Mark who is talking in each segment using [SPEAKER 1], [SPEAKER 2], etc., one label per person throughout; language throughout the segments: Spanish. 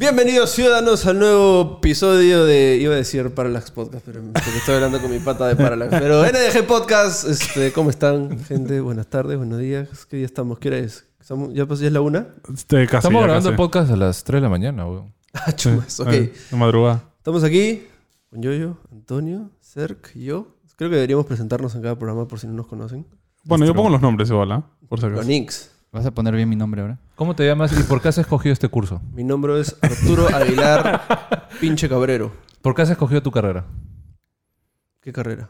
[SPEAKER 1] Bienvenidos ciudadanos al nuevo episodio de, iba a decir Parallax Podcast, pero porque estoy hablando con mi pata de Parallax, pero NDG Podcast, este, ¿cómo están gente? Buenas tardes, buenos días, ¿qué día estamos? ¿Qué hora es? ¿Estamos- ¿Ya, pasó- ya es la una?
[SPEAKER 2] Este, casi,
[SPEAKER 3] Estamos
[SPEAKER 2] ya
[SPEAKER 3] grabando el
[SPEAKER 2] casi.
[SPEAKER 3] podcast a las 3 de la mañana, weón.
[SPEAKER 1] Ah, chumas, ok.
[SPEAKER 2] Eh, de madrugada.
[SPEAKER 1] Estamos aquí con Yoyo, Antonio, Cerc y yo. Creo que deberíamos presentarnos en cada programa por si no nos conocen.
[SPEAKER 2] Este, Bueno, yo
[SPEAKER 3] Nuestro-
[SPEAKER 2] pongo los nombres igual, ¿ah? Por si
[SPEAKER 1] Los
[SPEAKER 2] acaso.
[SPEAKER 1] Nix.
[SPEAKER 4] ¿Vas a poner bien mi nombre ahora?
[SPEAKER 3] ¿Cómo te llamas y por qué has escogido este curso?
[SPEAKER 1] Mi nombre es Arturo Aguilar Pinche Cabrero.
[SPEAKER 3] ¿Por qué has escogido tu carrera?
[SPEAKER 1] ¿Qué carrera?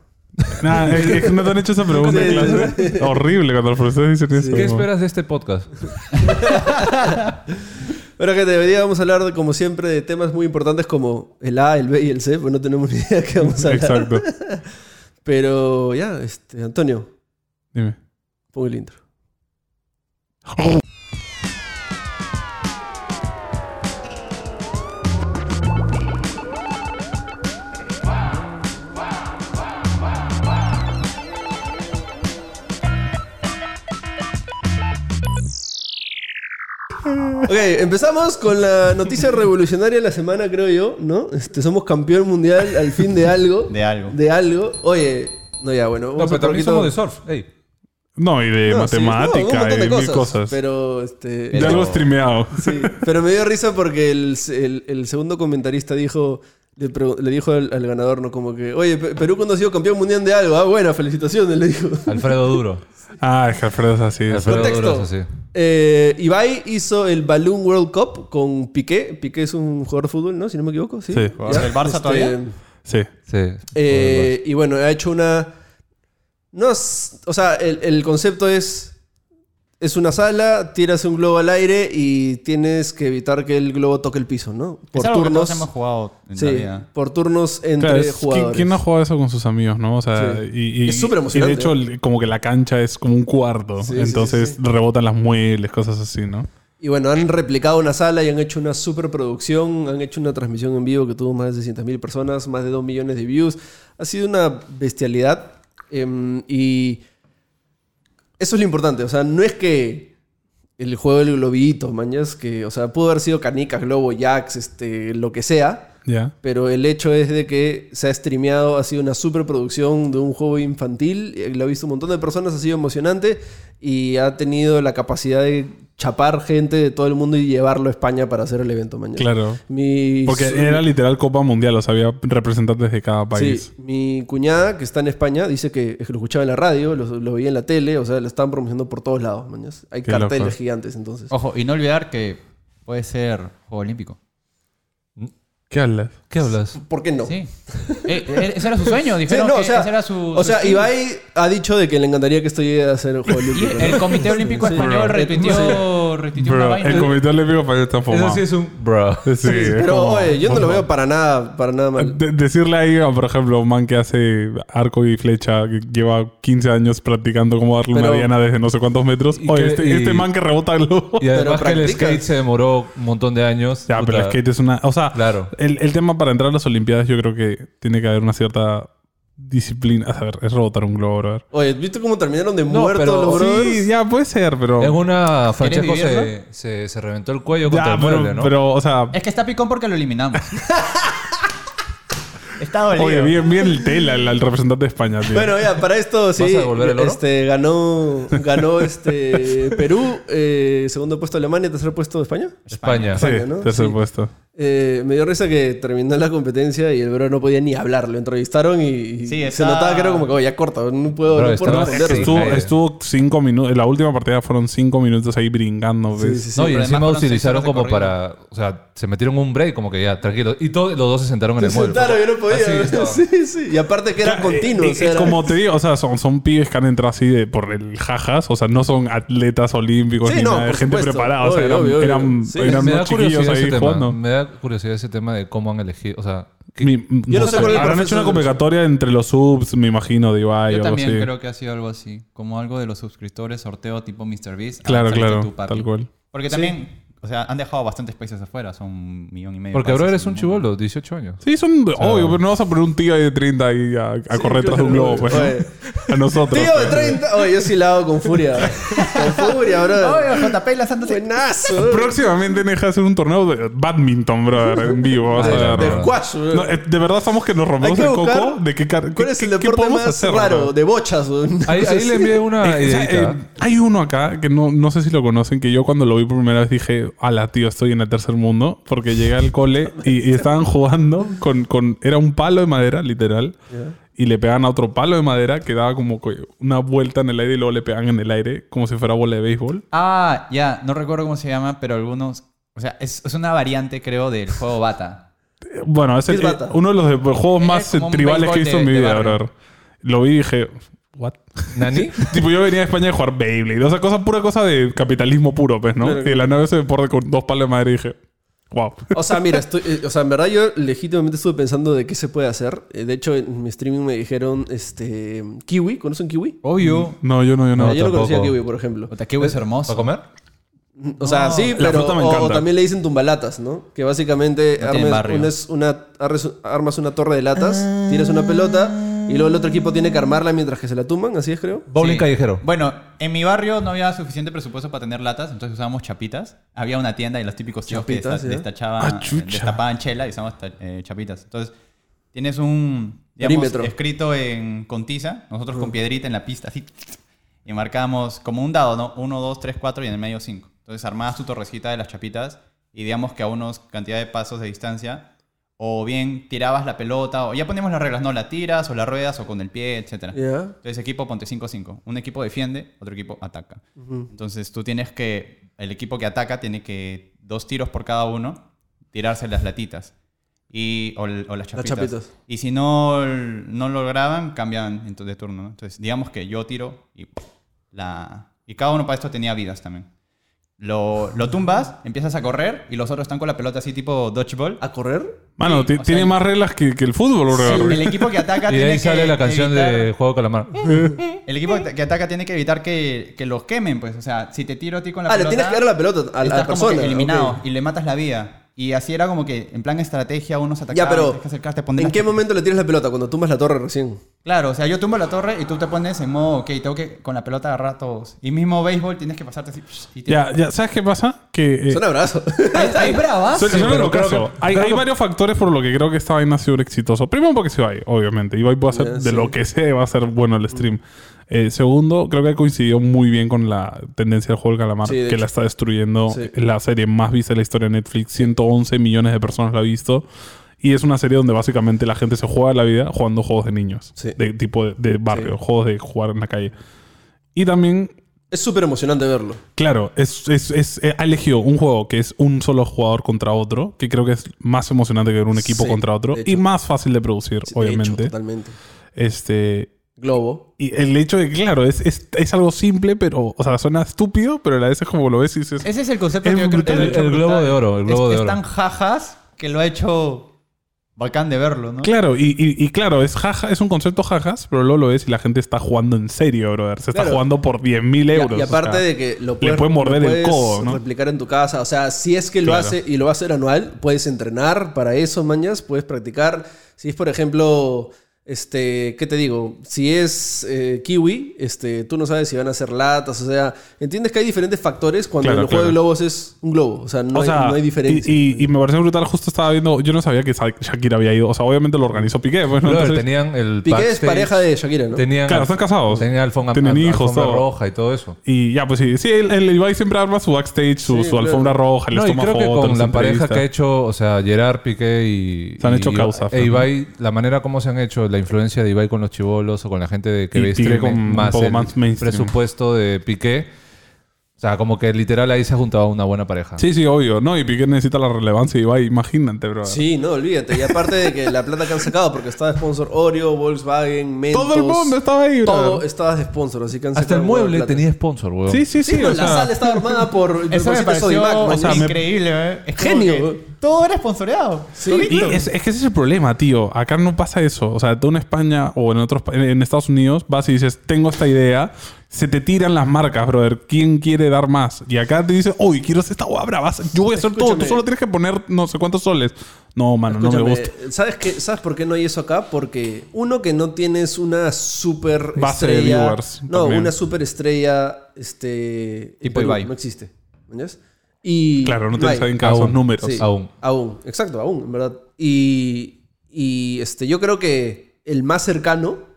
[SPEAKER 2] Nah, es, es que no te han hecho esa pregunta en clase. Horrible cuando los profesores dicen eso.
[SPEAKER 3] ¿Qué
[SPEAKER 2] ¿no?
[SPEAKER 3] esperas de este podcast?
[SPEAKER 1] Bueno, gente, hoy día vamos a hablar, de, como siempre, de temas muy importantes como el A, el B y el C, pues no tenemos ni idea de qué vamos a hablar.
[SPEAKER 2] Exacto.
[SPEAKER 1] Pero ya, este, Antonio,
[SPEAKER 2] Dime.
[SPEAKER 1] pongo el intro. Ok, empezamos con la noticia revolucionaria de la semana, creo yo, ¿no? Este, somos campeón mundial al fin de algo.
[SPEAKER 4] De algo.
[SPEAKER 1] De algo. Oye, no, ya, bueno.
[SPEAKER 3] No,
[SPEAKER 1] vamos a
[SPEAKER 3] pero también
[SPEAKER 1] poquito-
[SPEAKER 3] somos de surf. Ey.
[SPEAKER 2] No, y de
[SPEAKER 1] No, sí, no, un
[SPEAKER 2] matemática,
[SPEAKER 1] montón
[SPEAKER 2] y mil cosas.
[SPEAKER 1] Pero, este,
[SPEAKER 2] Ya
[SPEAKER 4] Pero-
[SPEAKER 2] algo streameado.
[SPEAKER 1] sí, pero me dio risa porque el, el- el segundo comentarista dijo, le, pregu- le dijo al, al ganador, ¿no? Como que, oye, Pe- Perú cuando ha sido campeón mundial de algo, ah, bueno, felicitaciones, le dijo.
[SPEAKER 3] Alfredo Duro.
[SPEAKER 2] Ah, es que Alfredo es así. es-
[SPEAKER 3] Alfredo
[SPEAKER 1] Contexto.
[SPEAKER 3] Duro es así.
[SPEAKER 1] Eh, Ibai hizo el Balloon World Cup con Piqué. Piqué es un jugador de fútbol, ¿no? Si no me equivoco, sí. Este,
[SPEAKER 2] Sí.
[SPEAKER 1] ¿Ya?
[SPEAKER 4] ¿Del Barça todavía?
[SPEAKER 2] Sí.
[SPEAKER 3] Sí.
[SPEAKER 1] Eh, y bueno, ha hecho una. No, s- o sea, el, el concepto es. Es una sala, tiras un globo al aire y tienes que evitar que el globo toque el piso, ¿no?
[SPEAKER 4] es
[SPEAKER 1] Por
[SPEAKER 4] algo
[SPEAKER 1] turnos.
[SPEAKER 4] que todos hemos jugado en
[SPEAKER 1] sí,
[SPEAKER 4] la vida.
[SPEAKER 1] por turnos entre
[SPEAKER 2] Claro, es- ¿quién,
[SPEAKER 1] jugadores.
[SPEAKER 2] quién no ha jugado eso con sus amigos, no? O sea,
[SPEAKER 1] Sí.
[SPEAKER 2] y, y-
[SPEAKER 1] Es súper
[SPEAKER 2] y
[SPEAKER 1] emocionante.
[SPEAKER 2] de hecho, el- como que la cancha es como un cuarto.
[SPEAKER 1] Sí, sí,
[SPEAKER 2] entonces
[SPEAKER 1] sí, sí.
[SPEAKER 2] rebotan las muebles, cosas así, ¿no?
[SPEAKER 1] Y bueno, han replicado una sala y han hecho una superproducción, han hecho una transmisión en vivo que tuvo más de 600.000 personas, más de 2 millones de views. Ha sido una bestialidad. em, y eso es lo importante. O sea, no es que el juego del globito, mañas, que, o sea, pudo haber sido canicas, globo, jacks, este, lo que sea.
[SPEAKER 2] Ya.
[SPEAKER 1] Pero el hecho es de que se ha streameado, ha sido una superproducción de un juego infantil, eh, lo ha visto un montón de personas, ha sido emocionante y ha tenido la capacidad de chapar gente de todo el mundo y llevarlo a España para hacer el evento mañana.
[SPEAKER 2] Claro.
[SPEAKER 1] Mi,
[SPEAKER 2] Porque
[SPEAKER 1] su-
[SPEAKER 2] era literal Copa Mundial, o sea, había representantes de cada país.
[SPEAKER 1] Sí, mi cuñada que está en España dice que es que lo escuchaba en la radio, lo, lo veía en la tele, o sea, lo estaban promocionando por todos lados, mañas. Hay
[SPEAKER 2] Qué
[SPEAKER 1] carteles
[SPEAKER 2] loco.
[SPEAKER 1] gigantes entonces.
[SPEAKER 4] Ojo, y no olvidar que puede ser Juego Olímpico.
[SPEAKER 2] ¿Qué hablas?
[SPEAKER 3] ¿Qué hablas?
[SPEAKER 1] ¿Por qué no?
[SPEAKER 4] Sí. Eh, eh, ese era su sueño,
[SPEAKER 1] Sí,
[SPEAKER 4] dijeron
[SPEAKER 1] no,
[SPEAKER 4] que
[SPEAKER 1] o sea,
[SPEAKER 4] ese era su.
[SPEAKER 1] o
[SPEAKER 4] su
[SPEAKER 1] sea
[SPEAKER 4] sueño.
[SPEAKER 1] Ibai ha dicho de que le encantaría que esto llegue a ser un juego
[SPEAKER 4] Y
[SPEAKER 1] olímpico. ¿no?
[SPEAKER 4] el Comité Olímpico
[SPEAKER 1] Sí.
[SPEAKER 4] Español retuiteó, retuiteó una
[SPEAKER 2] Bro,
[SPEAKER 4] vaina.
[SPEAKER 2] el Comité Olímpico Español está fumado.
[SPEAKER 3] Eso sí es un bro.
[SPEAKER 2] Sí, es
[SPEAKER 1] Pero
[SPEAKER 2] como-
[SPEAKER 1] oye, yo no
[SPEAKER 2] por
[SPEAKER 1] lo
[SPEAKER 2] favor.
[SPEAKER 1] veo para nada, para nada mal.
[SPEAKER 2] De- decirle ahí, a, por ejemplo, a un man que hace arco y flecha, que lleva 15 años practicando cómo darle
[SPEAKER 1] Pero-
[SPEAKER 2] una diana desde no sé cuántos metros.
[SPEAKER 3] Y
[SPEAKER 2] Oye,
[SPEAKER 3] que-
[SPEAKER 2] este,
[SPEAKER 3] y-
[SPEAKER 2] este man que rebota el globo.
[SPEAKER 3] Y además que el
[SPEAKER 1] practicas.
[SPEAKER 3] skate se demoró un montón de años.
[SPEAKER 2] Ya, pero
[SPEAKER 3] Puta.
[SPEAKER 2] el skate es una. O sea,
[SPEAKER 3] Claro.
[SPEAKER 2] el, el tema para entrar a las Olimpiadas, yo creo que tiene que haber una cierta disciplina. A ver, es rebotar un globo, brother.
[SPEAKER 1] Oye, ¿viste cómo terminaron de
[SPEAKER 3] No,
[SPEAKER 1] muertos
[SPEAKER 3] pero
[SPEAKER 1] los brothers?
[SPEAKER 2] Sí, ya puede ser, pero.
[SPEAKER 3] En una, Francesco
[SPEAKER 4] vivirlo?
[SPEAKER 3] se, se, se reventó el cuello contra
[SPEAKER 2] Ya,
[SPEAKER 3] el
[SPEAKER 2] pero,
[SPEAKER 3] mueble, ¿no?
[SPEAKER 2] pero, o sea.
[SPEAKER 4] Es que está picón porque lo eliminamos. está dolido.
[SPEAKER 2] Oye, bien, bien el tela, el, el representante de España, tío.
[SPEAKER 1] Bueno, ya, para esto sí.
[SPEAKER 3] a devolver el oro?
[SPEAKER 1] Este, ganó ganó este, Perú, eh, segundo puesto Alemania, tercer puesto España.
[SPEAKER 3] España.
[SPEAKER 2] sí,
[SPEAKER 1] España, ¿no?
[SPEAKER 2] tercer
[SPEAKER 1] Sí.
[SPEAKER 2] puesto.
[SPEAKER 1] Eh, me dio risa que terminó la competencia y el bro no podía ni hablar. Lo entrevistaron y, y
[SPEAKER 4] Sí,
[SPEAKER 1] se
[SPEAKER 4] está-
[SPEAKER 1] notaba que era como que, oye, ya corta, no puedo,
[SPEAKER 3] Bro,
[SPEAKER 1] no puedo
[SPEAKER 3] estaba-
[SPEAKER 1] responder.
[SPEAKER 3] es que
[SPEAKER 2] Estuvo,
[SPEAKER 3] Sí.
[SPEAKER 2] estuvo cinco minutos. En la última partida fueron cinco minutos ahí brincando.
[SPEAKER 1] Sí,
[SPEAKER 2] ¿ves?
[SPEAKER 1] sí, sí.
[SPEAKER 3] no, y
[SPEAKER 4] pero además
[SPEAKER 3] encima
[SPEAKER 4] fueron seis
[SPEAKER 3] utilizaron
[SPEAKER 4] horas de
[SPEAKER 3] como
[SPEAKER 4] corrido.
[SPEAKER 3] para. O sea, se metieron un break, como que ya, tranquilo. Y todos los dos se sentaron en
[SPEAKER 1] Se
[SPEAKER 3] el mueble.
[SPEAKER 1] sentaron, yo no
[SPEAKER 3] Así
[SPEAKER 1] podía.
[SPEAKER 3] estaban.
[SPEAKER 1] sí, sí. Y aparte que era
[SPEAKER 2] Eh,
[SPEAKER 1] continuo.
[SPEAKER 2] eh,
[SPEAKER 1] o sea,
[SPEAKER 2] eh,
[SPEAKER 1] era-
[SPEAKER 2] como te digo, o sea, son, son pibes que han entrado así de, por el jajas. O sea, no son atletas olímpicos
[SPEAKER 1] Sí,
[SPEAKER 2] ni
[SPEAKER 1] no,
[SPEAKER 2] nada.
[SPEAKER 1] por
[SPEAKER 2] de gente
[SPEAKER 1] supuesto.
[SPEAKER 2] preparada. o sea,
[SPEAKER 1] Obvio,
[SPEAKER 2] eran,
[SPEAKER 1] obvio, obvio.
[SPEAKER 2] eran,
[SPEAKER 1] Sí,
[SPEAKER 2] eran
[SPEAKER 3] me da
[SPEAKER 2] unos chiquillos
[SPEAKER 3] curiosidad ese
[SPEAKER 2] ahí
[SPEAKER 3] tema.
[SPEAKER 2] jugando.
[SPEAKER 3] Me da curiosidad ese tema de cómo han elegido. O sea, ¿qué-
[SPEAKER 2] Mi-
[SPEAKER 1] Yo no sé cuál es el
[SPEAKER 2] Habrán hecho
[SPEAKER 1] profesor.
[SPEAKER 2] una convocatoria entre los subs, me imagino, de Ibai
[SPEAKER 5] Yo
[SPEAKER 2] o algo así.
[SPEAKER 5] también creo que ha sido algo así, como algo de los suscriptores, sorteo tipo MrBeast. ah,
[SPEAKER 2] Claro,
[SPEAKER 5] saliste
[SPEAKER 2] claro,
[SPEAKER 5] tú, papi.
[SPEAKER 2] tal cual.
[SPEAKER 5] Porque también O sea, han dejado bastantes países afuera, son un millón y medio.
[SPEAKER 3] Porque ahora eres
[SPEAKER 5] países en
[SPEAKER 3] un
[SPEAKER 5] el mundo.
[SPEAKER 3] chivolo, 18 años.
[SPEAKER 2] Sí, son. obvio, pero no vas a poner un tío de 30 ahí a, a correr tras de un globo, pues.
[SPEAKER 1] Oye.
[SPEAKER 2] A nosotros.
[SPEAKER 1] Tío de
[SPEAKER 2] pues.
[SPEAKER 1] 30. Oye, yo sí la hago con furia. con furia, bro.
[SPEAKER 5] Oye, JP lanzándose.
[SPEAKER 1] Buenazo. bro.
[SPEAKER 2] Próximamente deja de hacer un torneo de badminton, brother, en vivo. Vas a
[SPEAKER 3] Madre,
[SPEAKER 2] ver,
[SPEAKER 1] De
[SPEAKER 2] bro.
[SPEAKER 1] squash, bro.
[SPEAKER 2] No, eh, de verdad estamos que nos
[SPEAKER 1] Hay
[SPEAKER 2] rompemos
[SPEAKER 1] que
[SPEAKER 2] el
[SPEAKER 1] buscar
[SPEAKER 2] coco de qué, car-
[SPEAKER 1] ¿Cuál
[SPEAKER 2] qué-
[SPEAKER 1] es el
[SPEAKER 2] qué- qué
[SPEAKER 1] deporte
[SPEAKER 2] podemos
[SPEAKER 1] más
[SPEAKER 2] hacer,
[SPEAKER 1] raro?
[SPEAKER 2] bro.
[SPEAKER 1] De bochas, bro.
[SPEAKER 3] Ahí, Ah, ahí le envié una
[SPEAKER 2] Eh, o sea,
[SPEAKER 3] ideita.
[SPEAKER 2] eh, hay uno acá que no, no sé si lo conocen, que yo cuando lo vi por primera vez dije, ala, tío, estoy en el tercer mundo, porque llegué al cole y, y estaban jugando con, con... Era un palo de madera, literal, y le pegaban a otro palo de madera que daba como que una vuelta en el aire y luego le pegaban en el aire como si fuera bola de béisbol.
[SPEAKER 5] Ah, ya, no recuerdo cómo se llama, pero algunos. O sea, es, es una variante, creo, del juego Bata.
[SPEAKER 2] Eh, Bueno, es el-
[SPEAKER 1] Es bata.
[SPEAKER 2] eh, uno de los de- juegos
[SPEAKER 5] Es
[SPEAKER 2] más eh,
[SPEAKER 5] como un
[SPEAKER 2] tribales que he
[SPEAKER 5] béisbol
[SPEAKER 2] visto en
[SPEAKER 5] de-
[SPEAKER 2] mi
[SPEAKER 5] de
[SPEAKER 2] vida,
[SPEAKER 5] barrio.
[SPEAKER 2] brother. Lo vi y dije, ¿what?
[SPEAKER 3] ¿Nani?
[SPEAKER 2] tipo, yo venía a España a jugar Beyblade. O sea, cosa pura cosa de capitalismo puro, pues, ¿no?
[SPEAKER 1] Claro,
[SPEAKER 2] y de la nave se deporte con dos palos de madera y dije, wow.
[SPEAKER 1] O sea, mira, estoy, eh, o sea, en verdad yo legítimamente estuve pensando de qué se puede hacer. Eh, De hecho, en mi streaming me dijeron, este, kiwi, ¿conocen kiwi?
[SPEAKER 5] Obvio.
[SPEAKER 2] No, yo no, yo
[SPEAKER 1] Ah,
[SPEAKER 2] no.
[SPEAKER 1] yo no
[SPEAKER 3] tampoco.
[SPEAKER 1] conocía kiwi, por ejemplo.
[SPEAKER 5] Puta, Kiwi es
[SPEAKER 3] ¿Para
[SPEAKER 5] hermoso.
[SPEAKER 3] comer?
[SPEAKER 1] O sea, sí,
[SPEAKER 2] La
[SPEAKER 1] pero
[SPEAKER 2] fruta me
[SPEAKER 1] o- o,
[SPEAKER 2] encanta.
[SPEAKER 1] también le dicen tumbalatas, ¿no? Que básicamente
[SPEAKER 5] No tienen
[SPEAKER 1] armas,
[SPEAKER 5] barrio.
[SPEAKER 1] una, es- una- arres- armas una torre de latas, tienes una pelota y luego el otro equipo tiene que armarla mientras que se la tumban, así es creo.
[SPEAKER 3] Bowling
[SPEAKER 5] Sí.
[SPEAKER 3] callejero.
[SPEAKER 5] Bueno, en mi barrio no había suficiente presupuesto para tener latas, entonces usábamos chapitas. Había una tienda y los típicos tíos que
[SPEAKER 1] Chapitas,
[SPEAKER 5] desta-
[SPEAKER 1] ¿ya?
[SPEAKER 5] destachaban,
[SPEAKER 2] Ah, chucha.
[SPEAKER 5] destapaban chela y usábamos ta- eh, chapitas. Entonces, tienes un, digamos,
[SPEAKER 1] Perímetro.
[SPEAKER 5] escrito en, con tiza, nosotros con piedrita en la pista, así. Y marcábamos como un dado, ¿no? Uno, dos, tres, cuatro y en el medio cinco. Entonces, armabas tu torrecita de las chapitas y digamos que a unos cantidad de pasos de distancia... O bien tirabas la pelota, o ya poníamos las reglas, no la tiras, o la ruedas, o con el pie, etcétera.
[SPEAKER 1] Ya.
[SPEAKER 5] Entonces, equipo ponte 5-5. Un equipo defiende, otro equipo ataca. Entonces, tú tienes que. El equipo que ataca tiene que. Dos tiros por cada uno. Tirarse las latitas. Y, o, l- o las chapitas.
[SPEAKER 1] chapitas.
[SPEAKER 5] Y si no, l- no lo graban, cambian ento- de turno. ¿no? Entonces, digamos que yo tiro y. La, y cada uno para esto tenía vidas también. Lo, lo tumbas, empiezas a correr y los otros están con la pelota así tipo dodgeball.
[SPEAKER 1] ¿A correr?
[SPEAKER 2] Mano,
[SPEAKER 5] Sí,
[SPEAKER 2] ti-
[SPEAKER 5] o sea,
[SPEAKER 2] tiene
[SPEAKER 5] y-
[SPEAKER 2] más reglas que, que el fútbol, bro.
[SPEAKER 5] El equipo que ataca
[SPEAKER 3] Y
[SPEAKER 5] tiene
[SPEAKER 3] de ahí
[SPEAKER 5] que
[SPEAKER 3] sale la canción
[SPEAKER 5] evitar-
[SPEAKER 3] de Juego Calamar.
[SPEAKER 5] El equipo que- que ataca tiene que evitar que, que los quemen, pues. O sea, si te tiro a ti con la
[SPEAKER 1] ah, le
[SPEAKER 5] pelota.
[SPEAKER 1] tienes que dar la pelota a, a
[SPEAKER 5] estás
[SPEAKER 1] la persona.
[SPEAKER 5] Como que eliminado
[SPEAKER 1] ok.
[SPEAKER 5] y le matas la vida. Y así era como que, en plan estrategia, unos atacaban.
[SPEAKER 1] Ya, pero
[SPEAKER 5] tienes que acercarte, poner
[SPEAKER 1] ¿en
[SPEAKER 5] las
[SPEAKER 1] qué
[SPEAKER 5] chapitas.
[SPEAKER 1] momento le tiras la pelota? Cuando tumbas la torre recién.
[SPEAKER 5] Claro, o sea, yo tumbo la torre y tú te pones en modo, ok, tengo que con la pelota agarrar a todos. Y mismo béisbol tienes que pasarte así. psh, Y tienes-
[SPEAKER 2] Ya, ya, ¿sabes qué pasa? Que. eh,
[SPEAKER 1] Suena abrazo.
[SPEAKER 5] Ahí- ahí
[SPEAKER 1] ¿Ah?
[SPEAKER 5] bravazo.
[SPEAKER 2] Suena- suena
[SPEAKER 3] pero
[SPEAKER 2] locazo.
[SPEAKER 3] creo que-
[SPEAKER 2] hay,
[SPEAKER 3] creo
[SPEAKER 2] hay
[SPEAKER 3] que-
[SPEAKER 2] varios factores por lo que creo que esta vaina ha sido exitoso. Primero, porque se va obviamente. Ibai puede hacer
[SPEAKER 1] Ya,
[SPEAKER 2] de
[SPEAKER 1] sí.
[SPEAKER 2] lo que sea, va a ser bueno el stream. Eh, segundo, creo que coincidió muy bien con la tendencia del juego del calamar,
[SPEAKER 1] Sí, de
[SPEAKER 2] que la
[SPEAKER 1] hecho.
[SPEAKER 2] está destruyendo.
[SPEAKER 1] Sí.
[SPEAKER 2] Es la serie más vista de la historia de Netflix. 111 millones de personas la ha visto. Y es una serie donde básicamente la gente se juega la vida jugando juegos de niños.
[SPEAKER 1] Sí.
[SPEAKER 2] De tipo de, de barrio, juegos de jugar en la calle. Y también
[SPEAKER 1] es súper emocionante verlo.
[SPEAKER 2] Claro, es, es, es- eh, ha elegido un juego que es un solo jugador contra otro, que creo que es más emocionante que ver un equipo
[SPEAKER 1] Sí,
[SPEAKER 2] contra otro
[SPEAKER 1] de hecho.
[SPEAKER 2] y más fácil de producir,
[SPEAKER 1] Sí, de hecho,
[SPEAKER 2] obviamente.
[SPEAKER 1] totalmente.
[SPEAKER 2] este
[SPEAKER 1] Globo.
[SPEAKER 2] y el hecho de que, claro, es, es, es algo simple, pero, o sea, suena estúpido, pero a la vez es como lo ves y dices,
[SPEAKER 5] Ese es el concepto
[SPEAKER 2] Es
[SPEAKER 5] que yo creo que
[SPEAKER 2] brutal.
[SPEAKER 5] lo ha hecho
[SPEAKER 3] El- el globo
[SPEAKER 5] brutal.
[SPEAKER 3] de oro, el globo
[SPEAKER 5] Es-
[SPEAKER 3] de
[SPEAKER 5] es
[SPEAKER 3] oro.
[SPEAKER 5] tan jajas que lo ha hecho bacán de verlo, ¿no?
[SPEAKER 2] Claro, y, y- y claro, es jaja, es un concepto jajas, pero luego lo es y la gente está jugando en serio, brother. Se
[SPEAKER 1] Claro.
[SPEAKER 2] está jugando por 10.000
[SPEAKER 1] Y-
[SPEAKER 2] euros.
[SPEAKER 1] y
[SPEAKER 2] o
[SPEAKER 1] aparte
[SPEAKER 2] sea.
[SPEAKER 1] de que lo puedes,
[SPEAKER 2] puede morder
[SPEAKER 1] lo
[SPEAKER 2] el
[SPEAKER 1] puedes
[SPEAKER 2] codo, ¿no?
[SPEAKER 1] replicar en tu casa. O sea, si es que lo
[SPEAKER 2] Claro.
[SPEAKER 1] hace y lo va a hacer anual, puedes entrenar para eso, mañas, puedes practicar. Si es, por ejemplo, este, ¿qué te digo? Si es eh, kiwi, este, tú no sabes si van a ser latas. O sea, entiendes que hay diferentes factores cuando
[SPEAKER 2] Claro,
[SPEAKER 1] el juego de
[SPEAKER 2] claro.
[SPEAKER 1] globos es un globo. O sea, no,
[SPEAKER 2] o sea,
[SPEAKER 1] hay, no hay diferencia.
[SPEAKER 2] Y, y- y me pareció brutal, justo estaba viendo, yo no sabía que Sa- Shakira había ido, o sea, obviamente lo organizó Piqué, pues, ¿no?
[SPEAKER 3] Brother,
[SPEAKER 2] Entonces-
[SPEAKER 3] tenían el
[SPEAKER 1] Piqué es
[SPEAKER 3] backstage,
[SPEAKER 1] pareja de Shakira, ¿no?
[SPEAKER 3] Tenían
[SPEAKER 2] Claro, están casados.
[SPEAKER 3] Tenían alfombra,
[SPEAKER 2] Tienen
[SPEAKER 3] al-
[SPEAKER 2] hijos,
[SPEAKER 3] alfombra
[SPEAKER 2] todo.
[SPEAKER 3] roja y todo eso.
[SPEAKER 2] Y ya, pues sí, sí, el, el Ibai siempre arma su backstage, su,
[SPEAKER 1] Sí,
[SPEAKER 2] su
[SPEAKER 1] claro.
[SPEAKER 2] alfombra roja, les
[SPEAKER 3] No, y
[SPEAKER 2] toma
[SPEAKER 3] creo que
[SPEAKER 2] fotos,
[SPEAKER 3] con
[SPEAKER 2] les
[SPEAKER 3] la pareja
[SPEAKER 2] entrevista.
[SPEAKER 3] que ha hecho, o sea, Gerard Piqué y.
[SPEAKER 2] Se han
[SPEAKER 3] y-
[SPEAKER 2] hecho causa,
[SPEAKER 3] E Ibai, la manera como se han hecho, la influencia de Ibai con los chivolos o con la gente de que
[SPEAKER 2] Y
[SPEAKER 3] ve
[SPEAKER 2] Piqué
[SPEAKER 3] streaming,
[SPEAKER 2] con un
[SPEAKER 3] más
[SPEAKER 2] poco
[SPEAKER 3] el
[SPEAKER 2] más mainstream.
[SPEAKER 3] presupuesto de Piqué. O sea, como que literal ahí se ha juntado una buena pareja.
[SPEAKER 2] Sí, sí, obvio, ¿no? Y Piqué necesita la relevancia de Ibai, imagínate, bro.
[SPEAKER 1] Sí, no, olvídate. Y aparte de que la plata que han sacado, porque estaba de sponsor Oreo, Volkswagen, Mentos.
[SPEAKER 2] Todo el mundo estaba ahí, bro.
[SPEAKER 1] Todo estaba de sponsor, así que han
[SPEAKER 3] Hasta
[SPEAKER 1] sacado
[SPEAKER 3] el
[SPEAKER 1] un huevo de
[SPEAKER 3] mueble
[SPEAKER 1] plata.
[SPEAKER 3] tenía sponsor, weón.
[SPEAKER 2] Sí, sí, sí.
[SPEAKER 1] Sí, no,
[SPEAKER 2] o
[SPEAKER 1] la
[SPEAKER 2] sea,
[SPEAKER 1] sala estaba armada por
[SPEAKER 5] Eso me
[SPEAKER 1] bolsitas
[SPEAKER 5] pareció
[SPEAKER 1] Sodimac, man.
[SPEAKER 2] sea, me-
[SPEAKER 5] increíble, ¿eh? Es como
[SPEAKER 1] Genio,
[SPEAKER 5] que
[SPEAKER 1] ¿eh?
[SPEAKER 5] Todo era esponsoreado.
[SPEAKER 1] Sí.
[SPEAKER 5] Todo
[SPEAKER 2] y
[SPEAKER 5] lindo.
[SPEAKER 2] es, es que ese es el problema, tío. Acá no pasa eso. O sea, tú en España o en otros pa- en en Estados Unidos vas y dices, tengo esta idea, se te tiran las marcas, brother. ¿Quién quiere dar más? Y acá te dicen, uy, quiero hacer esta hueá bravaza. Yo voy a hacer todo. Tú
[SPEAKER 1] Escúchame.
[SPEAKER 2] solo tienes que poner no sé cuántos soles. No, mano, no me
[SPEAKER 1] Escúchame,
[SPEAKER 2] gusta.
[SPEAKER 1] ¿sabes, qué, ¿Sabes por qué no hay eso acá? Porque uno que no tienes una super
[SPEAKER 2] Base de
[SPEAKER 1] estrella,
[SPEAKER 2] viewers
[SPEAKER 1] no,
[SPEAKER 2] también.
[SPEAKER 1] una super estrella este, en
[SPEAKER 3] Tipo
[SPEAKER 1] Perú,
[SPEAKER 3] Ibai.
[SPEAKER 1] no existe. ¿Entiendes? Y
[SPEAKER 2] Claro, no
[SPEAKER 1] hay.
[SPEAKER 2] tienes alguien que haga
[SPEAKER 3] Aún.
[SPEAKER 2] esos números.
[SPEAKER 1] Sí,
[SPEAKER 3] aún.
[SPEAKER 1] Aún, exacto, aún, en verdad. Y, y, este, yo creo que el más cercano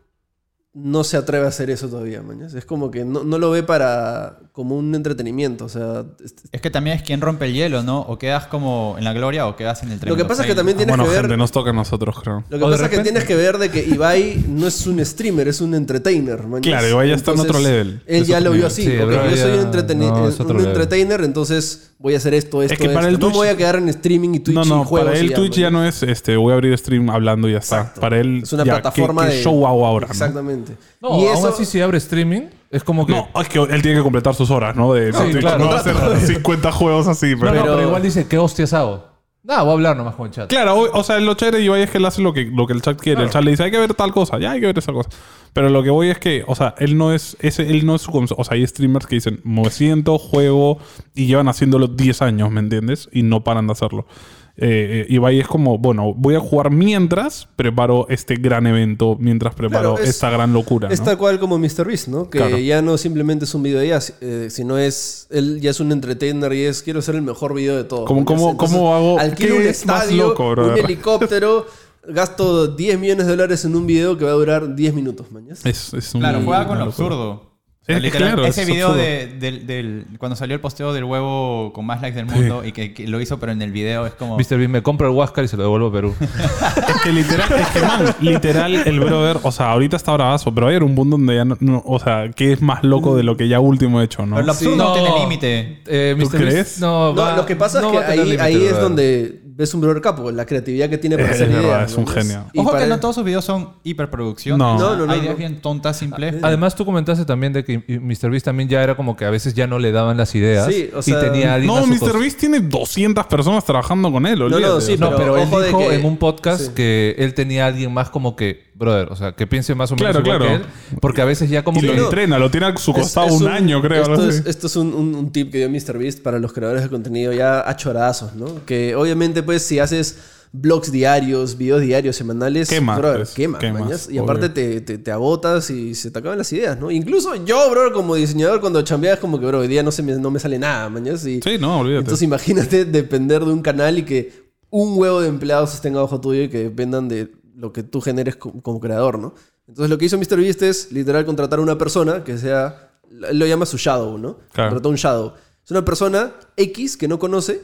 [SPEAKER 1] no se atreve a hacer eso todavía, mañas. Es como que no, no lo ve para como un entretenimiento. O sea, este-
[SPEAKER 4] Es que también es quien rompe el hielo, ¿no? O quedas como en la gloria o quedas en el
[SPEAKER 1] lo que
[SPEAKER 4] tremendo
[SPEAKER 1] pasa es que
[SPEAKER 4] fail.
[SPEAKER 1] también
[SPEAKER 2] Ah,
[SPEAKER 1] tienes
[SPEAKER 2] bueno,
[SPEAKER 1] que ver.
[SPEAKER 2] gente, nos toca a nosotros, creo.
[SPEAKER 1] Lo que
[SPEAKER 3] O de
[SPEAKER 1] pasa es que
[SPEAKER 3] repente-
[SPEAKER 1] tienes que ver de que Ibai no es un streamer, es un entertainer. mañas.
[SPEAKER 2] Claro, Ibai ya está en
[SPEAKER 1] Entonces,
[SPEAKER 2] otro level.
[SPEAKER 1] Él
[SPEAKER 2] Es
[SPEAKER 1] ya
[SPEAKER 2] otro
[SPEAKER 1] lo vio
[SPEAKER 2] nivel.
[SPEAKER 1] así.
[SPEAKER 3] Sí,
[SPEAKER 1] ok,
[SPEAKER 3] Ibai
[SPEAKER 1] yo soy un,
[SPEAKER 3] ya-
[SPEAKER 1] entretenir-
[SPEAKER 3] no, es
[SPEAKER 1] un
[SPEAKER 3] otro level.
[SPEAKER 1] entertainer, entonces voy a hacer esto, esto,
[SPEAKER 2] que para
[SPEAKER 1] esto.
[SPEAKER 2] el
[SPEAKER 1] No me
[SPEAKER 2] Twitch-
[SPEAKER 1] voy a quedar en streaming y Twitch
[SPEAKER 2] no,
[SPEAKER 1] y
[SPEAKER 2] no,
[SPEAKER 1] juegos
[SPEAKER 2] para
[SPEAKER 1] y
[SPEAKER 2] él
[SPEAKER 1] ya,
[SPEAKER 2] Twitch ya
[SPEAKER 1] mañas.
[SPEAKER 2] no es este, voy a abrir stream hablando y ya está. Para él
[SPEAKER 1] Es una
[SPEAKER 2] ya, ¿qué-
[SPEAKER 1] plataforma
[SPEAKER 2] qué
[SPEAKER 1] de-
[SPEAKER 2] show hago ahora. ¿no?
[SPEAKER 1] Exactamente.
[SPEAKER 3] No,
[SPEAKER 1] y
[SPEAKER 3] aún
[SPEAKER 1] eso,
[SPEAKER 3] así si abre streaming, es como que...
[SPEAKER 2] No, es que él tiene que completar sus horas, ¿no? De,
[SPEAKER 3] Sí,
[SPEAKER 2] Twitch.
[SPEAKER 3] claro.
[SPEAKER 2] no va a hacer 50 juegos así,
[SPEAKER 3] No,
[SPEAKER 2] pero.
[SPEAKER 3] no, pero,
[SPEAKER 1] Pero-
[SPEAKER 3] igual dice, ¿qué hostias hago? Nada, voy a hablar nomás con el chat.
[SPEAKER 2] Claro, o, o sea, lo chévere de Ibai es que él hace lo que, lo que el chat quiere. El chat le dice, hay que ver tal cosa, ya hay que ver esa cosa. Pero lo que voy es que, o sea, él no es, ese, él no es su cons- O sea, hay streamers que dicen, me siento, juego, y llevan haciéndolo 10 años, ¿me entiendes? Y no paran de hacerlo. Eh, eh, Ibai es como, bueno, voy a jugar mientras preparo este gran evento, mientras preparo
[SPEAKER 1] Claro, es-
[SPEAKER 2] esta gran locura. ¿no?
[SPEAKER 1] Es tal cual como Mr. Beast, ¿no? Que
[SPEAKER 2] Claro.
[SPEAKER 1] ya no simplemente es un video de ella, si- eh, sino es. Él ya es un entertainer y es quiero ser el mejor video de todos.
[SPEAKER 2] ¿Cómo- cómo- cómo hago?
[SPEAKER 1] Alquilo
[SPEAKER 2] ¿Qué
[SPEAKER 1] un
[SPEAKER 2] es más
[SPEAKER 1] estadio,
[SPEAKER 2] loco,
[SPEAKER 1] un
[SPEAKER 2] brother?
[SPEAKER 1] helicóptero, gasto 10 millones de dólares en un video que va a durar 10 minutos, mañas.
[SPEAKER 2] Es- es un-
[SPEAKER 4] Claro, juega con
[SPEAKER 2] una
[SPEAKER 4] lo
[SPEAKER 2] locura.
[SPEAKER 4] absurdo. O
[SPEAKER 2] Es-
[SPEAKER 4] sea,
[SPEAKER 2] es
[SPEAKER 4] literal,
[SPEAKER 2] claro,
[SPEAKER 4] ese
[SPEAKER 2] es
[SPEAKER 4] video
[SPEAKER 2] absurdo.
[SPEAKER 4] de, del, del- cuando salió el posteo del huevo con más likes del mundo y que, que lo hizo, pero en el video es como.
[SPEAKER 3] Mr. Bean, me compro el Huáscar y se lo devuelvo a Perú.
[SPEAKER 2] Es que literal, es que, man, literal, el brother, o sea, ahorita está bravazo, pero era un punto donde ya no, no- o sea, que es más loco de lo que ya último he hecho, ¿no?
[SPEAKER 4] Pero lo absurdo no
[SPEAKER 3] Sí.
[SPEAKER 4] tiene
[SPEAKER 3] No.
[SPEAKER 4] límite.
[SPEAKER 3] Eh,
[SPEAKER 2] ¿Tú
[SPEAKER 3] Mr. Bean,
[SPEAKER 2] crees?
[SPEAKER 3] No,
[SPEAKER 1] No,
[SPEAKER 3] va-
[SPEAKER 1] lo que pasa
[SPEAKER 3] no
[SPEAKER 1] es que
[SPEAKER 3] va a tener
[SPEAKER 1] ahí,
[SPEAKER 3] límite,
[SPEAKER 1] ahí es
[SPEAKER 3] brother.
[SPEAKER 1] donde ves un brother capo, la creatividad que tiene para
[SPEAKER 2] Es
[SPEAKER 1] hacer
[SPEAKER 2] verdad,
[SPEAKER 1] ideas,
[SPEAKER 2] es un
[SPEAKER 1] mañas.
[SPEAKER 2] genio.
[SPEAKER 1] Y
[SPEAKER 4] Ojo
[SPEAKER 1] para
[SPEAKER 4] que no
[SPEAKER 1] él-
[SPEAKER 4] todos sus videos son hiperproducción.
[SPEAKER 2] No.
[SPEAKER 1] No, no, no,
[SPEAKER 4] Hay ideas
[SPEAKER 1] no. Ah,
[SPEAKER 4] bien tontas, simples.
[SPEAKER 3] Además, tú comentaste también de que Mr. Beast también ya era como que a veces ya no le daban las ideas.
[SPEAKER 1] Sí, o sea,
[SPEAKER 3] y tenía alguien a
[SPEAKER 2] No,
[SPEAKER 3] su
[SPEAKER 2] Mr.
[SPEAKER 3] costado.
[SPEAKER 2] Beast tiene 200 personas trabajando con él, olvídate.
[SPEAKER 1] no, sí,
[SPEAKER 2] O sea,
[SPEAKER 3] No,
[SPEAKER 1] pero
[SPEAKER 3] pero, él
[SPEAKER 1] ojo de
[SPEAKER 3] dijo
[SPEAKER 1] que-
[SPEAKER 3] en un podcast
[SPEAKER 1] sí.
[SPEAKER 3] que él tenía a alguien más como que, brother, o sea, que piense más o menos
[SPEAKER 2] Claro,
[SPEAKER 3] igual
[SPEAKER 2] claro.
[SPEAKER 3] que él. Porque a veces ya como
[SPEAKER 2] y lo
[SPEAKER 3] que...
[SPEAKER 1] no.
[SPEAKER 2] entrena, lo tiene a su
[SPEAKER 1] Es-
[SPEAKER 2] costado
[SPEAKER 1] es
[SPEAKER 2] un, año, creo. algo
[SPEAKER 1] Esto es,
[SPEAKER 2] así.
[SPEAKER 1] esto es un, un- un tip que dio MrBeast para los creadores de contenido ya a choradazos, ¿no? Que obviamente, pues, si haces blogs diarios, videos diarios, semanales,
[SPEAKER 2] Quema,
[SPEAKER 1] brother,
[SPEAKER 2] pues,
[SPEAKER 1] quema,
[SPEAKER 2] quemas,
[SPEAKER 1] mañas. Y
[SPEAKER 2] obvio.
[SPEAKER 1] aparte te, te- te agotas y se te acaban las ideas, ¿no? Incluso yo, brother, como diseñador, cuando chambeas, como que, bro, hoy día no, se me, no me sale nada, mañas. Y,
[SPEAKER 2] Sí, no, olvídate.
[SPEAKER 1] entonces imagínate depender de un canal y que un huevo de empleados estén abajo tuyo y que dependan de lo que tú generes co- como, creador, ¿no? Entonces lo que hizo MrBeast es literal contratar a una persona que sea, él lo llama su shadow, ¿no?
[SPEAKER 2] Claro.
[SPEAKER 1] Contrató un shadow. Es una persona X que no conoce,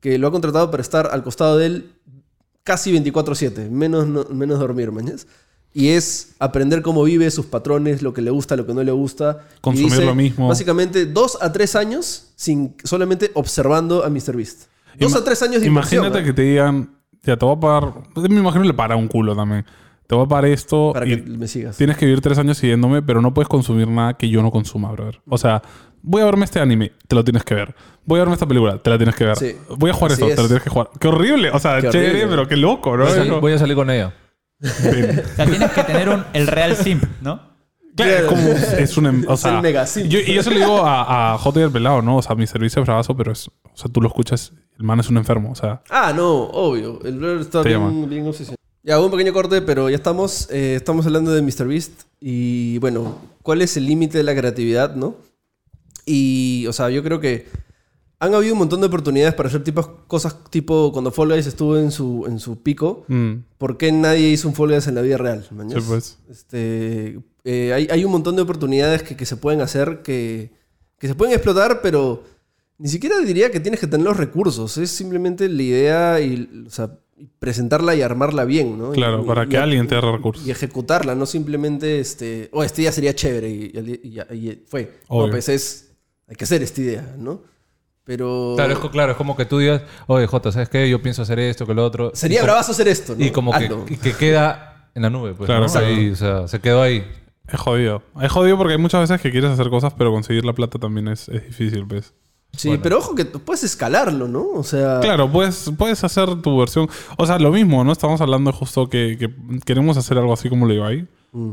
[SPEAKER 1] que lo ha contratado para estar al costado de él casi 24/7, menos, no- menos dormir, mañas. Y es aprender cómo vive, sus patrones, lo que le gusta, lo que no le gusta. Y
[SPEAKER 2] Consumir
[SPEAKER 1] dice,
[SPEAKER 2] lo mismo.
[SPEAKER 1] Básicamente dos a tres años sin, solamente observando a MrBeast. Dos
[SPEAKER 2] Ima-
[SPEAKER 1] a tres años de inversión,
[SPEAKER 2] Imagínate
[SPEAKER 1] ¿eh?
[SPEAKER 2] que te digan, ya te voy a pagar. pues, Me imagino le para un culo también. Te voy a pagar esto.
[SPEAKER 1] Para
[SPEAKER 2] y-
[SPEAKER 1] que me sigas.
[SPEAKER 2] Tienes que vivir tres años siguiéndome, pero no puedes consumir nada que yo no consuma, brother. O sea, voy a verme este anime, te lo tienes que ver. Voy a verme esta película, te la tienes que ver.
[SPEAKER 1] Sí.
[SPEAKER 2] Voy a jugar
[SPEAKER 1] Así
[SPEAKER 2] esto, te
[SPEAKER 1] es.
[SPEAKER 2] lo tienes que jugar. Qué horrible. O sea,
[SPEAKER 1] Qué
[SPEAKER 2] chévere,
[SPEAKER 1] horrible.
[SPEAKER 2] pero qué loco, ¿no?
[SPEAKER 3] Voy a salir-
[SPEAKER 2] Como-
[SPEAKER 3] Voy a salir con ella.
[SPEAKER 4] O sea, tienes que tener un- el real simp, ¿no?
[SPEAKER 2] Claro, es
[SPEAKER 1] Claro.
[SPEAKER 2] como es un em, o
[SPEAKER 1] Es
[SPEAKER 2] sea,
[SPEAKER 1] el megasim.
[SPEAKER 2] yo- y eso le digo a, a J. del Pelado, ¿no? O sea, mi servicio es bravazo, pero es, o sea, tú lo escuchas, el man es un enfermo, o sea,
[SPEAKER 1] Ah, no, obvio. El blur está
[SPEAKER 2] Te
[SPEAKER 1] bien,
[SPEAKER 2] llama.
[SPEAKER 1] bien obsesionado. Ya, un pequeño corte, pero ya estamos. eh, estamos hablando de MrBeast. Y bueno, ¿cuál es el límite de la creatividad, no? Y, o sea, yo creo que han habido un montón de oportunidades para hacer tipos, cosas tipo cuando Fall Guys estuvo en su, en su pico.
[SPEAKER 2] mm,
[SPEAKER 1] ¿Por qué nadie hizo un Fall Guys en la vida real? mañas?
[SPEAKER 2] Sí, pues.
[SPEAKER 1] Este, eh, hay, hay un montón de oportunidades que, que se pueden hacer, que, que se pueden explotar, pero ni siquiera diría que tienes que tener los recursos. Es simplemente la idea y o sea, presentarla y armarla bien, ¿no?
[SPEAKER 2] Claro,
[SPEAKER 1] Y-
[SPEAKER 2] para
[SPEAKER 1] y-
[SPEAKER 2] que
[SPEAKER 1] y-
[SPEAKER 2] alguien te dé recursos.
[SPEAKER 1] Y ejecutarla, no simplemente, este, oh, esta idea sería chévere y, y- y- y fue. No,
[SPEAKER 2] Obvio.
[SPEAKER 1] pues es, hay que hacer esta idea, ¿no? Pero...
[SPEAKER 3] Claro es, co- claro, es como que tú digas, oye, Jota, ¿sabes qué? Yo pienso hacer esto, que lo otro.
[SPEAKER 1] Sería
[SPEAKER 3] Y co-
[SPEAKER 1] bravazo hacer esto, ¿no?
[SPEAKER 3] Y como que,
[SPEAKER 1] Hazlo.
[SPEAKER 3] y que queda en la nube, pues.
[SPEAKER 2] Claro,
[SPEAKER 3] ¿no?
[SPEAKER 2] claro.
[SPEAKER 3] Ahí, o sea, se quedó ahí.
[SPEAKER 2] Es jodido. Es jodido porque hay muchas veces que quieres hacer cosas, pero conseguir la plata también es, es difícil, ¿ves?
[SPEAKER 1] Sí, pero ojo que tú puedes escalarlo, ¿no? O sea...
[SPEAKER 2] Claro, puedes, puedes hacer tu versión. O sea, lo mismo, ¿no? Estamos hablando justo que, que queremos hacer algo así como lo digo ahí.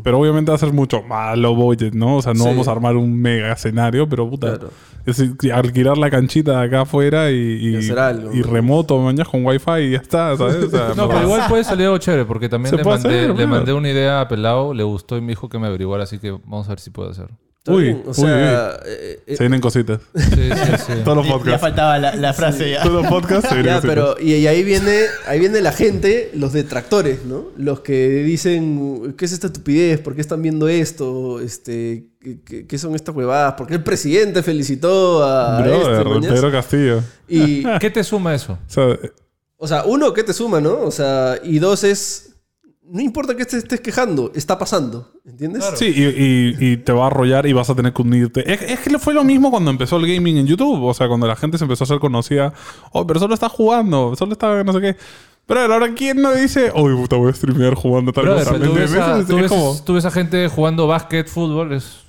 [SPEAKER 2] Pero obviamente va a ser mucho más low budget, ¿no? O sea, no
[SPEAKER 1] Mm. Sí.
[SPEAKER 2] vamos a armar un mega escenario, pero puta.
[SPEAKER 1] Claro.
[SPEAKER 2] Es decir, alquilar la canchita de acá afuera y, y,
[SPEAKER 1] Y hacer algo.
[SPEAKER 2] y remoto, mañas con wifi y ya está, ¿sabes? O sea,
[SPEAKER 3] No, pero igual puede salir algo chévere, porque también
[SPEAKER 2] Se
[SPEAKER 3] le
[SPEAKER 2] puede
[SPEAKER 3] mandé,
[SPEAKER 2] hacer,
[SPEAKER 3] le
[SPEAKER 2] claro.
[SPEAKER 3] mandé una idea a Pelao, le gustó y me dijo que me averiguara, así que vamos a ver si puedo hacer.
[SPEAKER 1] Está
[SPEAKER 2] Uy,
[SPEAKER 1] bien, o
[SPEAKER 2] uy,
[SPEAKER 1] sea, eh, eh,
[SPEAKER 2] Se vienen cositas.
[SPEAKER 3] Sí, sí, sí.
[SPEAKER 2] Todos los
[SPEAKER 4] Ya- Ya
[SPEAKER 2] podcasts.
[SPEAKER 4] faltaba la, la frase ya.
[SPEAKER 2] Todos los podcasts se vienen
[SPEAKER 1] Ya, pero
[SPEAKER 2] cositas.
[SPEAKER 1] y, y ahí viene, ahí viene la gente, los detractores, ¿no? Los que dicen, ¿qué es esta estupidez? ¿Por qué están viendo esto? Este, ¿qué- ¿qué, qué son estas huevadas? ¿Por qué el presidente felicitó a
[SPEAKER 2] Brother,
[SPEAKER 1] este, mañas?
[SPEAKER 2] Pedro Castillo. O
[SPEAKER 1] Y,
[SPEAKER 3] ¿Qué te suma eso?
[SPEAKER 2] sea,
[SPEAKER 1] o sea, uno, ¿qué te suma, no? O sea, y dos es, no importa que te estés quejando, está pasando, ¿entiendes?
[SPEAKER 2] Sí, y, y- y te va a arrollar y vas a tener que unirte. Es, es que fue lo mismo cuando empezó el gaming en YouTube. O sea, cuando la gente se empezó a hacer conocida. Oh, pero solo está jugando, solo está no sé qué. Pero ahora, ¿quién no dice, uy, puta, voy a streamear jugando tal
[SPEAKER 3] Brother,
[SPEAKER 2] cosa?
[SPEAKER 3] pero tú
[SPEAKER 2] ¿Me
[SPEAKER 3] ves, a,
[SPEAKER 2] entiendes?
[SPEAKER 3] tú,
[SPEAKER 2] Es
[SPEAKER 3] ves,
[SPEAKER 2] como-
[SPEAKER 3] tú ves a gente jugando básquet, fútbol, es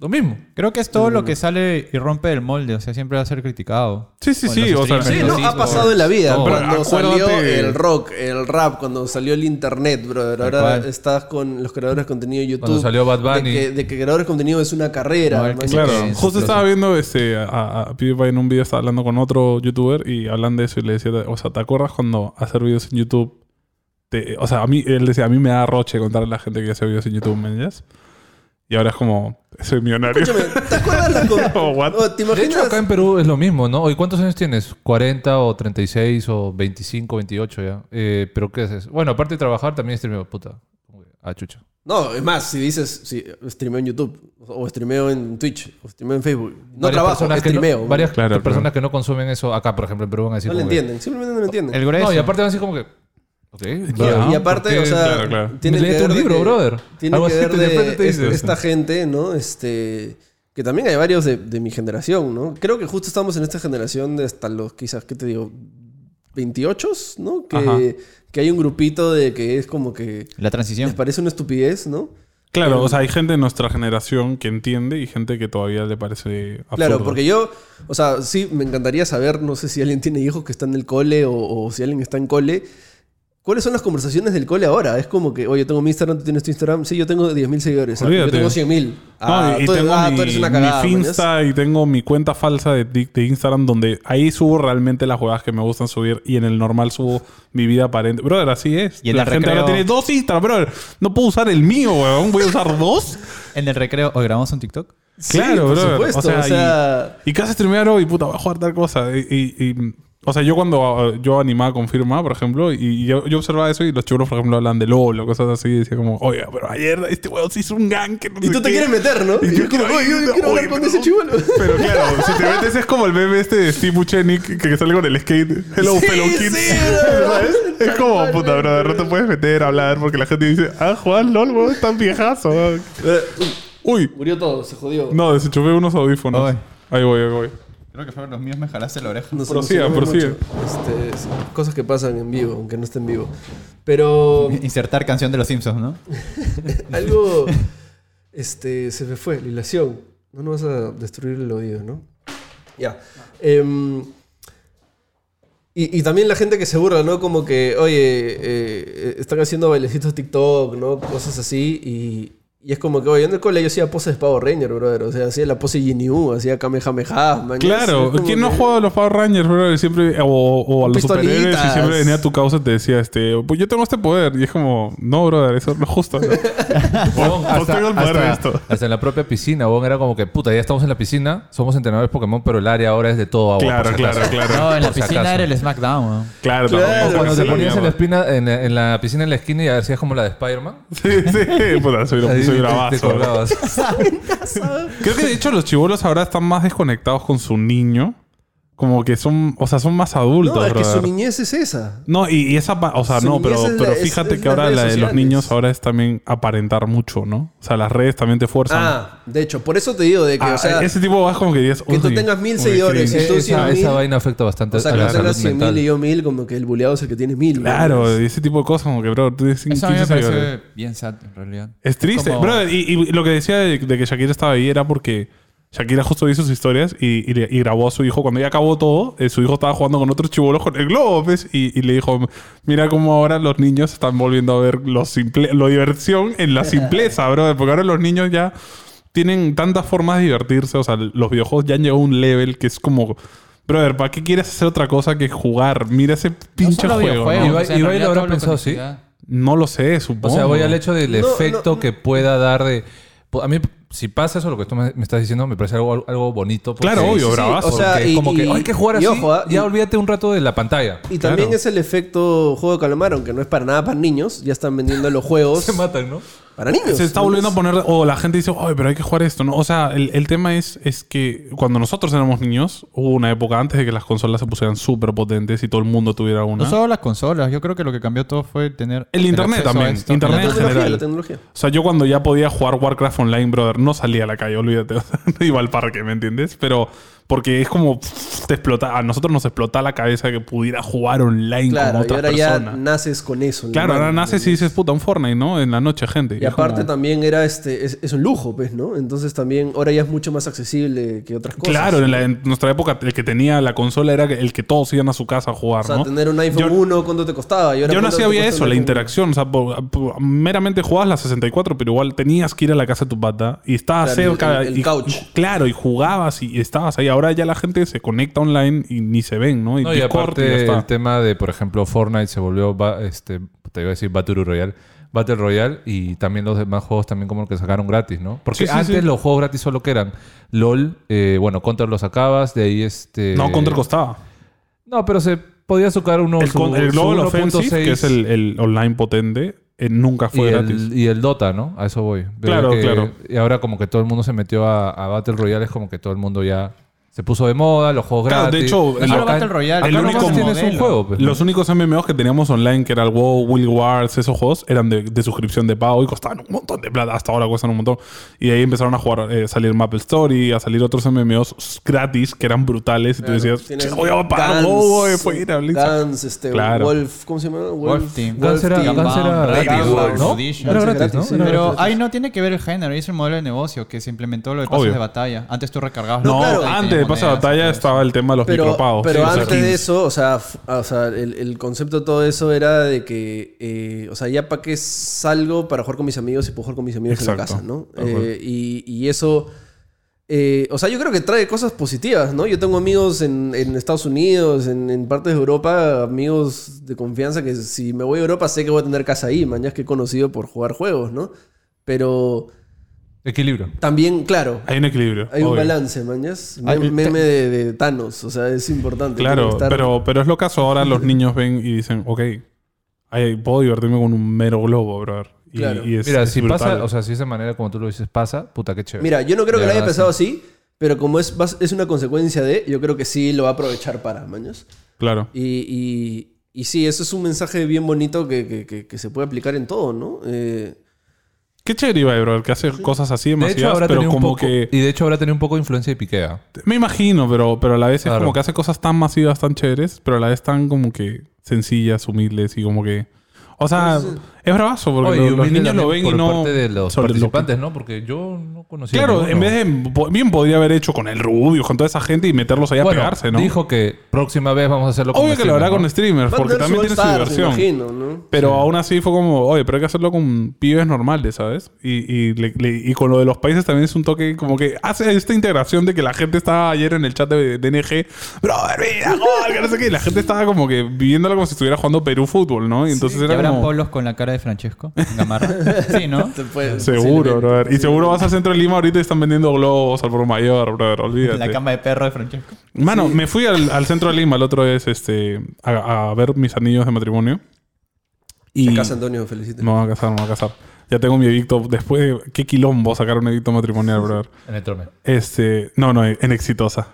[SPEAKER 3] lo mismo.
[SPEAKER 4] Creo que es todo lo que sale y rompe el molde, o sea, siempre va a ser criticado.
[SPEAKER 2] Sí, sí,
[SPEAKER 4] Con
[SPEAKER 2] sí,
[SPEAKER 4] los
[SPEAKER 2] o sea,
[SPEAKER 4] streamers,
[SPEAKER 1] Sí,
[SPEAKER 4] los
[SPEAKER 1] no, ha
[SPEAKER 4] esports.
[SPEAKER 1] pasado en la vida.
[SPEAKER 3] No,
[SPEAKER 2] pero
[SPEAKER 1] cuando salió
[SPEAKER 2] acuérdate-
[SPEAKER 1] el rock, el rap, cuando salió el internet, brother. Ahora
[SPEAKER 4] cual.
[SPEAKER 1] estás con los creadores de contenido de YouTube.
[SPEAKER 3] Cuando salió Bad Bunny.
[SPEAKER 1] De que, de que creadores de contenido es una carrera.
[SPEAKER 4] No, el que-
[SPEAKER 1] man.
[SPEAKER 2] Claro,
[SPEAKER 3] Sí,
[SPEAKER 2] justo
[SPEAKER 3] sí,
[SPEAKER 2] estaba viendo este, a, a- a PewDiePie en un video, estaba hablando con otro youtuber y hablan de eso y le decía, o sea, ¿te acuerdas cuando hacer videos en YouTube? te- o sea, a mí, él decía, a mí me da roche contarle a la gente que hace videos en YouTube, ¿me entiendes? Y ahora es como, soy millonario.
[SPEAKER 1] Escúchame, ¿te acuerdas la co-
[SPEAKER 2] Oh, what?
[SPEAKER 1] Oh, ¿Te
[SPEAKER 3] De hecho,
[SPEAKER 1] imaginas?
[SPEAKER 3] acá en Perú es lo mismo, ¿no? ¿Y cuántos años tienes? ¿40 o 36 o 25, 28 ya? Eh, ¿Pero qué haces? Bueno, aparte de trabajar, también streameo, puta. Ah, chucha.
[SPEAKER 1] No, es más, si dices, si streameo en YouTube, o streameo en Twitch, o streameo en Facebook. No
[SPEAKER 3] Varias
[SPEAKER 1] trabajo,
[SPEAKER 3] personas que no-
[SPEAKER 1] streameo.
[SPEAKER 3] varias
[SPEAKER 2] Claro,
[SPEAKER 3] personas que no consumen eso acá, por ejemplo, en Perú van a decir
[SPEAKER 1] no lo
[SPEAKER 3] como que- pues,
[SPEAKER 1] entienden, simplemente no lo entienden.
[SPEAKER 4] El grueso.
[SPEAKER 3] No, y aparte van a decir como que... Okay,
[SPEAKER 2] Ya.
[SPEAKER 3] ya.
[SPEAKER 1] y aparte,
[SPEAKER 2] porque-
[SPEAKER 1] o sea,
[SPEAKER 2] claro, claro.
[SPEAKER 1] tiene
[SPEAKER 3] Léete
[SPEAKER 1] que ver
[SPEAKER 3] un
[SPEAKER 1] de
[SPEAKER 3] libro,
[SPEAKER 1] que-
[SPEAKER 3] brother.
[SPEAKER 1] Tiene
[SPEAKER 3] Algo
[SPEAKER 1] que
[SPEAKER 3] así
[SPEAKER 1] ver
[SPEAKER 3] te- de
[SPEAKER 1] de,
[SPEAKER 3] repente te
[SPEAKER 1] es-
[SPEAKER 3] dices.
[SPEAKER 1] esta gente, ¿no? Este, que también hay varios de, de mi generación, ¿no? Creo que justo estamos en esta generación de hasta los, quizás, ¿qué te digo? 28, ¿no?
[SPEAKER 2] Ajá.
[SPEAKER 1] Que, que hay un grupito de que es como que
[SPEAKER 4] La
[SPEAKER 1] les
[SPEAKER 4] transición.
[SPEAKER 1] parece una estupidez, ¿no?
[SPEAKER 2] Claro, o sea, hay gente de nuestra generación que entiende y gente que todavía le parece absurdo.
[SPEAKER 1] Claro, porque yo, o sea, sí, me encantaría saber, no sé si alguien tiene hijos que están en el cole o, o si alguien está en cole. ¿Cuáles son las conversaciones del cole ahora? Es como que, oye, tengo mi Instagram, tú tienes tu Instagram. Sí, yo tengo 10.000 seguidores. Ah, yo
[SPEAKER 2] Olvídate.
[SPEAKER 1] tengo 100.000.
[SPEAKER 2] No,
[SPEAKER 1] Ah,
[SPEAKER 2] y
[SPEAKER 1] tú,
[SPEAKER 2] tengo
[SPEAKER 1] ah,
[SPEAKER 2] mi,
[SPEAKER 1] tú eres una
[SPEAKER 2] mi
[SPEAKER 1] cagada. mañas.
[SPEAKER 2] Finsta y tengo mi cuenta falsa de, Tik- de Instagram donde ahí subo realmente las jugadas que me gustan subir y en el normal subo mi vida aparente. Brother, así es.
[SPEAKER 4] Y en
[SPEAKER 2] la
[SPEAKER 4] el
[SPEAKER 2] gente
[SPEAKER 4] recreo-
[SPEAKER 2] ahora tiene dos Instagram, brother. No puedo usar el mío, weón. Voy a usar dos.
[SPEAKER 4] En el recreo, ¿hoy grabamos un TikTok?
[SPEAKER 1] Sí,
[SPEAKER 2] Claro,
[SPEAKER 1] por
[SPEAKER 2] brother.
[SPEAKER 1] supuesto.
[SPEAKER 2] O sea,
[SPEAKER 1] O sea,
[SPEAKER 2] Y casi streamear hoy, puta, voy a jugar tal cosa. Y, y- y- o sea, yo cuando eh, yo animaba con firma, por ejemplo, y, y yo, yo observaba eso y los churros, por ejemplo, hablan de LOL o cosas así. Y decía como, oiga, pero ayer este weón se hizo un gank.
[SPEAKER 1] y tú te quieres meter, ¿no?
[SPEAKER 2] Y
[SPEAKER 1] Y
[SPEAKER 2] yo
[SPEAKER 1] yo como,
[SPEAKER 2] quiero-
[SPEAKER 1] oye, yo quiero hablar
[SPEAKER 2] oye,
[SPEAKER 1] con
[SPEAKER 2] pero-
[SPEAKER 1] ese chivolo.
[SPEAKER 2] Pero claro, si te metes es como el meme este de Steve Buscemi que, que sale con el skate. Hello,
[SPEAKER 1] Sí, ¿eh?
[SPEAKER 2] fellow kids.
[SPEAKER 1] sí, brother.
[SPEAKER 2] ¿Sabes? Es como, puta, brother, no te puedes meter a hablar porque la gente dice, ah, Juan, lol, weón, estás viejazo. weón".
[SPEAKER 1] Eh,
[SPEAKER 2] Uy,
[SPEAKER 1] Murió todo, se jodió.
[SPEAKER 2] no, desenchufé unos audífonos.
[SPEAKER 4] Ay.
[SPEAKER 2] Ahí voy, ahí voy.
[SPEAKER 4] Creo que fueron los míos, me jalaste la oreja.
[SPEAKER 1] Nos
[SPEAKER 2] Prosiga,
[SPEAKER 1] emocionamos
[SPEAKER 2] prosiga.
[SPEAKER 1] mucho. Este, sí, cosas que pasan en vivo, aunque no estén vivo. Pero
[SPEAKER 4] Insertar canción de los Simpsons, ¿no?
[SPEAKER 1] algo este, se me fue, la ilación. No nos vas a destruir el oído, ¿no? Ya. Em, y, y también la gente que se burla, ¿no? Como que, oye, eh, están haciendo bailecitos TikTok, ¿no? Cosas así. Y, y es como que, oye, en el cole yo hacía poses de Power Ranger, brother. O sea, hacía la pose Ginyu, hacía Kamehameha. man.
[SPEAKER 2] Claro,
[SPEAKER 1] Es como
[SPEAKER 2] ¿quién no ha
[SPEAKER 1] que-
[SPEAKER 2] jugado a los Power Rangers, brother? Siempre, o, o a los
[SPEAKER 1] Pistolitas.
[SPEAKER 2] superhéroes y siempre venía a tu causa y te decía, este, pues yo tengo este poder. Y es como, no, brother, eso es lo justo.
[SPEAKER 1] Ah,
[SPEAKER 2] ¿no?
[SPEAKER 3] Huevón,
[SPEAKER 2] No tengo el poder de esto.
[SPEAKER 3] hasta en la propia piscina, huevón, era como que, puta, ya estamos en la piscina, somos entrenadores Pokémon, pero el área ahora es de todo agua.
[SPEAKER 2] Claro,
[SPEAKER 3] por si
[SPEAKER 2] claro,
[SPEAKER 3] acaso.
[SPEAKER 2] claro.
[SPEAKER 4] No, en la
[SPEAKER 3] Por si
[SPEAKER 4] piscina
[SPEAKER 3] acaso.
[SPEAKER 4] era el SmackDown.
[SPEAKER 2] Claro,
[SPEAKER 1] pues, Claro,
[SPEAKER 2] tampoco
[SPEAKER 1] cuando
[SPEAKER 3] Cuando
[SPEAKER 2] pasa
[SPEAKER 3] te
[SPEAKER 2] la
[SPEAKER 3] ponías en la,
[SPEAKER 2] mierda.
[SPEAKER 3] espina, en, la, en la piscina en la esquina y hacías como la de Spider-Man.
[SPEAKER 2] Sí, sí, puta, soy,
[SPEAKER 3] ahí
[SPEAKER 2] soy
[SPEAKER 3] te- te
[SPEAKER 2] bravazo.
[SPEAKER 3] colgabas.
[SPEAKER 2] Creo que de hecho los chibolos ahora están más desconectados con su niño. Como que son, o sea, son más adultos.
[SPEAKER 1] No, es que su
[SPEAKER 2] brother.
[SPEAKER 1] niñez es esa.
[SPEAKER 2] No, y, y esa, pa- o sea,
[SPEAKER 1] su
[SPEAKER 2] no,
[SPEAKER 1] niñez
[SPEAKER 2] pero,
[SPEAKER 1] es la-
[SPEAKER 2] pero
[SPEAKER 1] es-
[SPEAKER 2] fíjate
[SPEAKER 1] es
[SPEAKER 2] que
[SPEAKER 1] las
[SPEAKER 2] ahora
[SPEAKER 1] redes
[SPEAKER 2] la de los
[SPEAKER 1] sociales.
[SPEAKER 2] niños ahora es también aparentar mucho, ¿no? O sea, las redes también te fuerzan.
[SPEAKER 1] Ah, de hecho, por eso te digo de que,
[SPEAKER 2] Ah,
[SPEAKER 1] o sea,
[SPEAKER 2] ese tipo vas como que dices,
[SPEAKER 1] que tú
[SPEAKER 2] "Uy,
[SPEAKER 1] tengas mil
[SPEAKER 2] uy,
[SPEAKER 1] seguidores ¿eh?
[SPEAKER 2] qué
[SPEAKER 1] y- tú
[SPEAKER 3] E- esa,
[SPEAKER 1] 100.000,
[SPEAKER 3] esa vaina afecta bastante
[SPEAKER 1] o sea,
[SPEAKER 3] a
[SPEAKER 1] que
[SPEAKER 3] la
[SPEAKER 1] tú
[SPEAKER 3] salud
[SPEAKER 1] tengas 100
[SPEAKER 3] mental.
[SPEAKER 1] mil y yo mil, como que el buleado es el que tiene mil.
[SPEAKER 2] Claro,
[SPEAKER 1] ¿no?
[SPEAKER 2] y ese tipo de cosas como que, bro, tú tienes
[SPEAKER 4] Eso a mí
[SPEAKER 2] 15
[SPEAKER 4] me
[SPEAKER 2] seguidores.
[SPEAKER 4] parece bien sad, en realidad.
[SPEAKER 2] Es triste.
[SPEAKER 4] Como-
[SPEAKER 2] Brother, y, y lo que decía de, de que Shakira estaba ahí era porque Shakira justo hizo sus historias y, y le- y grabó a su hijo. Cuando ya acabó todo, eh, su hijo estaba jugando con otros chibolos con el globo, ¿ves? Y, y le dijo, mira cómo ahora los niños están volviendo a ver lo simple, lo diversión en la simpleza, bro. Porque ahora los niños ya tienen tantas formas de divertirse. O sea, los videojuegos ya han llegado a un level que es como... Brother, ¿para qué quieres hacer otra cosa que jugar? Mira ese pinche
[SPEAKER 4] solo
[SPEAKER 2] juego.
[SPEAKER 4] videojuegos,
[SPEAKER 2] ¿no?
[SPEAKER 3] Ibai-
[SPEAKER 4] o sea, en
[SPEAKER 3] Ibai lo
[SPEAKER 4] realidad
[SPEAKER 3] habrá
[SPEAKER 4] todo lo
[SPEAKER 3] pensado así.
[SPEAKER 4] conecta.
[SPEAKER 2] No lo sé, supongo.
[SPEAKER 3] O sea, voy al hecho del
[SPEAKER 1] No, no,
[SPEAKER 3] efecto
[SPEAKER 1] no.
[SPEAKER 3] que pueda dar de... po- A mí, si pasa eso, lo que tú me, me estás diciendo, me parece algo, algo bonito. porque-
[SPEAKER 2] Claro, obvio,
[SPEAKER 3] sí, sí,
[SPEAKER 2] bravazo.
[SPEAKER 1] o sea,
[SPEAKER 3] porque
[SPEAKER 1] y-
[SPEAKER 3] como que
[SPEAKER 1] y-
[SPEAKER 3] "Oh, hay que jugar
[SPEAKER 1] y
[SPEAKER 3] así,
[SPEAKER 1] ojo, ah,
[SPEAKER 3] ya
[SPEAKER 1] y-
[SPEAKER 3] olvídate un rato de la pantalla.
[SPEAKER 1] Y también
[SPEAKER 2] Claro.
[SPEAKER 1] es el efecto juego de calamar, aunque no es para nada para niños. Ya están vendiendo los juegos
[SPEAKER 3] Se matan, ¿no?
[SPEAKER 1] para niños.
[SPEAKER 2] Se está volviendo a poner, o la gente dice, ay, pero hay que jugar esto, ¿no? O sea, el, el tema es, es que cuando nosotros éramos niños, hubo una época antes de que las consolas se pusieran súper potentes y todo el mundo tuviera una.
[SPEAKER 4] No solo las consolas, yo creo que lo que cambió todo fue tener.
[SPEAKER 2] El internet
[SPEAKER 4] acceso a
[SPEAKER 2] también,
[SPEAKER 4] esto.
[SPEAKER 2] internet
[SPEAKER 1] La
[SPEAKER 2] en
[SPEAKER 1] tecnología,
[SPEAKER 2] general.
[SPEAKER 1] la tecnología.
[SPEAKER 2] O sea, yo cuando ya podía jugar Warcraft Online, brother, no salía a la calle, olvídate. O sea, no iba al parque, ¿me entiendes? Pero porque es como pff, te explota, a nosotros nos explota la cabeza que pudiera jugar online
[SPEAKER 1] Claro,
[SPEAKER 2] con
[SPEAKER 1] y
[SPEAKER 2] otras
[SPEAKER 1] ahora
[SPEAKER 2] personas.
[SPEAKER 1] ya naces con eso. en la
[SPEAKER 2] Claro,
[SPEAKER 1] mano,
[SPEAKER 2] ahora naces y
[SPEAKER 1] ¿entiendes?
[SPEAKER 2] dices, puta, un Fortnite, ¿no? En la noche, gente.
[SPEAKER 1] Y
[SPEAKER 2] es como-
[SPEAKER 1] aparte también era este, es, es un lujo, pues, ¿no? Entonces también ahora ya es mucho más accesible que otras cosas.
[SPEAKER 2] Claro, en, la- en nuestra época el que tenía la consola era el que todos iban a su casa a jugar,
[SPEAKER 1] O sea,
[SPEAKER 2] ¿no?
[SPEAKER 1] tener un iPhone
[SPEAKER 2] Yo-
[SPEAKER 1] 1, ¿cuánto te costaba? Y ahora
[SPEAKER 2] Yo
[SPEAKER 1] ¿cuánto
[SPEAKER 2] nací
[SPEAKER 1] te
[SPEAKER 2] había
[SPEAKER 1] cuesta
[SPEAKER 2] eso,
[SPEAKER 1] un
[SPEAKER 2] la
[SPEAKER 1] iPhone?
[SPEAKER 2] interacción. O sea, po- po- meramente jugabas la 64, pero igual tenías que ir a la casa de tu pata y estabas
[SPEAKER 1] Claro, el-
[SPEAKER 2] cerca.
[SPEAKER 1] el- el
[SPEAKER 2] y,
[SPEAKER 1] couch.
[SPEAKER 2] y- claro, y jugabas y, y estabas ahí. Ahora ya la gente se conecta online y ni se ven, ¿no? Y,
[SPEAKER 3] No,
[SPEAKER 2] Discord
[SPEAKER 3] y
[SPEAKER 2] y ya
[SPEAKER 3] aparte
[SPEAKER 2] está.
[SPEAKER 3] el tema de, por ejemplo, Fortnite se volvió, ba- este, te iba a decir Battle Royale, Battle Royale y también los demás juegos también como que sacaron gratis, ¿no? Porque
[SPEAKER 2] Sí, sí,
[SPEAKER 3] antes
[SPEAKER 2] sí.
[SPEAKER 3] los juegos gratis solo que eran LOL, eh, bueno, Counter lo sacabas, de ahí este...
[SPEAKER 2] No, Contra costaba.
[SPEAKER 3] No, pero se podía sacar uno
[SPEAKER 2] El,
[SPEAKER 3] su-
[SPEAKER 2] con- el
[SPEAKER 3] su
[SPEAKER 2] Global
[SPEAKER 3] 1.6
[SPEAKER 2] Offensive, que es el, el online potente, eh, nunca
[SPEAKER 3] y
[SPEAKER 2] fue gratis.
[SPEAKER 3] el, y el Dota, ¿no? A eso voy.
[SPEAKER 2] Claro,
[SPEAKER 3] que-
[SPEAKER 2] claro.
[SPEAKER 3] Y ahora como que todo el mundo se metió a, a Battle Royale, es como que todo el mundo ya se puso de moda, los juegos
[SPEAKER 2] Claro, de
[SPEAKER 3] gratis.
[SPEAKER 2] hecho, el-
[SPEAKER 4] Ahora Battle Royale,
[SPEAKER 2] el
[SPEAKER 3] acá
[SPEAKER 2] único
[SPEAKER 3] nomás tienes un
[SPEAKER 4] modelo.
[SPEAKER 3] juego. pues, ¿no?
[SPEAKER 2] Los únicos MMOs que teníamos online, que era el WoW, Will Wars, esos juegos, eran de, de suscripción de pago y costaban un montón de plata. Hasta ahora cuestan un montón. Y de ahí empezaron a jugar, eh, salir Maple Story, a salir otros MMOs gratis que eran brutales. Y tú decías,
[SPEAKER 1] Tienes
[SPEAKER 2] "Che, voy a pagar
[SPEAKER 1] Guns,
[SPEAKER 2] WoW, voy a ir a Blizzard".
[SPEAKER 1] Guns, este,
[SPEAKER 2] Claro.
[SPEAKER 1] Wolf, ¿cómo se llama?
[SPEAKER 4] Wolf Team.
[SPEAKER 1] Wolf
[SPEAKER 3] Guns era,
[SPEAKER 1] Team.
[SPEAKER 3] Guns era
[SPEAKER 4] Raid,
[SPEAKER 3] gratis,
[SPEAKER 1] Wolf,
[SPEAKER 3] ¿no?
[SPEAKER 4] Audition.
[SPEAKER 3] Era
[SPEAKER 1] Guns era
[SPEAKER 3] gratis,
[SPEAKER 1] gratis, sí.
[SPEAKER 3] ¿no? Era
[SPEAKER 1] Pero
[SPEAKER 3] gratis.
[SPEAKER 4] Ahí no tiene que ver el género, ahí es el modelo de negocio que se implementó lo de pasos
[SPEAKER 2] Obvio.
[SPEAKER 4] de batalla. Antes tú recargabas
[SPEAKER 2] No,
[SPEAKER 4] la carta y
[SPEAKER 2] antes
[SPEAKER 4] tenías
[SPEAKER 2] de pasa
[SPEAKER 4] monedas,
[SPEAKER 2] batalla
[SPEAKER 3] pues.
[SPEAKER 4] entonces.
[SPEAKER 2] estaba el tema de los
[SPEAKER 1] Pero,
[SPEAKER 2] micropagos.
[SPEAKER 1] pero
[SPEAKER 2] Sí, o sea,
[SPEAKER 1] antes de
[SPEAKER 2] skins.
[SPEAKER 1] eso, o sea, f- ah, o sea, el, el concepto de todo eso era de que, eh, o sea, ya para qué salgo para jugar con mis amigos y puedo jugar con mis amigos en la
[SPEAKER 2] Exacto.
[SPEAKER 1] casa, ¿no?
[SPEAKER 2] Tal cual.
[SPEAKER 1] Eh, y, y eso, eh, o sea, yo creo que trae cosas positivas, ¿no? Yo tengo amigos en, en Estados Unidos, en, en partes de Europa, amigos de confianza que si me voy a Europa sé que voy a tener casa ahí, mañana que he conocido por jugar juegos, ¿no? Pero
[SPEAKER 3] Equilibrio.
[SPEAKER 1] también, claro,
[SPEAKER 2] Hay un equilibrio.
[SPEAKER 1] hay un
[SPEAKER 2] obvio.
[SPEAKER 1] balance, mañas.
[SPEAKER 4] Hay-
[SPEAKER 1] Mem- Meme de, de Thanos, o sea, es importante. Tiene
[SPEAKER 2] Claro,
[SPEAKER 1] que estar-
[SPEAKER 2] pero, pero es lo caso. Ahora los niños ven y dicen, ok, ay, puedo divertirme con un mero globo, brother. Y,
[SPEAKER 1] Claro.
[SPEAKER 2] y es,
[SPEAKER 3] Mira,
[SPEAKER 2] es
[SPEAKER 3] si
[SPEAKER 2] brutal.
[SPEAKER 3] pasa, o sea, si de esa manera como tú lo dices pasa, puta, qué chévere.
[SPEAKER 1] Mira, yo no creo
[SPEAKER 3] De
[SPEAKER 1] que lo haya
[SPEAKER 3] verdad,
[SPEAKER 1] pensado así, pero como es, vas- es una consecuencia de, yo creo que sí lo va a aprovechar para, maños.
[SPEAKER 2] claro.
[SPEAKER 1] Y, y, y sí, eso es un mensaje bien bonito que, que- que- que se puede aplicar en todo, ¿no? Eh,
[SPEAKER 2] Qué chévere Ibai, bro, que hace cosas así
[SPEAKER 3] De hecho,
[SPEAKER 2] demasiadas,
[SPEAKER 3] habrá
[SPEAKER 2] pero
[SPEAKER 3] tenido un
[SPEAKER 2] como
[SPEAKER 3] poco,
[SPEAKER 2] que...
[SPEAKER 3] y de hecho habrá tenido un poco de influencia de ¿ah? Piquea.
[SPEAKER 2] Me imagino, pero, pero a la vez es
[SPEAKER 3] Claro.
[SPEAKER 2] como que hace cosas tan masivas, tan chéveres, pero a la vez tan como que sencillas, humildes y como que... O sea, es bravazo porque
[SPEAKER 3] Oye,
[SPEAKER 2] lo-
[SPEAKER 3] y
[SPEAKER 2] los
[SPEAKER 3] humilde
[SPEAKER 2] niños lo
[SPEAKER 3] también
[SPEAKER 2] ven y
[SPEAKER 3] por
[SPEAKER 2] no...
[SPEAKER 3] parte de los
[SPEAKER 2] sobre lo que-
[SPEAKER 3] participantes, ¿no? Porque yo no conocía a
[SPEAKER 2] Claro, en
[SPEAKER 3] ninguno.
[SPEAKER 2] vez de... po- Bien podría haber hecho con el Rubio, con toda esa gente y meterlos ahí
[SPEAKER 3] Bueno,
[SPEAKER 2] a pegarse, ¿no?
[SPEAKER 3] dijo que próxima vez vamos a hacerlo con
[SPEAKER 2] Obvio que lo hará
[SPEAKER 3] vecinos,
[SPEAKER 2] con
[SPEAKER 3] ¿no?
[SPEAKER 2] streamers,
[SPEAKER 1] va a
[SPEAKER 2] porque
[SPEAKER 1] tener
[SPEAKER 2] también tiene su
[SPEAKER 1] all-star,
[SPEAKER 2] diversión.
[SPEAKER 1] Me imagino, ¿no?
[SPEAKER 2] Pero aún así fue como, oye, pero hay que hacerlo con pibes normales, ¿sabes? Y, y, le- le- y con lo de los países también es un toque como que hace esta integración de que la gente estaba ayer en el chat de DNG, brother, mira, gol, que no sé qué. Y la gente estaba como que viviéndolo como si estuviera jugando Perú fútbol, ¿no? Y entonces
[SPEAKER 4] ¿Y
[SPEAKER 2] era
[SPEAKER 4] habrán
[SPEAKER 2] como...
[SPEAKER 4] polos con la cara de Francesco? en Gamarra? sí, ¿no?
[SPEAKER 1] Se puede-
[SPEAKER 2] Seguro,
[SPEAKER 1] posiblemente.
[SPEAKER 2] brother. Y seguro vas al centro de Lima ahorita y están vendiendo globos al por mayor, brother. Olvídate.
[SPEAKER 4] La cama de perro de Francesco.
[SPEAKER 2] Mano, me fui al, al centro de Lima el otro es este, a, a ver mis anillos de matrimonio. Y
[SPEAKER 1] Se casa Antonio, felicito.
[SPEAKER 2] No van a casar, no van a casar. Ya tengo mi edicto. Después de. ¿Qué quilombo sacar un edicto matrimonial, brother?
[SPEAKER 3] En el trome.
[SPEAKER 2] Este. No, no, en exitosa.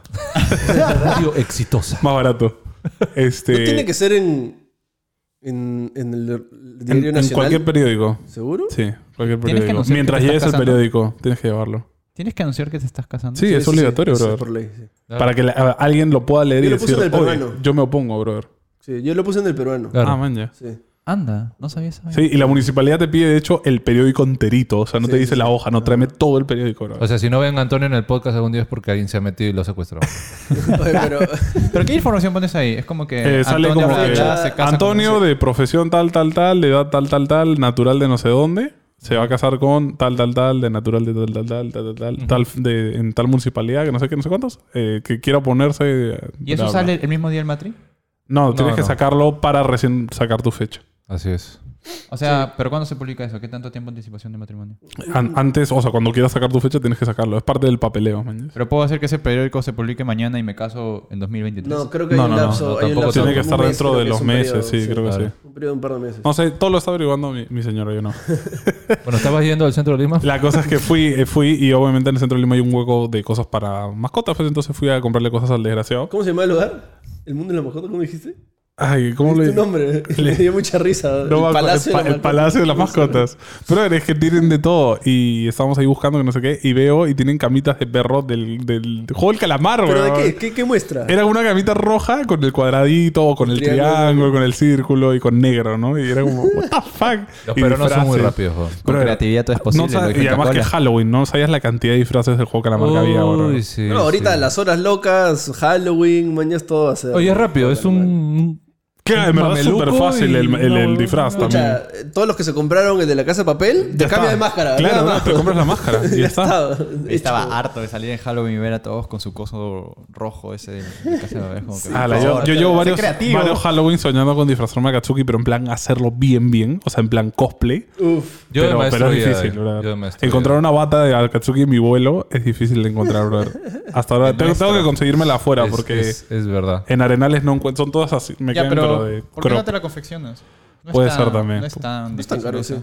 [SPEAKER 3] Radio exitosa.
[SPEAKER 2] Más barato. Este.
[SPEAKER 1] No tiene que ser en, en, en el
[SPEAKER 2] en-
[SPEAKER 1] diario
[SPEAKER 2] en
[SPEAKER 1] nacional.
[SPEAKER 2] cualquier periódico.
[SPEAKER 1] ¿Seguro?
[SPEAKER 2] Sí, cualquier
[SPEAKER 4] Tienes que
[SPEAKER 2] periódico.
[SPEAKER 4] anunciar que
[SPEAKER 2] Mientras
[SPEAKER 4] te
[SPEAKER 2] lleves el
[SPEAKER 4] estás casando.
[SPEAKER 2] periódico, tienes que llevarlo.
[SPEAKER 4] ¿Tienes que anunciar que te estás casando?
[SPEAKER 2] Sí, es obligatorio,
[SPEAKER 1] sí,
[SPEAKER 2] brother.
[SPEAKER 1] por ley, sí.
[SPEAKER 2] Para que la- a- alguien lo pueda leer
[SPEAKER 1] Yo
[SPEAKER 2] y
[SPEAKER 1] lo puse
[SPEAKER 2] decir,
[SPEAKER 1] en el
[SPEAKER 2] "Oye,
[SPEAKER 1] peruano".
[SPEAKER 2] yo me opongo, brother.
[SPEAKER 1] Sí, yo lo puse en el peruano.
[SPEAKER 3] Claro.
[SPEAKER 2] Ah, man, ya.
[SPEAKER 1] Sí.
[SPEAKER 4] Anda, no sabía eso.
[SPEAKER 2] Sí, y la municipalidad te pide, de hecho, el periódico enterito. O sea, no te dice la hoja, no,
[SPEAKER 1] Ah.
[SPEAKER 2] tráeme todo el periódico. bro.
[SPEAKER 3] O sea, si no ven a Antonio en el podcast algún día es porque alguien se ha metido y lo ha secuestrado.
[SPEAKER 1] Oye, pero
[SPEAKER 4] ¿Pero qué información pones ahí? Es como que.
[SPEAKER 2] Eh, sale como
[SPEAKER 4] habla,
[SPEAKER 2] que
[SPEAKER 4] habla, se casa con
[SPEAKER 2] Antonio
[SPEAKER 4] no sé.
[SPEAKER 2] de profesión tal, tal, tal, de edad tal, tal, tal, natural de no sé dónde. Se va a casar con tal, tal, tal, de natural de tal, tal, tal, tal, tal, tal, de, en tal municipalidad, que no sé qué, no sé cuántos, eh, que quiera ponerse. eh,
[SPEAKER 4] ¿Y eso
[SPEAKER 2] bla, bla.
[SPEAKER 4] sale el mismo día del matri?
[SPEAKER 2] No, tienes
[SPEAKER 3] No,
[SPEAKER 2] que
[SPEAKER 3] no.
[SPEAKER 2] sacarlo para recién sacar tu fecha.
[SPEAKER 3] Así es.
[SPEAKER 4] O sea, ¿pero cuándo se publica eso? ¿Qué tanto tiempo de anticipación de matrimonio?
[SPEAKER 1] Mm.
[SPEAKER 2] An- antes, o sea, cuando quieras sacar tu fecha, tienes que sacarlo. Es parte del papeleo, man.
[SPEAKER 4] Pero puedo hacer que ese periódico se publique mañana y me caso en 2023.
[SPEAKER 1] no, creo que hay
[SPEAKER 2] No,
[SPEAKER 1] un
[SPEAKER 2] no, no,
[SPEAKER 1] lapso.
[SPEAKER 3] no,
[SPEAKER 1] hay un
[SPEAKER 3] tampoco
[SPEAKER 1] lapso
[SPEAKER 2] Tiene
[SPEAKER 1] de
[SPEAKER 2] que
[SPEAKER 1] un
[SPEAKER 2] estar
[SPEAKER 1] mes,
[SPEAKER 2] dentro
[SPEAKER 1] creo que
[SPEAKER 2] de
[SPEAKER 1] es
[SPEAKER 2] los
[SPEAKER 1] un periodo, Ah,
[SPEAKER 2] meses, sí, creo que sí.
[SPEAKER 1] Un periodo de un par de meses.
[SPEAKER 2] No sé, todo lo está averiguando mi, mi señora, yo no.
[SPEAKER 3] Bueno, ¿estabas yendo al centro de Lima?
[SPEAKER 2] La cosa es que fui, eh, fui y obviamente en el centro de Lima hay un hueco de cosas para mascotas, pues entonces fui a comprarle cosas al desgraciado.
[SPEAKER 1] ¿Cómo se llama el lugar? ¿El mundo de la mascota? ¿Cómo dijiste?
[SPEAKER 2] Ay, ¿cómo
[SPEAKER 1] Es
[SPEAKER 2] le
[SPEAKER 1] tu nombre. Le dio mucha risa.
[SPEAKER 2] No me
[SPEAKER 1] el
[SPEAKER 2] acu-
[SPEAKER 1] palacio
[SPEAKER 2] el pa-
[SPEAKER 1] de la
[SPEAKER 2] el Palacio de las Mascotas. Pero es que tienen de todo. Y estábamos ahí buscando que no sé qué. Y veo y tienen camitas de perro del, del juego del calamar,
[SPEAKER 1] ¿Pero de
[SPEAKER 2] weón.
[SPEAKER 1] qué? ¿Qué, qué muestra?
[SPEAKER 2] Era una camita roja con el cuadradito, con el
[SPEAKER 1] Triángulo.
[SPEAKER 2] triángulo, con el círculo y con negro, ¿no? Y era como, what the fuck.
[SPEAKER 3] Los
[SPEAKER 2] Y
[SPEAKER 3] peruanos son muy
[SPEAKER 2] disfraces.
[SPEAKER 3] rápidos, weón.
[SPEAKER 4] Con
[SPEAKER 2] Brother,
[SPEAKER 4] creatividad todo es
[SPEAKER 2] no
[SPEAKER 4] posible.
[SPEAKER 2] sab-
[SPEAKER 4] lo dijo
[SPEAKER 2] y además que
[SPEAKER 4] Coca-Cola.
[SPEAKER 2] Halloween, no sabías la cantidad de disfraces del juego calamar que había, weón.
[SPEAKER 3] Uy, sí,
[SPEAKER 1] No, ahorita
[SPEAKER 3] sí.
[SPEAKER 1] las horas locas, Halloween, mañana todo va a ser.
[SPEAKER 3] Oye, es rápido, es un.
[SPEAKER 2] Que en verdad es
[SPEAKER 3] Mameluco
[SPEAKER 2] súper fácil el,
[SPEAKER 3] y
[SPEAKER 2] el- el
[SPEAKER 3] no-
[SPEAKER 2] disfraz
[SPEAKER 3] no-
[SPEAKER 2] también.
[SPEAKER 1] Escucha, eh, todos los que se compraron el de la casa de papel, te
[SPEAKER 2] Ya
[SPEAKER 1] cambia
[SPEAKER 2] está.
[SPEAKER 1] de máscara.
[SPEAKER 2] Claro,
[SPEAKER 1] nada
[SPEAKER 2] no,
[SPEAKER 1] más.
[SPEAKER 2] te compras la máscara y ya está.
[SPEAKER 1] Está,
[SPEAKER 4] Estaba
[SPEAKER 1] hecho.
[SPEAKER 4] harto de salir en Halloween y ver a todos con su coso rojo ese de, de casa de abeja, como que, por
[SPEAKER 2] Ah, la-
[SPEAKER 4] favor.
[SPEAKER 2] yo, yo llevo
[SPEAKER 4] sé
[SPEAKER 2] varios,
[SPEAKER 4] creativo.
[SPEAKER 2] varios Halloween soñando con disfrazarme a Katsuki, pero en plan hacerlo bien, bien. O sea, en plan cosplay.
[SPEAKER 1] Uf.
[SPEAKER 3] Yo de
[SPEAKER 2] pero,
[SPEAKER 3] maestro
[SPEAKER 2] pero es
[SPEAKER 3] ya,
[SPEAKER 2] difícil,
[SPEAKER 3] eh.
[SPEAKER 2] brother.
[SPEAKER 3] Yo de maestro
[SPEAKER 2] Encontrar
[SPEAKER 3] ya.
[SPEAKER 2] una bata de Akatsuki en mi vuelo es difícil de encontrar, brother. Hasta ahora
[SPEAKER 4] El
[SPEAKER 2] tengo, tengo que
[SPEAKER 4] nuestro.
[SPEAKER 2] conseguírmela afuera
[SPEAKER 3] Es-
[SPEAKER 2] porque
[SPEAKER 3] Es, es verdad.
[SPEAKER 2] en Arenales no encuentro. Son todas así. Me
[SPEAKER 4] Ya,
[SPEAKER 2] quedan,
[SPEAKER 4] pero,
[SPEAKER 2] pero, de
[SPEAKER 4] ¿por qué no
[SPEAKER 2] crop.
[SPEAKER 4] te la confeccionas? No
[SPEAKER 2] Puede
[SPEAKER 4] es
[SPEAKER 2] ser
[SPEAKER 4] tan-
[SPEAKER 2] también.
[SPEAKER 4] No es tan,
[SPEAKER 1] No es tan
[SPEAKER 4] difícil
[SPEAKER 1] caro, sí.
[SPEAKER 4] eso.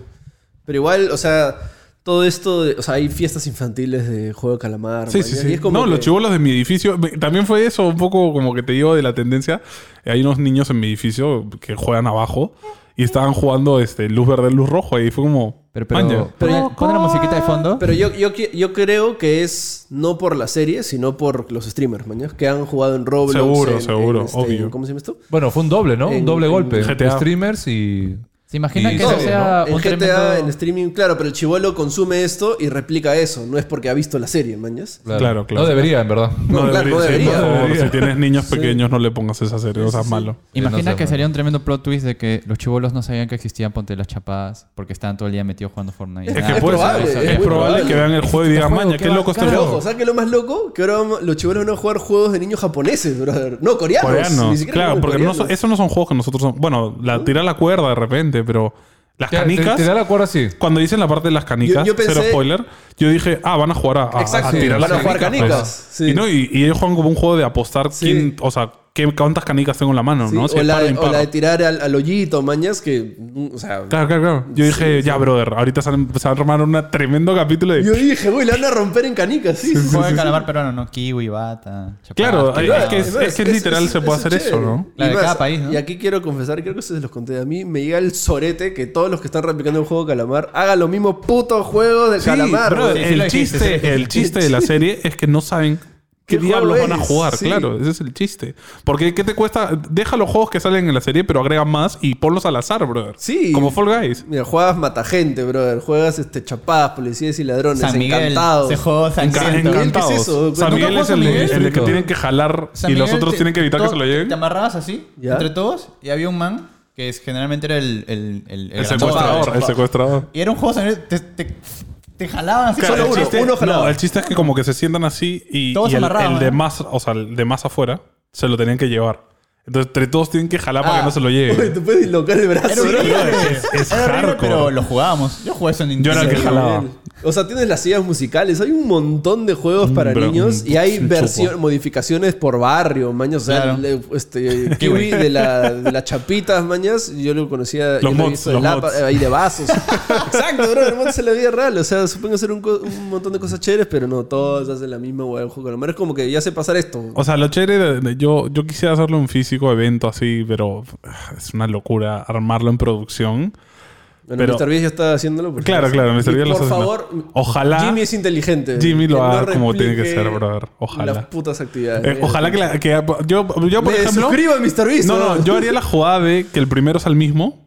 [SPEAKER 1] Pero igual, o sea, todo esto, de- o sea, hay fiestas infantiles de juego de calamar.
[SPEAKER 2] Sí,
[SPEAKER 1] man,
[SPEAKER 2] sí,
[SPEAKER 1] y
[SPEAKER 2] sí.
[SPEAKER 1] es como
[SPEAKER 2] No, los
[SPEAKER 1] que-
[SPEAKER 2] chivolos de mi edificio. me- También fue eso, un poco como que te digo de la tendencia. Hay unos niños en mi edificio que juegan abajo y estaban jugando este, luz verde, luz rojo. Y fue como.
[SPEAKER 4] Pero, pero,
[SPEAKER 2] "Manja".
[SPEAKER 4] pero pon la musiquita de fondo.
[SPEAKER 1] Pero yo, yo, qui- yo creo que es no por la serie, sino por los streamers, mañana, que han jugado en Roblox.
[SPEAKER 2] Seguro,
[SPEAKER 1] en-
[SPEAKER 2] seguro,
[SPEAKER 1] en este-
[SPEAKER 2] obvio.
[SPEAKER 1] ¿Cómo se llama esto?
[SPEAKER 3] Bueno, fue un doble, ¿no?
[SPEAKER 1] En-
[SPEAKER 3] un doble
[SPEAKER 1] en
[SPEAKER 3] golpe.
[SPEAKER 2] GTA.
[SPEAKER 3] Streamers y.
[SPEAKER 4] ¿Se imagina
[SPEAKER 3] Y
[SPEAKER 4] que
[SPEAKER 3] no,
[SPEAKER 4] eso
[SPEAKER 3] ¿no?
[SPEAKER 4] sea
[SPEAKER 1] en
[SPEAKER 4] un
[SPEAKER 1] GTA,
[SPEAKER 4] tremendo...
[SPEAKER 1] en
[SPEAKER 2] este-
[SPEAKER 1] streaming, claro, pero el chivolo consume esto y replica eso. No es porque ha visto la serie, mañas.
[SPEAKER 2] Claro, claro.
[SPEAKER 3] No debería, en verdad.
[SPEAKER 2] No,
[SPEAKER 1] No, claro,
[SPEAKER 2] debería,
[SPEAKER 1] no
[SPEAKER 2] sí,
[SPEAKER 1] debería.
[SPEAKER 2] por favor,
[SPEAKER 3] Debería.
[SPEAKER 2] si tienes niños pequeños, no le pongas esa serie, o sea, es malo.
[SPEAKER 4] Imagina
[SPEAKER 3] no sé,
[SPEAKER 4] que
[SPEAKER 3] man.
[SPEAKER 4] sería un tremendo plot twist de que los chivolos no sabían que existían Ponte las Chapadas porque estaban todo el día metidos jugando Fortnite. Ah,
[SPEAKER 2] Es
[SPEAKER 4] Nada,
[SPEAKER 5] Ah,
[SPEAKER 2] que eh. puede
[SPEAKER 1] probable, es
[SPEAKER 2] ser. Es
[SPEAKER 1] muy
[SPEAKER 2] probable
[SPEAKER 1] probable.
[SPEAKER 2] que vean el juego y digan,
[SPEAKER 3] juego,
[SPEAKER 2] maña,
[SPEAKER 3] qué
[SPEAKER 2] qué loco este
[SPEAKER 3] bacán".
[SPEAKER 1] Pero
[SPEAKER 2] juego.
[SPEAKER 1] ojo, ¿sabes qué es lo más loco? Que ahora vamos- los chivolos van a jugar juegos de niños japoneses, brother. No, coreanos.
[SPEAKER 2] Coreanos.
[SPEAKER 1] Ni siquiera
[SPEAKER 2] Claro,
[SPEAKER 1] como
[SPEAKER 2] porque no
[SPEAKER 1] coreanos.
[SPEAKER 2] son- esos no son juegos que nosotros son. Bueno, la, tirar la cuerda de repente, pero las
[SPEAKER 3] Te, te-
[SPEAKER 2] canicas.
[SPEAKER 3] te da la cuerda así.
[SPEAKER 2] Cuando dicen la parte de las canicas,
[SPEAKER 1] Yo- yo
[SPEAKER 2] cero
[SPEAKER 1] pensé-
[SPEAKER 2] spoiler, yo dije, ah, van a jugar a, a-
[SPEAKER 1] Exacto,
[SPEAKER 2] a tirar
[SPEAKER 1] van a
[SPEAKER 2] las
[SPEAKER 1] jugar canicas,
[SPEAKER 2] pues.
[SPEAKER 1] sí.
[SPEAKER 2] Y, no, y, y ellos juegan como un juego de apostar
[SPEAKER 1] Sí.
[SPEAKER 2] quién, o sea, qué, cuántas canicas tengo en la mano,
[SPEAKER 1] Sí,
[SPEAKER 2] ¿no? Si
[SPEAKER 1] o,
[SPEAKER 2] es
[SPEAKER 1] la,
[SPEAKER 2] par o
[SPEAKER 1] de- o
[SPEAKER 2] impar.
[SPEAKER 1] la de tirar al, al hoyito, mañas, que. mm, O sea.
[SPEAKER 2] Claro, claro, claro. Yo dije, ya, brother, ahorita se han- se van a armar un tremendo capítulo de
[SPEAKER 1] Yo dije, güey, la van a romper en canicas, sí. sí,
[SPEAKER 4] Juego de
[SPEAKER 1] sí, sí.
[SPEAKER 4] calamar peruano, ¿no? Kiwi, bata, chapadas.
[SPEAKER 2] Ah, Claro,
[SPEAKER 4] que-
[SPEAKER 2] es
[SPEAKER 1] Claro,
[SPEAKER 2] que, es,
[SPEAKER 1] además,
[SPEAKER 2] es que literal se puede hacer eso,
[SPEAKER 1] chévere.
[SPEAKER 2] ¿no?
[SPEAKER 4] La de
[SPEAKER 1] Y más,
[SPEAKER 4] cada país, ¿no?
[SPEAKER 1] Y aquí quiero confesar, creo que se los conté. A mí me llega el sorete que todos los que están replicando el juego de calamar hagan lo mismo puto juego de
[SPEAKER 2] Sí,
[SPEAKER 1] calamar.
[SPEAKER 2] brother,
[SPEAKER 1] güey.
[SPEAKER 4] sí lo
[SPEAKER 2] el,
[SPEAKER 4] dijiste, sí lo
[SPEAKER 2] chiste, el chiste de la serie es que no saben qué,
[SPEAKER 1] ¿Qué
[SPEAKER 2] diablos
[SPEAKER 1] juego
[SPEAKER 2] van a
[SPEAKER 1] es?
[SPEAKER 2] jugar,
[SPEAKER 1] Sí.
[SPEAKER 2] claro. Ese es el chiste. Porque, ¿qué te cuesta? Deja los juegos que salen en la serie, pero agrega más y ponlos al azar, brother.
[SPEAKER 1] Sí.
[SPEAKER 2] Como Fall Guys.
[SPEAKER 1] Mira, juegas mata gente, brother. Juegas este, chapadas, policías y ladrones.
[SPEAKER 4] San Miguel.
[SPEAKER 1] encantados.
[SPEAKER 4] Se jugó San
[SPEAKER 2] Enca-
[SPEAKER 4] Miguel.
[SPEAKER 1] encanta-
[SPEAKER 2] encantados.
[SPEAKER 1] ¿Qué es eso?
[SPEAKER 2] San
[SPEAKER 1] ¿Nunca
[SPEAKER 2] Miguel
[SPEAKER 4] juegas
[SPEAKER 2] es el,
[SPEAKER 4] San Miguel?
[SPEAKER 2] el que tienen que jalar
[SPEAKER 4] San
[SPEAKER 2] y los
[SPEAKER 4] Miguel
[SPEAKER 2] otros
[SPEAKER 4] te-
[SPEAKER 2] tienen que evitar que
[SPEAKER 4] todo-
[SPEAKER 2] se lo lleven.
[SPEAKER 4] Te amarrabas así,
[SPEAKER 1] Ya.
[SPEAKER 4] entre todos, y había un man que es, generalmente era el... El, el,
[SPEAKER 2] El
[SPEAKER 4] gran
[SPEAKER 2] secuestrador, el secuestrador.
[SPEAKER 4] Y era un juego, ¿sabes? te, te, te jalaban así.
[SPEAKER 1] Claro,
[SPEAKER 4] solo
[SPEAKER 1] el
[SPEAKER 4] uno.
[SPEAKER 1] chiste- uno jalaba.
[SPEAKER 2] No, el chiste es que como que se sientan así y,
[SPEAKER 4] Todos
[SPEAKER 2] y el,
[SPEAKER 4] amarrados,
[SPEAKER 2] el
[SPEAKER 4] ¿no?
[SPEAKER 2] de más, o sea, el de más afuera se lo tenían que llevar. Entonces, entre todos tienen que jalar para
[SPEAKER 1] Ah.
[SPEAKER 2] que no se lo
[SPEAKER 1] Oye,
[SPEAKER 2] lleven.
[SPEAKER 1] te puedes dislocar el brazo,
[SPEAKER 4] Era
[SPEAKER 1] brother.
[SPEAKER 4] horrible.
[SPEAKER 2] es- es
[SPEAKER 4] Era horrible,
[SPEAKER 2] hardcore.
[SPEAKER 4] pero lo jugábamos. Yo jugué eso en
[SPEAKER 2] Yo era el que
[SPEAKER 4] Nintendo.
[SPEAKER 2] jalaba.
[SPEAKER 1] O sea, tienes las sillas musicales, hay un montón de juegos para
[SPEAKER 2] Mm, pero-
[SPEAKER 1] niños y hay
[SPEAKER 2] un
[SPEAKER 1] versión-
[SPEAKER 2] chupo.
[SPEAKER 1] modificaciones por barrio, mañas. O sea,
[SPEAKER 4] Claro.
[SPEAKER 1] le- este, Kiwi de, la, de las chapitas, mañas. Yo lo conocía yo
[SPEAKER 2] Los
[SPEAKER 1] lo he
[SPEAKER 2] mods,
[SPEAKER 1] visto de
[SPEAKER 2] los
[SPEAKER 1] lapa-
[SPEAKER 2] mods.
[SPEAKER 1] eh, ahí de vasos. Exacto, bro, hermano, se la vida real. O sea, supongo ser un, co- un montón de cosas chéveres, pero no, todos hacen la misma hueá del juego. A lo mejor es como que ya sé pasar esto.
[SPEAKER 2] O sea, lo chévere, de- de- yo, yo quisiera hacerlo en físico, evento así, pero ah, es una locura armarlo en producción.
[SPEAKER 1] Bueno,
[SPEAKER 2] pero-
[SPEAKER 1] Mr. Beast ya está haciéndolo. porque-
[SPEAKER 2] Claro, claro, Mr.
[SPEAKER 1] Y
[SPEAKER 2] Beast lo
[SPEAKER 1] Por
[SPEAKER 2] está haciendo.
[SPEAKER 1] favor,
[SPEAKER 2] Ojalá
[SPEAKER 1] Jimmy es inteligente.
[SPEAKER 2] Jimmy lo
[SPEAKER 1] Que
[SPEAKER 2] haga como tiene que
[SPEAKER 1] replique
[SPEAKER 2] ser, brother. Ojalá.
[SPEAKER 1] Las putas actividades.
[SPEAKER 2] Eh, ojalá que, la- que- yo, yo, por
[SPEAKER 1] Me
[SPEAKER 2] ejemplo...
[SPEAKER 1] suscribo a MrBeast,
[SPEAKER 2] No,
[SPEAKER 1] ¿no?
[SPEAKER 2] no, yo haría la jugada de que el primero es el mismo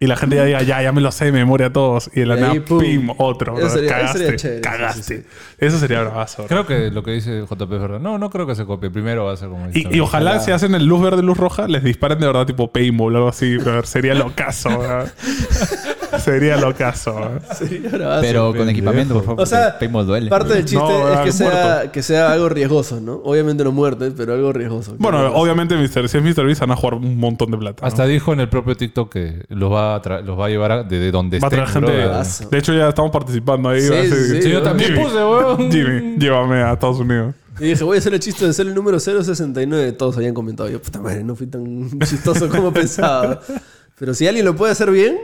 [SPEAKER 2] Y la gente ya diga, ya, ya me lo sé de memoria todos. Y de la
[SPEAKER 1] Y
[SPEAKER 2] nada,
[SPEAKER 1] ahí, pum.
[SPEAKER 2] pim, otro.
[SPEAKER 1] Eso
[SPEAKER 2] bro.
[SPEAKER 1] sería- eso
[SPEAKER 2] cagaste.
[SPEAKER 1] sería chévere,
[SPEAKER 2] cagaste.
[SPEAKER 1] sí, sí,
[SPEAKER 2] Eso sería bravazo. bro.
[SPEAKER 3] Creo que lo que dice JP es verdad. No, no creo que se copie. Primero va a ser como dice
[SPEAKER 2] Y, y ojalá si hacen el luz verde, luz roja, les disparen de verdad tipo paintball o algo así. bro. Sería locazo. bro. sería locazo. bro.
[SPEAKER 1] Sería bravazo.
[SPEAKER 4] Pero con equipamiento, por favor.
[SPEAKER 1] O sea,
[SPEAKER 4] porque paintball duele.
[SPEAKER 1] Parte del chiste
[SPEAKER 2] No,
[SPEAKER 1] es que
[SPEAKER 2] ah,
[SPEAKER 1] sea,
[SPEAKER 2] muerto.
[SPEAKER 1] que sea algo riesgoso, ¿no? Obviamente no muerte, pero algo riesgoso.
[SPEAKER 2] Bueno,
[SPEAKER 1] Claro.
[SPEAKER 2] obviamente Mr. si es Mr. Beast van a jugar un montón de plata. ¿no?
[SPEAKER 3] Hasta dijo en el propio TikTok que los va a, tra- los va a llevar a- de, de donde
[SPEAKER 2] Va a
[SPEAKER 3] estén.
[SPEAKER 2] traer
[SPEAKER 3] bro, a-
[SPEAKER 2] gente. De hecho, ya estamos participando ahí.
[SPEAKER 1] Sí,
[SPEAKER 2] así que-
[SPEAKER 1] sí,
[SPEAKER 3] este Sí, yo también
[SPEAKER 2] Jimmy,
[SPEAKER 3] puse, weón.
[SPEAKER 2] Jimmy, llévame a Estados Unidos.
[SPEAKER 1] Y dije, voy a hacer el chiste de ser el número 069. Todos habían comentado. Yo, puta madre, no fui tan chistoso como pensaba. Pero si alguien lo puede hacer bien,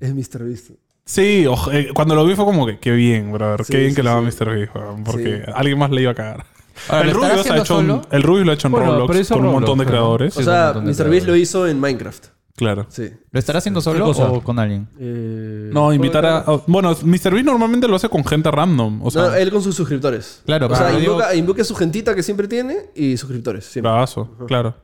[SPEAKER 1] es Mr. Beast.
[SPEAKER 2] Sí, oj- eh, cuando lo vi fue como que qué bien, brother.
[SPEAKER 1] Sí,
[SPEAKER 2] qué bien
[SPEAKER 1] sí,
[SPEAKER 2] que la va
[SPEAKER 1] sí.
[SPEAKER 2] Mr. Beast, weón, porque
[SPEAKER 1] Sí.
[SPEAKER 2] alguien más le iba a cagar.
[SPEAKER 3] Ahora,
[SPEAKER 2] el,
[SPEAKER 3] ¿lo estará
[SPEAKER 2] Rubius ha
[SPEAKER 3] haciendo
[SPEAKER 2] hecho un-
[SPEAKER 3] solo?
[SPEAKER 2] el Rubius lo ha hecho en
[SPEAKER 3] Bueno, pero
[SPEAKER 2] Roblox
[SPEAKER 3] hizo
[SPEAKER 2] con un montón de
[SPEAKER 3] Roblox, pero-
[SPEAKER 2] creadores.
[SPEAKER 1] O
[SPEAKER 3] Sí,
[SPEAKER 1] sea,
[SPEAKER 3] un montón de
[SPEAKER 1] Mr. Beast
[SPEAKER 3] creadores.
[SPEAKER 1] lo hizo en Minecraft.
[SPEAKER 2] Claro.
[SPEAKER 1] Sí.
[SPEAKER 4] ¿Lo estará haciendo solo
[SPEAKER 3] cosa?
[SPEAKER 4] o con alguien?
[SPEAKER 1] Eh,
[SPEAKER 2] No, invitar a. a- Bueno, Mr. Beast normalmente lo hace con gente random. O sea,
[SPEAKER 1] no, eh, él con sus suscriptores.
[SPEAKER 4] Claro,
[SPEAKER 1] O sea,
[SPEAKER 4] pero digo-
[SPEAKER 1] invoca, invoca a su gentita que siempre tiene y suscriptores. Siempre.
[SPEAKER 2] bravazo, claro.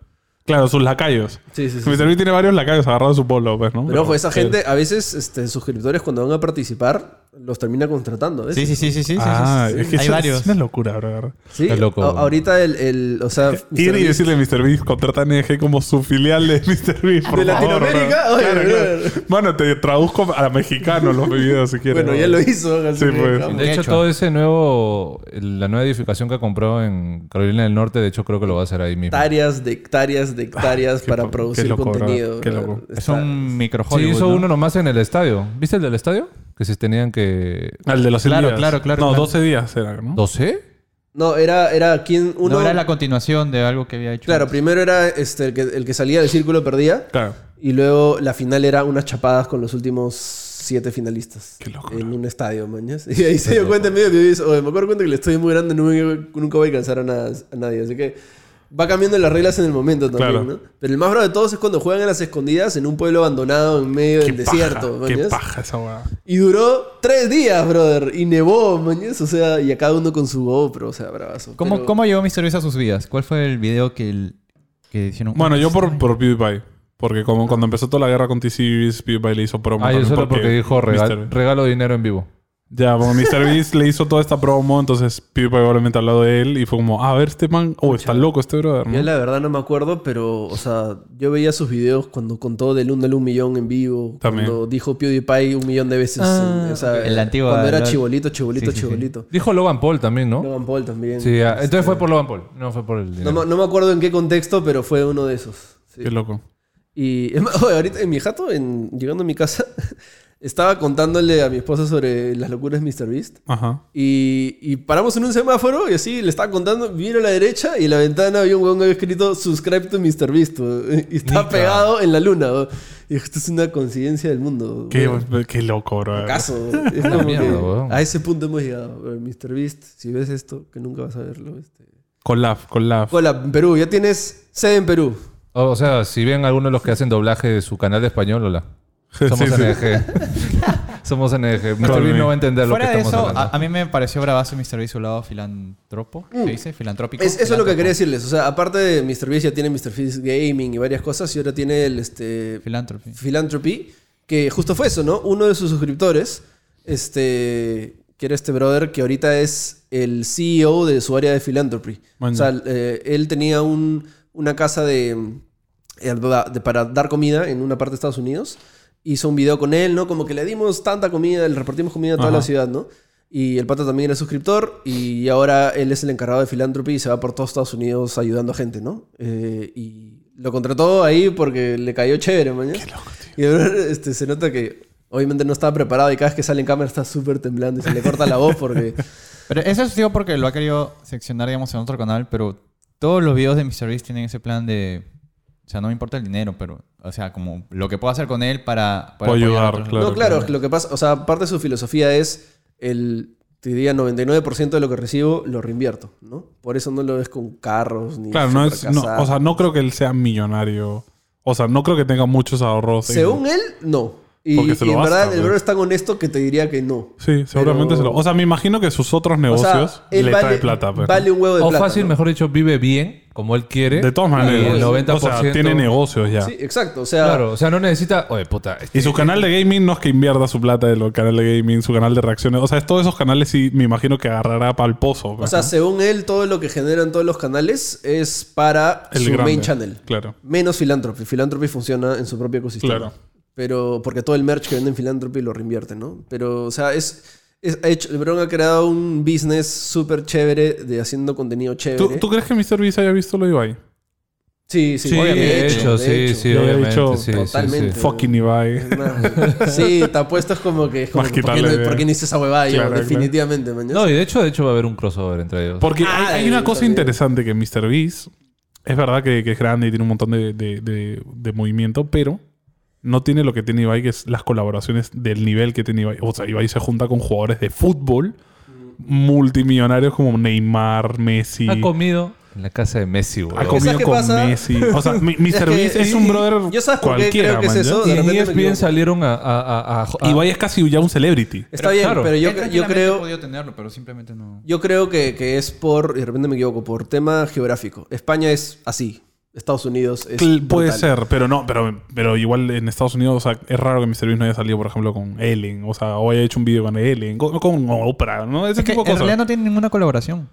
[SPEAKER 2] Claro, sus lacayos.
[SPEAKER 1] Sí, sí, sí.
[SPEAKER 2] Mr. Beast tiene varios lacayos agarrados de su polo, pues, ¿no?
[SPEAKER 1] Pero ojo, esa gente, a veces, este, suscriptores cuando van a participar, los termina contratando. ¿ves?
[SPEAKER 4] Sí, sí, sí, sí, sí. sí,
[SPEAKER 2] Ah,
[SPEAKER 4] sí, sí.
[SPEAKER 2] es que
[SPEAKER 4] Hay
[SPEAKER 2] eso
[SPEAKER 4] varios.
[SPEAKER 2] es una locura, brother.
[SPEAKER 1] Sí,
[SPEAKER 3] Está loco,
[SPEAKER 1] a-
[SPEAKER 3] bro.
[SPEAKER 1] ahorita el, el- o sea, Mr.
[SPEAKER 2] Ir y
[SPEAKER 1] Beast
[SPEAKER 2] decirle a Mr. Beast, contrata a NG como su filial de Mr. Beast,
[SPEAKER 1] ¿De
[SPEAKER 2] por favor,
[SPEAKER 1] Latinoamérica?
[SPEAKER 2] bro.
[SPEAKER 1] Oye,
[SPEAKER 2] Claro,
[SPEAKER 1] brother.
[SPEAKER 2] claro. Bueno, te traduzco a mexicano los videos si quieres.
[SPEAKER 1] Bueno, ya lo hizo. así
[SPEAKER 2] Sí,
[SPEAKER 1] que,
[SPEAKER 2] pues.
[SPEAKER 1] vamos.
[SPEAKER 3] De hecho,
[SPEAKER 4] hecho.
[SPEAKER 3] todo ese nuevo. La nueva edificación que compró en Carolina del Norte, de hecho, creo que lo va a hacer ahí mismo.
[SPEAKER 1] hectáreas de hectáreas de hectáreas
[SPEAKER 2] Ah, qué
[SPEAKER 1] para
[SPEAKER 2] po- qué
[SPEAKER 1] producir
[SPEAKER 2] loco, bro.
[SPEAKER 1] contenido.
[SPEAKER 2] Qué
[SPEAKER 1] bro.
[SPEAKER 2] loco.
[SPEAKER 1] Está-
[SPEAKER 4] Es un micro
[SPEAKER 3] Sí,
[SPEAKER 4] Hollywood,
[SPEAKER 3] hizo
[SPEAKER 4] ¿no?
[SPEAKER 3] uno nomás en el estadio. ¿Viste el del estadio? Que se tenían que.
[SPEAKER 2] Al de los 100
[SPEAKER 4] Claro,
[SPEAKER 2] días.
[SPEAKER 4] claro, claro,
[SPEAKER 2] No,
[SPEAKER 4] claro.
[SPEAKER 2] 12 días era, ¿no?
[SPEAKER 3] ¿12?
[SPEAKER 1] No, era, era quien uno.
[SPEAKER 4] No era la continuación de algo que había hecho.
[SPEAKER 1] Claro, primero era este, el, que, el que salía del círculo perdía.
[SPEAKER 2] Claro.
[SPEAKER 1] Y luego la final era unas chapadas con los últimos siete finalistas.
[SPEAKER 2] Qué loco,
[SPEAKER 1] En un estadio, mañas. Y ahí se dio cuenta en medio que dice, oye, me acuerdo cuenta que le estoy muy grande, nunca, nunca voy a alcanzar a, na- a nadie. Así que va cambiando las reglas en el momento también,
[SPEAKER 2] Claro.
[SPEAKER 1] ¿no? Pero el más bravo de todos es cuando juegan a las escondidas en un pueblo abandonado en medio del desierto,
[SPEAKER 2] Qué
[SPEAKER 1] mañas.
[SPEAKER 2] paja esa weá.
[SPEAKER 1] Y duró tres días, brother. Y nevó, mañez. O sea, y a cada uno con su GoPro. O sea, bravazo.
[SPEAKER 4] ¿Cómo,
[SPEAKER 1] Pero-
[SPEAKER 4] ¿Cómo llegó Mr. Beast a sus vidas? ¿Cuál fue el video que, el, que hicieron?
[SPEAKER 2] Bueno, yo por, por PewDiePie. Porque como cuando empezó toda la guerra con T-Series, PewDiePie le hizo promo.
[SPEAKER 3] Ah, yo
[SPEAKER 2] también
[SPEAKER 3] solo porque dijo
[SPEAKER 2] Mr.
[SPEAKER 3] regal- regalo de dinero en vivo.
[SPEAKER 2] Ya, bueno, Mr. Beast le hizo toda esta promo, entonces PewDiePie obviamente hablado de él y fue como, ah, a ver, este man, oh, está loco este brother, ¿no?
[SPEAKER 1] Yo la verdad no me acuerdo, pero, o sea, yo veía sus videos cuando contó del 1 al 1 millón en vivo.
[SPEAKER 2] También.
[SPEAKER 1] Cuando dijo PewDiePie un millón de veces.
[SPEAKER 4] Ah,
[SPEAKER 1] en- o sea,
[SPEAKER 4] ok. El antiguo-
[SPEAKER 1] Cuando era
[SPEAKER 4] la-
[SPEAKER 1] chibolito,
[SPEAKER 4] Sí,
[SPEAKER 1] chibolito,
[SPEAKER 4] sí, sí.
[SPEAKER 1] chibolito.
[SPEAKER 3] Dijo Logan Paul también, ¿no?
[SPEAKER 1] Logan Paul también.
[SPEAKER 3] Sí, ah, entonces fue por Logan Paul. No fue por el
[SPEAKER 1] No,
[SPEAKER 3] dinero.
[SPEAKER 1] me- no me acuerdo en qué contexto, pero fue uno de esos. Sí.
[SPEAKER 2] Qué loco.
[SPEAKER 1] Y es más, oye, ahorita en mi jato, en, llegando a mi casa, estaba contándole a mi esposa sobre las locuras de MrBeast.
[SPEAKER 2] Ajá.
[SPEAKER 1] Y, y paramos en un semáforo y así le estaba contando, vino a la derecha y en la ventana había un weón que había escrito subscribe to Mr. Beast. weón. Y estaba
[SPEAKER 3] Nica.
[SPEAKER 1] pegado en la luna. weón. Y dije, esto es una coincidencia del mundo.
[SPEAKER 2] Qué,
[SPEAKER 1] weón.
[SPEAKER 2] qué loco, brother.
[SPEAKER 1] Caso. weón. Es como
[SPEAKER 3] mierda,
[SPEAKER 1] que
[SPEAKER 3] weón.
[SPEAKER 1] a ese punto hemos llegado. weón. Mr. Beast, si ves esto, que nunca vas a verlo. Este.
[SPEAKER 2] Collab, collab.
[SPEAKER 1] Hola, en Perú, ya tienes sede en Perú.
[SPEAKER 3] O o sea, si ven alguno de los que hacen doblaje de su canal de español, hola. Somos
[SPEAKER 2] Sí, sí.
[SPEAKER 3] NG. Somos NG. Mr.
[SPEAKER 2] Call
[SPEAKER 3] Beast
[SPEAKER 2] me.
[SPEAKER 3] no va a entender lo que
[SPEAKER 4] Fuera de
[SPEAKER 3] estamos
[SPEAKER 4] eso,
[SPEAKER 3] hablando.
[SPEAKER 4] a, a mí me pareció bravazo Mr. Beast su lado filantropo. ¿Se dice? Filantrópico.
[SPEAKER 1] Uh, Es- eso es lo que
[SPEAKER 4] Filántropo.
[SPEAKER 1] quería decirles. O sea, aparte de Mr. Beast, ya tiene Mr. Beast Gaming y varias cosas. Y ahora tiene el, este,
[SPEAKER 4] Filántropo.
[SPEAKER 1] Philanthropy, que justo fue eso, ¿no? Uno de sus suscriptores, este, que era este brother que ahorita es el CEO de su área de Philanthropy.
[SPEAKER 2] Manja.
[SPEAKER 1] O sea, eh, él tenía un- una casa de, eh, de- para dar comida en una parte de Estados Unidos. Hizo un video con él, ¿no? Como que le dimos tanta comida, le repartimos comida a toda la
[SPEAKER 2] Ajá.
[SPEAKER 1] ciudad, ¿no? Y el pata también era suscriptor y ahora él es el encargado de Philanthropy y se va por todos Estados Unidos ayudando a gente, ¿no? Eh, y lo contrató ahí porque le cayó chévere, mañana. Y el brother, este, se nota que obviamente no estaba preparado y cada vez que sale en cámara está súper temblando y se le corta la voz porque...
[SPEAKER 4] Pero eso es digo porque lo ha querido seccionar, digamos, en otro canal, pero todos los videos de Mr. Beast tienen ese plan de... O sea, no me importa el dinero, pero... O sea, como lo que puedo hacer con él para... para
[SPEAKER 2] Puedo
[SPEAKER 4] apoyar a
[SPEAKER 2] ayudar,
[SPEAKER 4] otros.
[SPEAKER 2] claro.
[SPEAKER 1] no, claro, lo que pasa, o sea, parte de su filosofía es el, te diría, 99% de lo que recibo lo reinvierto, ¿no? Por eso no lo ves con carros ni...
[SPEAKER 2] Claro, no es, no,
[SPEAKER 1] supercasas.
[SPEAKER 2] o sea, no creo que él sea millonario. O sea, no creo que tenga muchos ahorros. en-
[SPEAKER 1] Según él, no. Y,
[SPEAKER 2] Porque se
[SPEAKER 1] y
[SPEAKER 2] lo
[SPEAKER 1] en
[SPEAKER 2] gasta, pues.
[SPEAKER 1] verdad, el
[SPEAKER 2] güey.
[SPEAKER 1] bro es tan honesto que te diría que no.
[SPEAKER 2] Sí, seguramente
[SPEAKER 1] Pero-
[SPEAKER 2] se lo. O sea, me imagino que sus otros
[SPEAKER 1] O sea,
[SPEAKER 2] negocios
[SPEAKER 1] él
[SPEAKER 2] le
[SPEAKER 1] vale,
[SPEAKER 2] trae plata. pues, pero-
[SPEAKER 1] vale un huevo de
[SPEAKER 3] O
[SPEAKER 1] plata.
[SPEAKER 3] fácil,
[SPEAKER 1] ¿no?
[SPEAKER 3] mejor dicho, vive bien, como él quiere.
[SPEAKER 2] De todas
[SPEAKER 3] Y
[SPEAKER 2] maneras.
[SPEAKER 3] el 90%.
[SPEAKER 2] O sea, tiene negocios ya.
[SPEAKER 1] Sí, exacto. O sea,
[SPEAKER 3] Claro, o sea, no necesita. Oye, puta. este-
[SPEAKER 2] Y su canal de gaming no es que invierta su plata en el canal de gaming, su canal de reacciones. O sea, es todos esos canales sí me imagino que agarrará para el pozo.
[SPEAKER 1] o sea, según él, todo lo que generan todos los canales es para
[SPEAKER 2] El
[SPEAKER 1] su
[SPEAKER 2] grande,
[SPEAKER 1] main channel.
[SPEAKER 2] claro.
[SPEAKER 1] Menos Philanthropy. Philanthropy funciona en su propio ecosistema.
[SPEAKER 2] Claro.
[SPEAKER 1] Pero porque todo el merch que venden en Philanthropy lo reinvierten, ¿no? Pero, o sea, es. es ha hecho, el Bron ha creado un business súper chévere de haciendo contenido
[SPEAKER 2] ¿Tú,
[SPEAKER 1] chévere.
[SPEAKER 2] tú crees que Mr. Beast haya visto lo Ibai?
[SPEAKER 1] Sí, sí,
[SPEAKER 2] Sí,
[SPEAKER 1] obviamente,
[SPEAKER 3] de
[SPEAKER 2] de
[SPEAKER 3] hecho,
[SPEAKER 1] de
[SPEAKER 3] sí,
[SPEAKER 1] hecho.
[SPEAKER 3] sí,
[SPEAKER 2] Yo he
[SPEAKER 3] obviamente.
[SPEAKER 2] dicho
[SPEAKER 3] sí, sí,
[SPEAKER 1] totalmente.
[SPEAKER 3] sí.
[SPEAKER 2] Fucking Ibai.
[SPEAKER 1] Hermano, Sí, te apuesto es como que es como,
[SPEAKER 2] Más
[SPEAKER 1] que, ¿por, qué
[SPEAKER 2] quitarle
[SPEAKER 1] no,
[SPEAKER 2] de-
[SPEAKER 1] por qué no hice esa huevada yo?
[SPEAKER 2] Claro, claro.
[SPEAKER 1] Definitivamente, mañana.
[SPEAKER 3] No, y de hecho, de hecho va a haber un crossover entre ellos.
[SPEAKER 2] Porque
[SPEAKER 1] Ah,
[SPEAKER 2] hay, hay
[SPEAKER 1] de-
[SPEAKER 2] una cosa
[SPEAKER 1] también.
[SPEAKER 2] interesante que Mr. Beast es verdad que, que es grande y tiene un montón de, de- de- de movimiento, pero no tiene lo que tiene Ibai, que es las colaboraciones del nivel que tiene Ibai. O sea, Ibai se junta con jugadores de fútbol multimillonarios como Neymar, Messi.
[SPEAKER 3] Ha comido en la casa de Messi, güey.
[SPEAKER 2] Ha
[SPEAKER 1] ¿Sabes
[SPEAKER 2] comido
[SPEAKER 1] qué
[SPEAKER 2] con
[SPEAKER 1] pasa?
[SPEAKER 2] Messi. O sea, mi-
[SPEAKER 1] Es que-
[SPEAKER 2] Mr. Beast es un brother
[SPEAKER 1] Yo sabes por qué
[SPEAKER 2] cualquiera,
[SPEAKER 1] creo que es
[SPEAKER 2] man, ¿ya?
[SPEAKER 1] eso. Ah. de
[SPEAKER 3] Y en
[SPEAKER 1] repente me
[SPEAKER 3] ESPN
[SPEAKER 1] equivoco.
[SPEAKER 3] salieron a.
[SPEAKER 2] Ah,
[SPEAKER 3] a, a, a-
[SPEAKER 2] Ibai es casi ya un celebrity.
[SPEAKER 1] Está bien,
[SPEAKER 3] claro.
[SPEAKER 1] pero yo,
[SPEAKER 4] Él
[SPEAKER 1] cre- yo
[SPEAKER 4] tranquilamente
[SPEAKER 1] creo...
[SPEAKER 4] podía tenerlo, pero simplemente no.
[SPEAKER 1] Yo creo que, que es por, y de repente me equivoco, por tema geográfico. España es así. Estados Unidos es.
[SPEAKER 2] Cl- puede
[SPEAKER 1] brutal.
[SPEAKER 2] ser, pero no, pero, pero igual en Estados Unidos, o sea, es raro que Mr. Beast no haya salido, por ejemplo, con Ellen, o sea, o haya hecho un video con Ellen, con, con Oprah, ¿no? Ese tipo de
[SPEAKER 4] en
[SPEAKER 2] cosas.
[SPEAKER 4] realidad
[SPEAKER 2] No,
[SPEAKER 4] no tiene ninguna colaboración.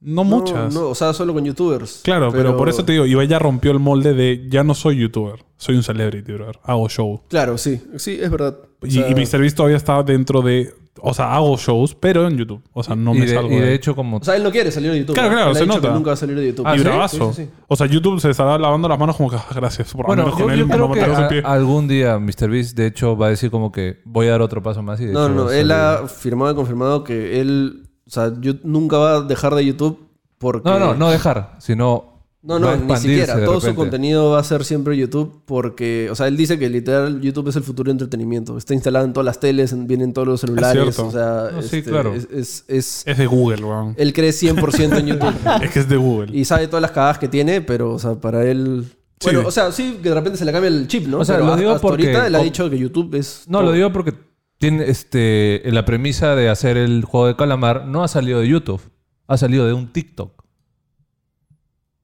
[SPEAKER 1] No,
[SPEAKER 2] muchas.
[SPEAKER 1] no, o sea, solo con youtubers.
[SPEAKER 2] Claro, pero... por eso te digo, Ibai ya rompió el molde de ya no soy youtuber, soy un celebrity, brother. Hago show.
[SPEAKER 1] Claro, sí. Sí, es verdad. O
[SPEAKER 2] Y,
[SPEAKER 1] sea,
[SPEAKER 2] y Mr. Beast todavía está dentro de, o sea, hago shows, pero en YouTube. O sea, no
[SPEAKER 3] y,
[SPEAKER 2] me
[SPEAKER 3] de,
[SPEAKER 2] salgo
[SPEAKER 3] y
[SPEAKER 2] de
[SPEAKER 3] de
[SPEAKER 2] ahí.
[SPEAKER 3] hecho, como.
[SPEAKER 1] o sea, él no quiere salir de YouTube.
[SPEAKER 2] Claro, claro,
[SPEAKER 1] Él ha
[SPEAKER 2] se
[SPEAKER 1] dicho
[SPEAKER 2] nota.
[SPEAKER 1] Que nunca va a salir de YouTube.
[SPEAKER 3] Ah,
[SPEAKER 2] y
[SPEAKER 3] ¿sí?
[SPEAKER 2] bravazo.
[SPEAKER 1] Sí, sí, sí.
[SPEAKER 2] O sea, YouTube se estará lavando las manos como que "Ah, gracias por
[SPEAKER 3] Bueno,
[SPEAKER 2] al menos
[SPEAKER 3] yo,
[SPEAKER 2] con
[SPEAKER 3] yo
[SPEAKER 2] él
[SPEAKER 3] creo
[SPEAKER 2] no
[SPEAKER 3] que
[SPEAKER 2] mataron su
[SPEAKER 3] a-
[SPEAKER 2] pie.
[SPEAKER 3] algún día Mr. Beast, de hecho, va a decir como que voy a dar otro paso más. Y de
[SPEAKER 1] No,
[SPEAKER 3] hecho,
[SPEAKER 1] no,
[SPEAKER 3] salió.
[SPEAKER 1] él ha firmado y confirmado que él. O sea, yo- nunca va a dejar de YouTube porque.
[SPEAKER 3] No, no, no dejar, sino.
[SPEAKER 1] No,
[SPEAKER 3] va
[SPEAKER 1] no,
[SPEAKER 3] a
[SPEAKER 1] ni
[SPEAKER 3] expandirse
[SPEAKER 1] siquiera.
[SPEAKER 3] de
[SPEAKER 1] Todo su
[SPEAKER 3] repente.
[SPEAKER 1] contenido va a ser siempre YouTube porque, o sea, él dice que literal YouTube es el futuro de entretenimiento. Está instalado en todas las teles, en- viene en todos los celulares.
[SPEAKER 2] cierto.
[SPEAKER 1] o sea,
[SPEAKER 3] No, sí,
[SPEAKER 1] este,
[SPEAKER 3] claro.
[SPEAKER 1] es, es- es-
[SPEAKER 2] Es de Google, weón.
[SPEAKER 1] él cree 100% en YouTube
[SPEAKER 2] Es que es de Google.
[SPEAKER 1] y sabe todas las cagadas que tiene, pero, o sea, para él...
[SPEAKER 2] Sí.
[SPEAKER 1] Bueno, o sea, sí, que de repente se le cambia el chip, ¿no?
[SPEAKER 3] O sea,
[SPEAKER 1] Pero
[SPEAKER 3] lo
[SPEAKER 1] ha-
[SPEAKER 3] digo
[SPEAKER 1] hasta
[SPEAKER 3] porque-
[SPEAKER 1] ahorita él ha
[SPEAKER 3] com-
[SPEAKER 1] dicho que YouTube es...
[SPEAKER 3] No,
[SPEAKER 1] todo.
[SPEAKER 3] lo digo porque tiene este, la premisa de hacer el juego de calamar no ha salido de YouTube, ha salido de un TikTok.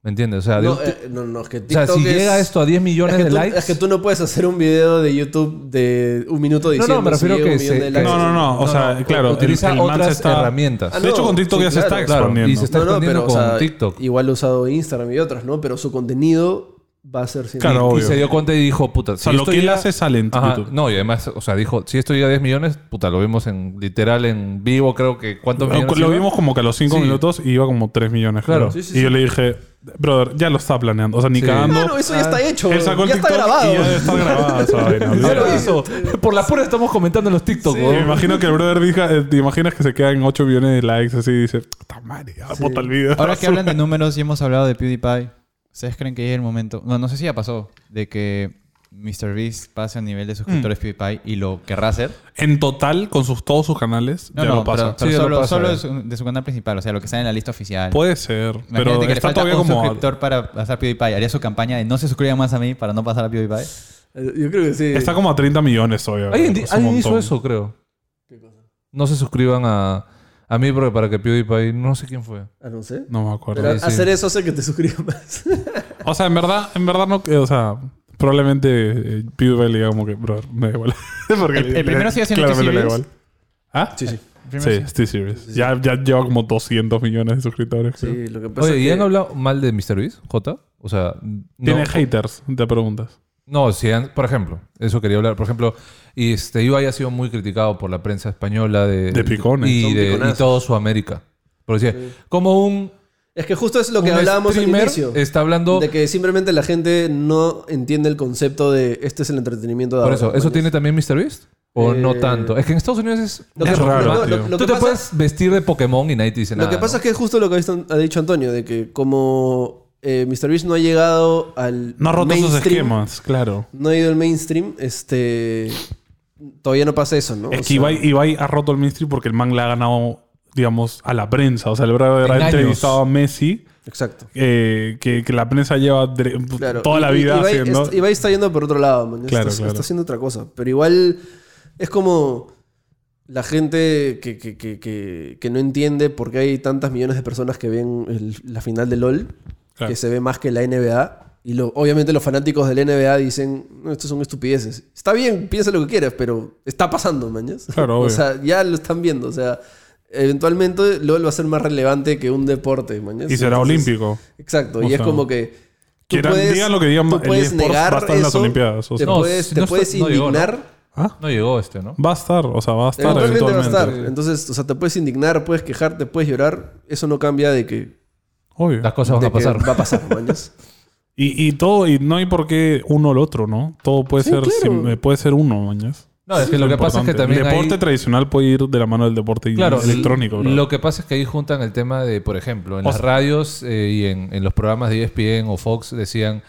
[SPEAKER 3] ¿Me entiendes? O sea, de
[SPEAKER 1] No,
[SPEAKER 3] un ti-
[SPEAKER 1] eh, no, no, es que
[SPEAKER 3] o sea,
[SPEAKER 1] TikTok
[SPEAKER 3] si
[SPEAKER 1] es-
[SPEAKER 3] llega esto a 10 millones
[SPEAKER 1] es que
[SPEAKER 3] de
[SPEAKER 1] tú-
[SPEAKER 3] likes.
[SPEAKER 1] Es que tú no puedes hacer un video de YouTube de un minuto
[SPEAKER 3] no,
[SPEAKER 1] diciendo...
[SPEAKER 3] me
[SPEAKER 1] si
[SPEAKER 3] refiero
[SPEAKER 1] llega un
[SPEAKER 3] que
[SPEAKER 1] millón
[SPEAKER 3] se-
[SPEAKER 1] de
[SPEAKER 3] que-
[SPEAKER 1] likes.
[SPEAKER 2] No, no, no. O
[SPEAKER 3] No,
[SPEAKER 2] sea,
[SPEAKER 3] no,
[SPEAKER 2] claro.
[SPEAKER 3] utiliza
[SPEAKER 2] man
[SPEAKER 3] otras
[SPEAKER 2] se está-
[SPEAKER 3] herramientas.
[SPEAKER 1] Ah,
[SPEAKER 2] de hecho,
[SPEAKER 1] no,
[SPEAKER 2] con TikTok
[SPEAKER 1] sí,
[SPEAKER 2] ya se
[SPEAKER 1] claro.
[SPEAKER 2] está
[SPEAKER 3] Claro,
[SPEAKER 2] expandiendo.
[SPEAKER 3] y se está
[SPEAKER 1] No, no,
[SPEAKER 3] expandiendo
[SPEAKER 1] pero,
[SPEAKER 3] con
[SPEAKER 1] o sea,
[SPEAKER 3] TikTok. Y,
[SPEAKER 1] Igual ha usado Instagram y otras, ¿no? Pero su contenido va a ser siempre.
[SPEAKER 2] Claro,
[SPEAKER 3] y
[SPEAKER 2] obvio.
[SPEAKER 3] se dio cuenta y dijo, puta,
[SPEAKER 2] O sea, lo que él hace sale en YouTube.
[SPEAKER 3] No, y además, o sea, dijo, si esto llega a 10 millones, puta, lo vimos en literal en vivo, creo que cuántos
[SPEAKER 2] Lo,
[SPEAKER 3] millones.
[SPEAKER 2] lo
[SPEAKER 3] iba?
[SPEAKER 2] vimos como que a los 5
[SPEAKER 3] Sí.
[SPEAKER 2] minutos y iba como 3 millones.
[SPEAKER 3] Claro.
[SPEAKER 2] creo.
[SPEAKER 1] Sí, sí,
[SPEAKER 2] y
[SPEAKER 1] sí.
[SPEAKER 2] yo le dije, brother, ya lo está planeando. O sea, ni
[SPEAKER 3] Sí.
[SPEAKER 2] cagando.
[SPEAKER 1] Claro, Ah,
[SPEAKER 3] Ah,
[SPEAKER 1] eso ya está hecho.
[SPEAKER 2] Él sacó el
[SPEAKER 1] ya
[SPEAKER 2] TikTok
[SPEAKER 1] está grabado.
[SPEAKER 2] y ya debe estar grabado esa vaina.
[SPEAKER 3] Ya lo
[SPEAKER 2] olvídate.
[SPEAKER 3] hizo. Por la pura estamos comentando en los TikTok,
[SPEAKER 2] Sí,
[SPEAKER 3] weón.
[SPEAKER 2] me imagino que el brother diga, eh, te imaginas que se queda en 8 millones de likes así y dice, puta madre, ya puta el video.
[SPEAKER 4] Ahora que hablan de números y hemos hablado de PewDiePie, ¿ustedes creen que llegue el momento? No, no sé si ya pasó, de que MrBeast pase al nivel de
[SPEAKER 2] Mm.
[SPEAKER 4] suscriptores PewDiePie y lo querrá hacer.
[SPEAKER 2] En total, con sus, todos sus canales,
[SPEAKER 4] No,
[SPEAKER 2] ya
[SPEAKER 4] no,
[SPEAKER 2] lo
[SPEAKER 4] pero,
[SPEAKER 2] pasa.
[SPEAKER 4] pero
[SPEAKER 3] Sí, ya lo
[SPEAKER 4] solo,
[SPEAKER 3] pasa,
[SPEAKER 4] solo
[SPEAKER 3] ya.
[SPEAKER 4] de, su, de su canal principal, o sea, lo que está en la lista oficial.
[SPEAKER 2] Puede ser,
[SPEAKER 4] Imagínate que
[SPEAKER 2] pero
[SPEAKER 4] le
[SPEAKER 2] está
[SPEAKER 4] falta
[SPEAKER 2] todavía
[SPEAKER 4] un
[SPEAKER 2] como...
[SPEAKER 4] suscriptor para pasar a PewDiePie. ¿Haría su campaña de no se suscriban más a mí para no pasar a PewDiePie?
[SPEAKER 1] Eh, Yo creo que sí.
[SPEAKER 2] Está como a 30 millones todavía.
[SPEAKER 3] Alguien, di-
[SPEAKER 2] Es un
[SPEAKER 3] alguien hizo
[SPEAKER 2] montón.
[SPEAKER 3] eso, creo. No se suscriban a, a mí porque para que PewDiePie... No sé quién fue.
[SPEAKER 1] Ah, no sé.
[SPEAKER 2] No me acuerdo.
[SPEAKER 1] Pero
[SPEAKER 3] sí, sí.
[SPEAKER 1] hacer eso hace que te suscribas más.
[SPEAKER 2] O sea, en verdad, en verdad no... eh, o sea, probablemente eh, PewDiePie le diga como que, bro, me da igual. Porque
[SPEAKER 4] El- el
[SPEAKER 2] le-
[SPEAKER 4] primero sigue siendo
[SPEAKER 2] claramente le da
[SPEAKER 4] T-Series.
[SPEAKER 2] igual. ¿Ah?
[SPEAKER 1] sí, sí.
[SPEAKER 2] Sí,
[SPEAKER 4] Primero
[SPEAKER 2] Steve Series. Ya, ya lleva como 200 millones de suscriptores. creo.
[SPEAKER 1] Sí, lo que pasa
[SPEAKER 3] Oye,
[SPEAKER 1] es
[SPEAKER 3] ¿y
[SPEAKER 1] que-
[SPEAKER 3] han hablado mal de Mr. Beast, J? O sea...
[SPEAKER 2] Tiene
[SPEAKER 3] No,
[SPEAKER 2] haters, te preguntas.
[SPEAKER 3] no, si han- por ejemplo. Eso quería hablar. Por ejemplo, y este, Ibai ha sido muy criticado por la prensa española de...
[SPEAKER 2] De picones.
[SPEAKER 3] Y,
[SPEAKER 1] Son
[SPEAKER 3] de, y
[SPEAKER 1] piconazos.
[SPEAKER 3] todo Sudamérica. Por decir, como un...
[SPEAKER 1] Es que justo es lo que
[SPEAKER 3] un
[SPEAKER 1] hablábamos al
[SPEAKER 3] streamer
[SPEAKER 1] inicio.
[SPEAKER 3] Está hablando...
[SPEAKER 1] De que simplemente la gente no entiende el concepto de este es el entretenimiento de
[SPEAKER 3] Por
[SPEAKER 1] ahora,
[SPEAKER 3] eso,
[SPEAKER 1] ¿mañas?
[SPEAKER 3] ¿eso tiene también Mr. Beast? ¿O
[SPEAKER 1] Eh,
[SPEAKER 3] no tanto? Es que en Estados Unidos es...
[SPEAKER 1] Lo que-
[SPEAKER 2] Es
[SPEAKER 1] lo-
[SPEAKER 2] raro,
[SPEAKER 1] lo-
[SPEAKER 2] tío.
[SPEAKER 1] lo- lo
[SPEAKER 3] Tú
[SPEAKER 1] que pasa-
[SPEAKER 3] te puedes vestir de Pokémon y nadie te dice nada.
[SPEAKER 1] Lo que pasa es que es justo lo que ha, visto- ha dicho Antonio, de que como eh, MrBeast no ha llegado al
[SPEAKER 2] No ha roto sus
[SPEAKER 1] mainstream,
[SPEAKER 2] esquemas, claro.
[SPEAKER 1] No ha ido al mainstream, este... Todavía no pasa eso, ¿no? O
[SPEAKER 2] Es que
[SPEAKER 1] sea,
[SPEAKER 2] Ibai, Ibai ha roto el mainstream porque el man le ha ganado, digamos, a la prensa. O sea, el brother
[SPEAKER 3] En
[SPEAKER 2] ha
[SPEAKER 3] años.
[SPEAKER 2] entrevistado a Messi
[SPEAKER 1] Exacto.
[SPEAKER 2] eh, que, que la prensa lleva dre-
[SPEAKER 1] Claro.
[SPEAKER 2] toda la
[SPEAKER 1] I- I-
[SPEAKER 2] vida
[SPEAKER 1] Ibai
[SPEAKER 2] haciendo.
[SPEAKER 1] est- Ibai está yendo por otro lado, man.
[SPEAKER 2] Claro,
[SPEAKER 1] está,
[SPEAKER 2] claro.
[SPEAKER 1] está haciendo otra cosa. Pero igual es como la gente que, que- que- que- que no entiende por qué hay tantas millones de personas que ven el- la final de LOL,
[SPEAKER 2] Claro.
[SPEAKER 1] que se ve más que la NBA. Y lo- obviamente los fanáticos del NBA dicen, no, estos son estupideces. Está bien, piensa lo que quieras, pero está pasando, mañas.
[SPEAKER 2] Claro,
[SPEAKER 1] o
[SPEAKER 2] obvio.
[SPEAKER 1] sea, ya lo están viendo. O sea, eventualmente LOL va a ser más relevante que un deporte, mañas.
[SPEAKER 2] y será
[SPEAKER 1] Entonces,
[SPEAKER 2] olímpico.
[SPEAKER 1] Exacto,
[SPEAKER 2] O
[SPEAKER 1] y es
[SPEAKER 2] sea,
[SPEAKER 1] como que. tú
[SPEAKER 2] quieran- digan lo que digan,
[SPEAKER 1] tú
[SPEAKER 2] el
[SPEAKER 1] puedes
[SPEAKER 2] eSports va a
[SPEAKER 1] negar
[SPEAKER 2] estar en las
[SPEAKER 1] eso,
[SPEAKER 2] Olimpiadas, o
[SPEAKER 1] te
[SPEAKER 2] sea.
[SPEAKER 3] No,
[SPEAKER 1] puedes,
[SPEAKER 3] si
[SPEAKER 1] te
[SPEAKER 3] no está-
[SPEAKER 1] puedes
[SPEAKER 3] no llegó, ¿no?
[SPEAKER 1] indignar.
[SPEAKER 2] ¿Ah?
[SPEAKER 3] No llegó este, ¿no?
[SPEAKER 2] Va a estar, o sea, va a estar
[SPEAKER 1] eventualmente va a
[SPEAKER 2] eventualmente.
[SPEAKER 1] estar. Entonces, o sea, te puedes indignar, puedes quejarte, puedes llorar. Eso no cambia de que,
[SPEAKER 2] Obvio.
[SPEAKER 3] Las cosas van
[SPEAKER 1] de
[SPEAKER 3] a
[SPEAKER 1] que
[SPEAKER 3] pasar.
[SPEAKER 1] va a pasar, mañas.
[SPEAKER 2] Y, y todo, y no hay por qué uno al otro, ¿no? Todo puede
[SPEAKER 1] Sí,
[SPEAKER 2] ser
[SPEAKER 1] claro.
[SPEAKER 2] sim- eh, puede ser uno, mañas.
[SPEAKER 3] No, es que lo que pasa es que
[SPEAKER 2] Importante.
[SPEAKER 3] también
[SPEAKER 2] El deporte
[SPEAKER 3] hay-
[SPEAKER 2] tradicional puede ir de la mano del deporte
[SPEAKER 3] Claro,
[SPEAKER 2] electrónico, bro.
[SPEAKER 3] Lo que pasa es que ahí juntan el tema de, por ejemplo, en
[SPEAKER 2] O
[SPEAKER 3] las
[SPEAKER 2] sea-
[SPEAKER 3] radios eh, y en, en los programas de E ESPN o Fox decían,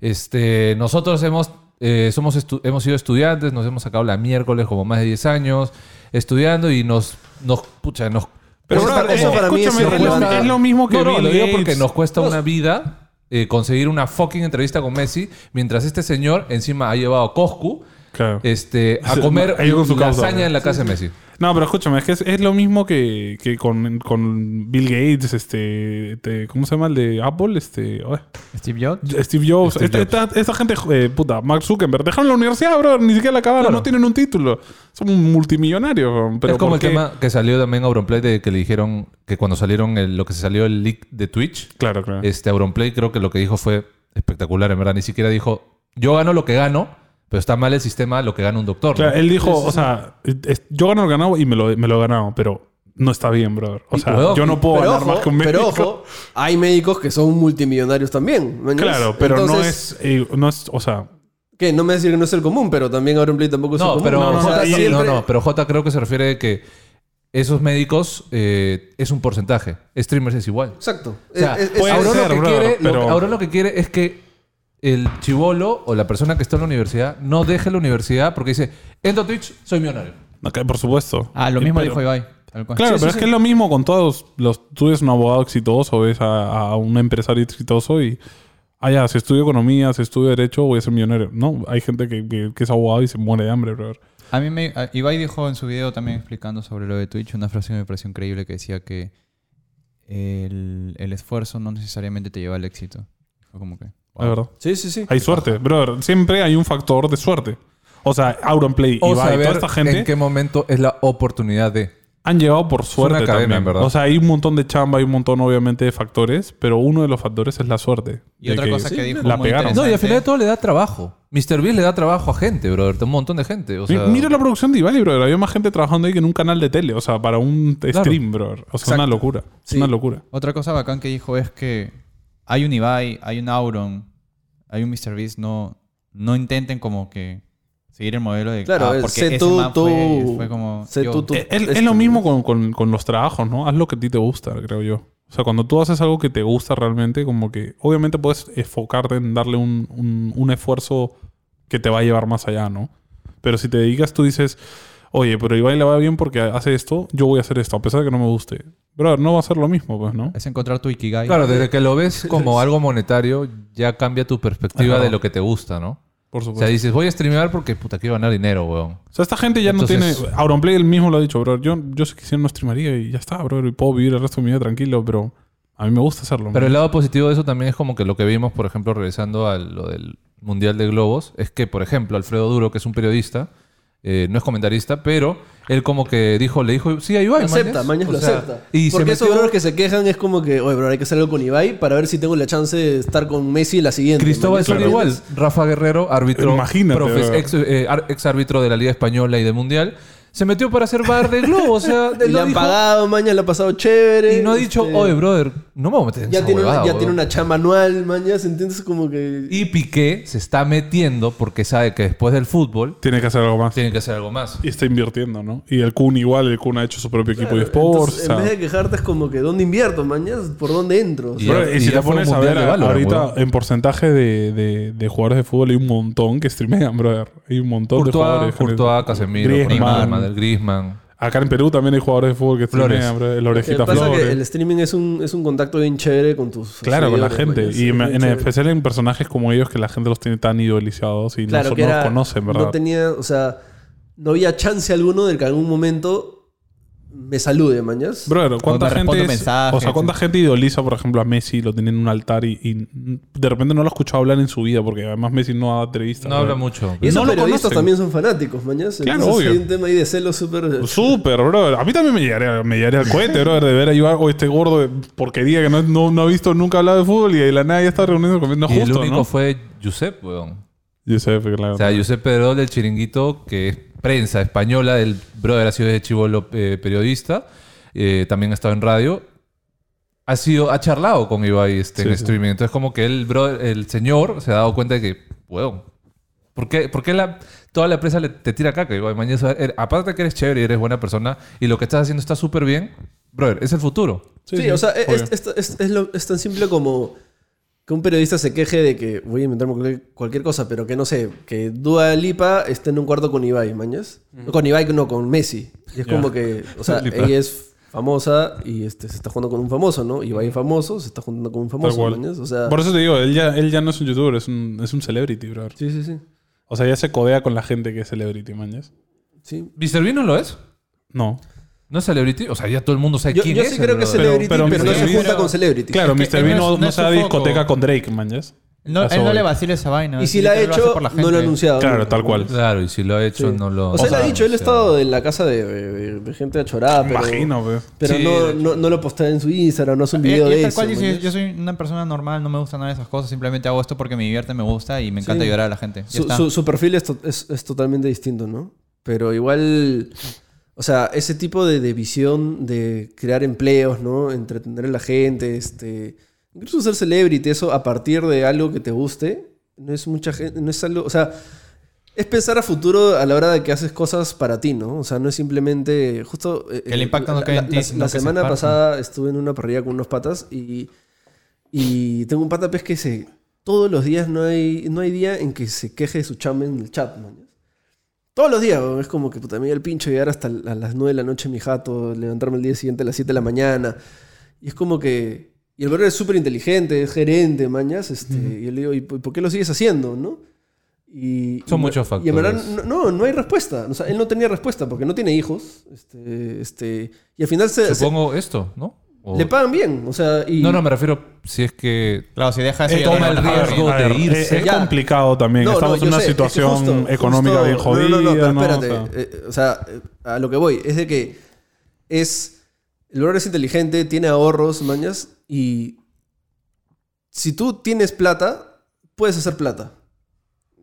[SPEAKER 3] este, nosotros hemos, eh, somos estu- hemos sido estudiantes, nos hemos sacado la miércoles como más de 10 años estudiando y nos, nos pucha, nos...
[SPEAKER 2] Pero,
[SPEAKER 1] Eso
[SPEAKER 2] bro,
[SPEAKER 1] para- eso
[SPEAKER 2] eh,
[SPEAKER 1] para mí es
[SPEAKER 2] escúchame, es, lo,
[SPEAKER 1] irrelevante.
[SPEAKER 2] es lo mismo que
[SPEAKER 3] No, no,
[SPEAKER 2] Bill
[SPEAKER 3] lo digo
[SPEAKER 2] Gates.
[SPEAKER 3] porque nos cuesta una vida eh, conseguir una fucking entrevista con Messi, mientras este señor encima ha llevado a Coscu
[SPEAKER 2] Claro.
[SPEAKER 3] este, a
[SPEAKER 2] Sí,
[SPEAKER 3] comer
[SPEAKER 2] ahí con su causa,
[SPEAKER 3] lasaña
[SPEAKER 2] bro.
[SPEAKER 3] en la casa de Messi.
[SPEAKER 2] No, pero escúchame, es que es, es lo mismo que, que con, con Bill Gates, este, este, ¿Cómo se llama el de Apple? Este. ay,
[SPEAKER 4] Steve Jobs.
[SPEAKER 2] Steve Jobs.
[SPEAKER 3] Steve
[SPEAKER 2] Esta,
[SPEAKER 3] Jobs.
[SPEAKER 2] esta- esta gente, eh, puta, Mark Zuckerberg. Dejaron la universidad, bro. Ni siquiera la acabaron.
[SPEAKER 3] Claro.
[SPEAKER 2] No tienen un título. Son multimillonarios, bro. Pero
[SPEAKER 3] es como
[SPEAKER 2] ¿por
[SPEAKER 3] el
[SPEAKER 2] qué?
[SPEAKER 3] tema que salió también a Auronplay de que le dijeron que cuando salieron el- lo que se salió el leak de Twitch,
[SPEAKER 2] Claro, claro.
[SPEAKER 3] este Auronplay creo que lo que dijo fue espectacular, en verdad. Ni siquiera dijo, yo gano lo que gano, pero está mal el sistema lo que gana un doctor. ¿no?
[SPEAKER 2] Claro, él dijo, o sea, es- yo gano el ganado y me lo, me lo he ganado, pero no está bien, bro. O
[SPEAKER 3] Y-
[SPEAKER 2] sea,
[SPEAKER 3] pero ojo,
[SPEAKER 2] yo no puedo
[SPEAKER 1] Pero
[SPEAKER 2] ganar
[SPEAKER 1] ojo,
[SPEAKER 2] más que un médico.
[SPEAKER 1] pero ojo, hay médicos que son multimillonarios también. mañas.
[SPEAKER 2] Claro, pero no,
[SPEAKER 1] Entonces,
[SPEAKER 2] es, eh, no es, o sea,
[SPEAKER 1] Que no me decir que no es el común, pero también ahora en Play tampoco es el
[SPEAKER 3] No,
[SPEAKER 1] común.
[SPEAKER 3] pero
[SPEAKER 2] No, no,
[SPEAKER 1] O sea,
[SPEAKER 3] J,
[SPEAKER 2] no,
[SPEAKER 3] sí, no,
[SPEAKER 1] siempre-
[SPEAKER 3] no, pero J creo que se refiere de que esos médicos eh, es un porcentaje. Streamers es igual.
[SPEAKER 1] Exacto.
[SPEAKER 3] O sea,
[SPEAKER 1] Es- es-
[SPEAKER 2] Eh, puede
[SPEAKER 1] ahora
[SPEAKER 3] Auron
[SPEAKER 2] ser,
[SPEAKER 3] lo, que
[SPEAKER 2] brother,
[SPEAKER 3] quiere, lo que-
[SPEAKER 2] pero-
[SPEAKER 3] Auron lo que quiere es que el chivolo o la persona que está en la universidad no deje la universidad porque dice, entro a Twitch, soy millonario.
[SPEAKER 2] ok, por supuesto.
[SPEAKER 4] Ah, lo
[SPEAKER 2] Eh,
[SPEAKER 4] mismo
[SPEAKER 2] pero-
[SPEAKER 4] dijo Ibai. tal
[SPEAKER 3] Pues
[SPEAKER 4] cual.
[SPEAKER 2] Claro,
[SPEAKER 1] Sí,
[SPEAKER 2] pero
[SPEAKER 1] sí,
[SPEAKER 2] es
[SPEAKER 1] sí.
[SPEAKER 2] que es lo mismo con todos. Los, tú eres un abogado exitoso, ves a, a un empresario exitoso y. Ah, ya, si estudio economía, si estudio derecho, voy a ser millonario. No, hay gente que, que- que es abogado y se muere de hambre, brother.
[SPEAKER 4] A mí me, a- Ibai dijo en su video también explicando sobre lo de Twitch una frase que me pareció increíble que decía que el, el esfuerzo no necesariamente te lleva al éxito. Fue como que...
[SPEAKER 2] Es verdad.
[SPEAKER 1] Sí, sí, sí.
[SPEAKER 2] Hay suerte, brother. Siempre hay un factor de suerte. O sea, Auronplay,
[SPEAKER 3] O
[SPEAKER 2] Ibai,
[SPEAKER 3] saber
[SPEAKER 2] toda esta gente
[SPEAKER 3] en qué momento es la oportunidad de.
[SPEAKER 2] han llevado por suerte
[SPEAKER 3] una cadena,
[SPEAKER 2] también.
[SPEAKER 3] en verdad.
[SPEAKER 2] O sea, hay un montón de chamba, hay un montón, obviamente, de factores, pero uno de los factores es la suerte.
[SPEAKER 4] Y
[SPEAKER 2] De
[SPEAKER 4] otra cosa que dijo
[SPEAKER 2] la
[SPEAKER 4] muy
[SPEAKER 2] pegaron.
[SPEAKER 3] No, y al
[SPEAKER 4] Interesante.
[SPEAKER 3] final de todo le da trabajo. Mr. Beast le da trabajo a gente, brother. Un montón de gente. O sea,
[SPEAKER 2] Mi- Mira la producción de Ibai, brother. Había más gente trabajando ahí que en un canal de tele. O sea, para un stream, brother. O sea, una locura. Es
[SPEAKER 1] Sí.
[SPEAKER 2] una locura.
[SPEAKER 4] Otra cosa bacán que dijo es que hay un Ibai, hay un Auron, hay un MrBeast, no, no intenten como que seguir el modelo de...
[SPEAKER 1] Claro,
[SPEAKER 4] ah,
[SPEAKER 1] es-
[SPEAKER 4] porque
[SPEAKER 1] sé
[SPEAKER 4] ese
[SPEAKER 1] tú-
[SPEAKER 4] man fue,
[SPEAKER 1] tú-
[SPEAKER 4] fue como...
[SPEAKER 1] sé
[SPEAKER 4] yo-
[SPEAKER 1] tú- tú-
[SPEAKER 2] Eh, Es,
[SPEAKER 1] este-
[SPEAKER 2] es lo mismo con, con- con los trabajos, ¿no? Haz lo que a ti te gusta, creo yo. O sea, cuando tú haces algo que te gusta realmente, como que obviamente puedes enfocarte en darle un, un- un esfuerzo que te va a llevar más allá, ¿no? Pero si te dedicas, tú dices, oye, pero Ibai le va bien porque hace esto, yo voy a hacer esto, a pesar de que no me guste. Brother, no va a ser lo mismo, pues, ¿no?
[SPEAKER 4] Es encontrar tu Ikigai.
[SPEAKER 3] Claro, desde que lo ves como algo monetario, ya cambia tu perspectiva
[SPEAKER 2] Ajá.
[SPEAKER 3] de lo que te gusta, ¿no?
[SPEAKER 2] Por
[SPEAKER 3] O sea,
[SPEAKER 1] Pues-
[SPEAKER 2] supuesto.
[SPEAKER 3] dices, voy a streamear porque puta quiero ganar dinero, weón.
[SPEAKER 2] O sea, esta gente ya
[SPEAKER 3] Entonces-
[SPEAKER 2] no tiene. Auronplay él mismo lo ha dicho, bro. Yo, yo sé que si no streamaría y ya está, bro. Y puedo vivir el resto de mi vida tranquilo, pero a mí me gusta hacerlo.
[SPEAKER 3] Pero
[SPEAKER 2] man.
[SPEAKER 3] el lado positivo de eso también es como que lo que vimos, por ejemplo, regresando a lo del Mundial de Globos, es que, por ejemplo, Alfredo Duro, que es un periodista, eh, no es comentarista, pero él como que dijo, le dijo, sí, ahí va.
[SPEAKER 1] Lo acepta, Mañas lo acepta.
[SPEAKER 3] Y se
[SPEAKER 1] Porque esos
[SPEAKER 3] metió-
[SPEAKER 1] brothers que se quejan es como que, oye, bro, hay que hacer algo con Ibai para ver si tengo la chance de estar con Messi la siguiente.
[SPEAKER 3] Cristóbal
[SPEAKER 1] Mañas,
[SPEAKER 3] Soria
[SPEAKER 1] ¿entiendes?
[SPEAKER 3] igual. Rafa Guerrero, árbitro,
[SPEAKER 2] Imagínate,
[SPEAKER 3] profes-
[SPEAKER 2] bro.
[SPEAKER 3] ex, eh, ar- ex árbitro de la Liga Española y de Mundial, se metió para hacer bar de globo. O sea,
[SPEAKER 1] Y
[SPEAKER 3] él
[SPEAKER 1] le
[SPEAKER 3] no
[SPEAKER 1] han
[SPEAKER 3] dijo-
[SPEAKER 1] pagado, Mañas le ha pasado chévere.
[SPEAKER 3] y no ha dicho,
[SPEAKER 1] este,
[SPEAKER 3] oye, brother, no me voy a meter en
[SPEAKER 1] ya
[SPEAKER 3] esa
[SPEAKER 1] tiene,
[SPEAKER 3] huevada,
[SPEAKER 1] una, ya
[SPEAKER 3] weón".
[SPEAKER 1] tiene una chamba anual, Mañas, entonces como que...
[SPEAKER 3] Y Piqué se está metiendo porque sabe que después del fútbol
[SPEAKER 2] Tiene que hacer algo más.
[SPEAKER 3] tiene que hacer algo más.
[SPEAKER 2] Y está invirtiendo, ¿no? Y el Kun igual, el Kun ha hecho su propio equipo de
[SPEAKER 1] Entonces,
[SPEAKER 2] sports. o sea.
[SPEAKER 1] en vez de quejarte es como que, ¿dónde invierto, Mañas? ¿Por dónde entro? O sea,
[SPEAKER 3] ya-
[SPEAKER 2] Bro, y,
[SPEAKER 3] y
[SPEAKER 2] si
[SPEAKER 3] ya
[SPEAKER 2] te
[SPEAKER 3] fue un
[SPEAKER 2] pones a
[SPEAKER 3] mundial
[SPEAKER 2] ver,
[SPEAKER 3] de Valorant,
[SPEAKER 2] ahorita
[SPEAKER 3] weón.
[SPEAKER 2] en porcentaje de, de- de jugadores de fútbol hay un montón que streamean, brother. Hay un montón de
[SPEAKER 3] Courtois,
[SPEAKER 2] jugadores.
[SPEAKER 3] Courtois, Casemiro,
[SPEAKER 2] Griezmann.
[SPEAKER 3] Griezmann. Griezmann.
[SPEAKER 2] Acá en Perú también hay jugadores de fútbol que
[SPEAKER 3] Flores.
[SPEAKER 2] streamean, bro, el
[SPEAKER 1] Lo que
[SPEAKER 2] orejita
[SPEAKER 1] pasa es
[SPEAKER 2] flores.
[SPEAKER 1] que el streaming es un, es un contacto bien chévere con tus.
[SPEAKER 2] Claro, con la
[SPEAKER 1] seguidores,
[SPEAKER 2] gente.
[SPEAKER 1] man, es
[SPEAKER 2] Y
[SPEAKER 1] bien
[SPEAKER 2] me- en
[SPEAKER 1] chévere.
[SPEAKER 2] especial en personajes como ellos que la gente los tiene tan idolizados y no
[SPEAKER 1] Claro,
[SPEAKER 2] son-
[SPEAKER 1] que
[SPEAKER 2] no,
[SPEAKER 1] era-
[SPEAKER 2] los conocen, ¿verdad?
[SPEAKER 1] No tenía, o sea, no había chance alguno del que en algún momento me salude, mañas.
[SPEAKER 2] Brother, ¿cuánta
[SPEAKER 4] me
[SPEAKER 2] gente,
[SPEAKER 4] responde
[SPEAKER 2] es-
[SPEAKER 4] mensajes,
[SPEAKER 2] o sea, ¿cuánta gente idoliza, por ejemplo, a Messi, lo tiene en un altar y, y de repente no lo ha escuchado hablar en su vida? Porque además Messi no da entrevistas.
[SPEAKER 3] No habla mucho.
[SPEAKER 1] Y esos
[SPEAKER 2] no lo
[SPEAKER 1] periodistas
[SPEAKER 2] conocen.
[SPEAKER 1] también son fanáticos, mañas.
[SPEAKER 2] Claro,
[SPEAKER 1] Entonces hay
[SPEAKER 2] obvio.
[SPEAKER 1] un tema ahí de celos súper.
[SPEAKER 2] Súper, brother. A mí también me llegaría, me llegaría el cohete, brother, de ver ayudar o este gordo de porquería que no, no, no ha visto nunca hablado de fútbol y de la nada ya está reuniendo con... No,
[SPEAKER 3] y el
[SPEAKER 2] justo,
[SPEAKER 3] único
[SPEAKER 2] ¿no?
[SPEAKER 3] fue Giuseppe, weón.
[SPEAKER 2] Yo sé, claro.
[SPEAKER 3] O sea, Giuseppe Pedrol del Chiringuito, que es prensa española, el brother ha sido de Chivolo eh, periodista, eh, también ha estado en radio. Ha sido, ha charlado con Ibai este,
[SPEAKER 2] Sí,
[SPEAKER 3] en
[SPEAKER 2] sí.
[SPEAKER 3] streaming. Entonces, como que el, brother- el señor se ha dado cuenta de que, weón, ¿por qué, por qué la, toda la prensa le- te tira caca? Ibai Mañez, er- aparte que eres chévere y eres buena persona y lo que estás haciendo está súper bien, brother, es el futuro.
[SPEAKER 1] Sí, o sea,
[SPEAKER 2] obvio.
[SPEAKER 1] es, es- es- es lo- es tan simple como que un periodista se queje de que voy a inventarme cualquier, cualquier cosa, pero que no sé, que Dua Lipa esté en un cuarto con Ibai, mañas. No, con Ibai, no, con Messi. Y es
[SPEAKER 2] Ya.
[SPEAKER 1] como que, o sea,
[SPEAKER 2] Lipa.
[SPEAKER 1] ella es famosa y este, se está jugando con un famoso, ¿no? Ibai es famoso, se está juntando con un famoso,
[SPEAKER 2] cual.
[SPEAKER 1] mañas. O sea,
[SPEAKER 2] Por eso te digo, él ya, él ya no es un youtuber, es un, es un celebrity, brother.
[SPEAKER 1] sí, sí, sí.
[SPEAKER 2] O sea, ya se codea con la gente que es celebrity, mañas.
[SPEAKER 1] sí.
[SPEAKER 3] ¿Mr. Bean no lo es?
[SPEAKER 2] No.
[SPEAKER 3] ¿No es celebrity? O sea, ya todo el mundo sabe
[SPEAKER 1] Yo,
[SPEAKER 3] quién
[SPEAKER 1] yo
[SPEAKER 3] es.
[SPEAKER 1] sí
[SPEAKER 3] el
[SPEAKER 1] creo que es
[SPEAKER 2] Pero-
[SPEAKER 3] brother.
[SPEAKER 1] celebrity, pero,
[SPEAKER 2] pero
[SPEAKER 1] no
[SPEAKER 2] Mr.
[SPEAKER 1] se
[SPEAKER 2] Bean-
[SPEAKER 1] junta con celebrity.
[SPEAKER 2] Claro,
[SPEAKER 4] Es que
[SPEAKER 2] Mr.
[SPEAKER 4] él
[SPEAKER 2] B
[SPEAKER 4] no
[SPEAKER 2] no,
[SPEAKER 4] es- no
[SPEAKER 2] no
[SPEAKER 4] es
[SPEAKER 2] se da
[SPEAKER 4] su foco.
[SPEAKER 2] discoteca con Drake, mañas.
[SPEAKER 5] No,
[SPEAKER 2] Eso
[SPEAKER 5] él no
[SPEAKER 2] voy.
[SPEAKER 5] le vacila esa vaina.
[SPEAKER 1] Y si la ha
[SPEAKER 5] Él lo hace
[SPEAKER 1] hecho,
[SPEAKER 5] por la
[SPEAKER 1] no lo
[SPEAKER 5] gente.
[SPEAKER 1] ha anunciado.
[SPEAKER 2] Claro, tal cual.
[SPEAKER 3] Claro, y si lo ha hecho,
[SPEAKER 1] Sí.
[SPEAKER 3] no lo.
[SPEAKER 1] O sea, él ha dicho, él ha
[SPEAKER 3] o sea,
[SPEAKER 1] estado en la casa de, de- de gente achorada, pero...
[SPEAKER 2] Imagino, pues.
[SPEAKER 1] Pero
[SPEAKER 3] Sí, de
[SPEAKER 1] no,
[SPEAKER 3] hecho.
[SPEAKER 1] no, no lo postea en su Instagram, no hace un
[SPEAKER 5] Eh, Y- y
[SPEAKER 1] video
[SPEAKER 5] tal
[SPEAKER 1] de eso.
[SPEAKER 5] cual dice,
[SPEAKER 1] mañas.
[SPEAKER 5] yo soy una persona normal, no me gustan nada de esas cosas, simplemente hago esto porque me divierte, me gusta y me encanta
[SPEAKER 1] Sí.
[SPEAKER 5] ayudar a la gente. Ya
[SPEAKER 1] Su,
[SPEAKER 5] está.
[SPEAKER 1] su- su perfil es, to- es- es totalmente distinto, ¿no? Pero igual, o sea, ese tipo de, de visión de crear empleos, ¿no? Entretener a la gente, este... Incluso ser celebrity, eso a partir de algo que te guste, no es mucha gente, no es algo, o sea, es pensar a futuro a la hora de que haces cosas para ti, ¿no? O sea, no es simplemente, justo... eh,
[SPEAKER 5] Que el impacto no
[SPEAKER 1] la-
[SPEAKER 5] quede en
[SPEAKER 1] la-
[SPEAKER 5] ti,
[SPEAKER 1] La,
[SPEAKER 5] sino
[SPEAKER 1] la
[SPEAKER 5] que se
[SPEAKER 1] semana
[SPEAKER 5] esparza.
[SPEAKER 1] pasada estuve en una parrilla con unos patas y... Y tengo un pata pez que se. Todos los días no hay, no hay día en que se queje de su chamba en el chat, man. Todos los días, weón. es como que puta, me da el pincho llegar hasta a las 9 de la noche mi jato, levantarme el día siguiente a las 7 de la mañana. Y es como que. Y el brother es súper inteligente, es gerente, mañas. Este, Y yo le digo, ¿y por por qué lo sigues haciendo, no? Y,
[SPEAKER 3] Son
[SPEAKER 1] y-
[SPEAKER 3] muchos
[SPEAKER 1] Y en verdad,
[SPEAKER 3] factores.
[SPEAKER 1] no, no, no hay respuesta. O sea, él no tenía respuesta porque no tiene hijos. Este, este, y al final se, se-
[SPEAKER 3] Supongo esto, ¿no? O-
[SPEAKER 1] le pagan bien. O sea, y,
[SPEAKER 3] No, no, me refiero si es que.
[SPEAKER 5] Claro, si
[SPEAKER 2] Eh,
[SPEAKER 5] deja ese
[SPEAKER 3] toma el
[SPEAKER 2] A ver,
[SPEAKER 3] riesgo
[SPEAKER 2] a ver,
[SPEAKER 3] de irse.
[SPEAKER 2] Es, es
[SPEAKER 1] Ya.
[SPEAKER 2] complicado también.
[SPEAKER 1] No,
[SPEAKER 2] Estamos
[SPEAKER 1] no,
[SPEAKER 2] en
[SPEAKER 1] yo
[SPEAKER 2] una
[SPEAKER 1] sé, es que
[SPEAKER 2] situación
[SPEAKER 1] justo-
[SPEAKER 2] económica
[SPEAKER 1] justo-
[SPEAKER 2] bien jodida.
[SPEAKER 1] No, no, no, pero
[SPEAKER 2] ¿no? O
[SPEAKER 1] espérate.
[SPEAKER 2] sea,
[SPEAKER 1] eh, o sea, eh, a lo que voy es de que es. El valor es inteligente, tiene ahorros, mañas, y. Si tú tienes plata, puedes hacer plata.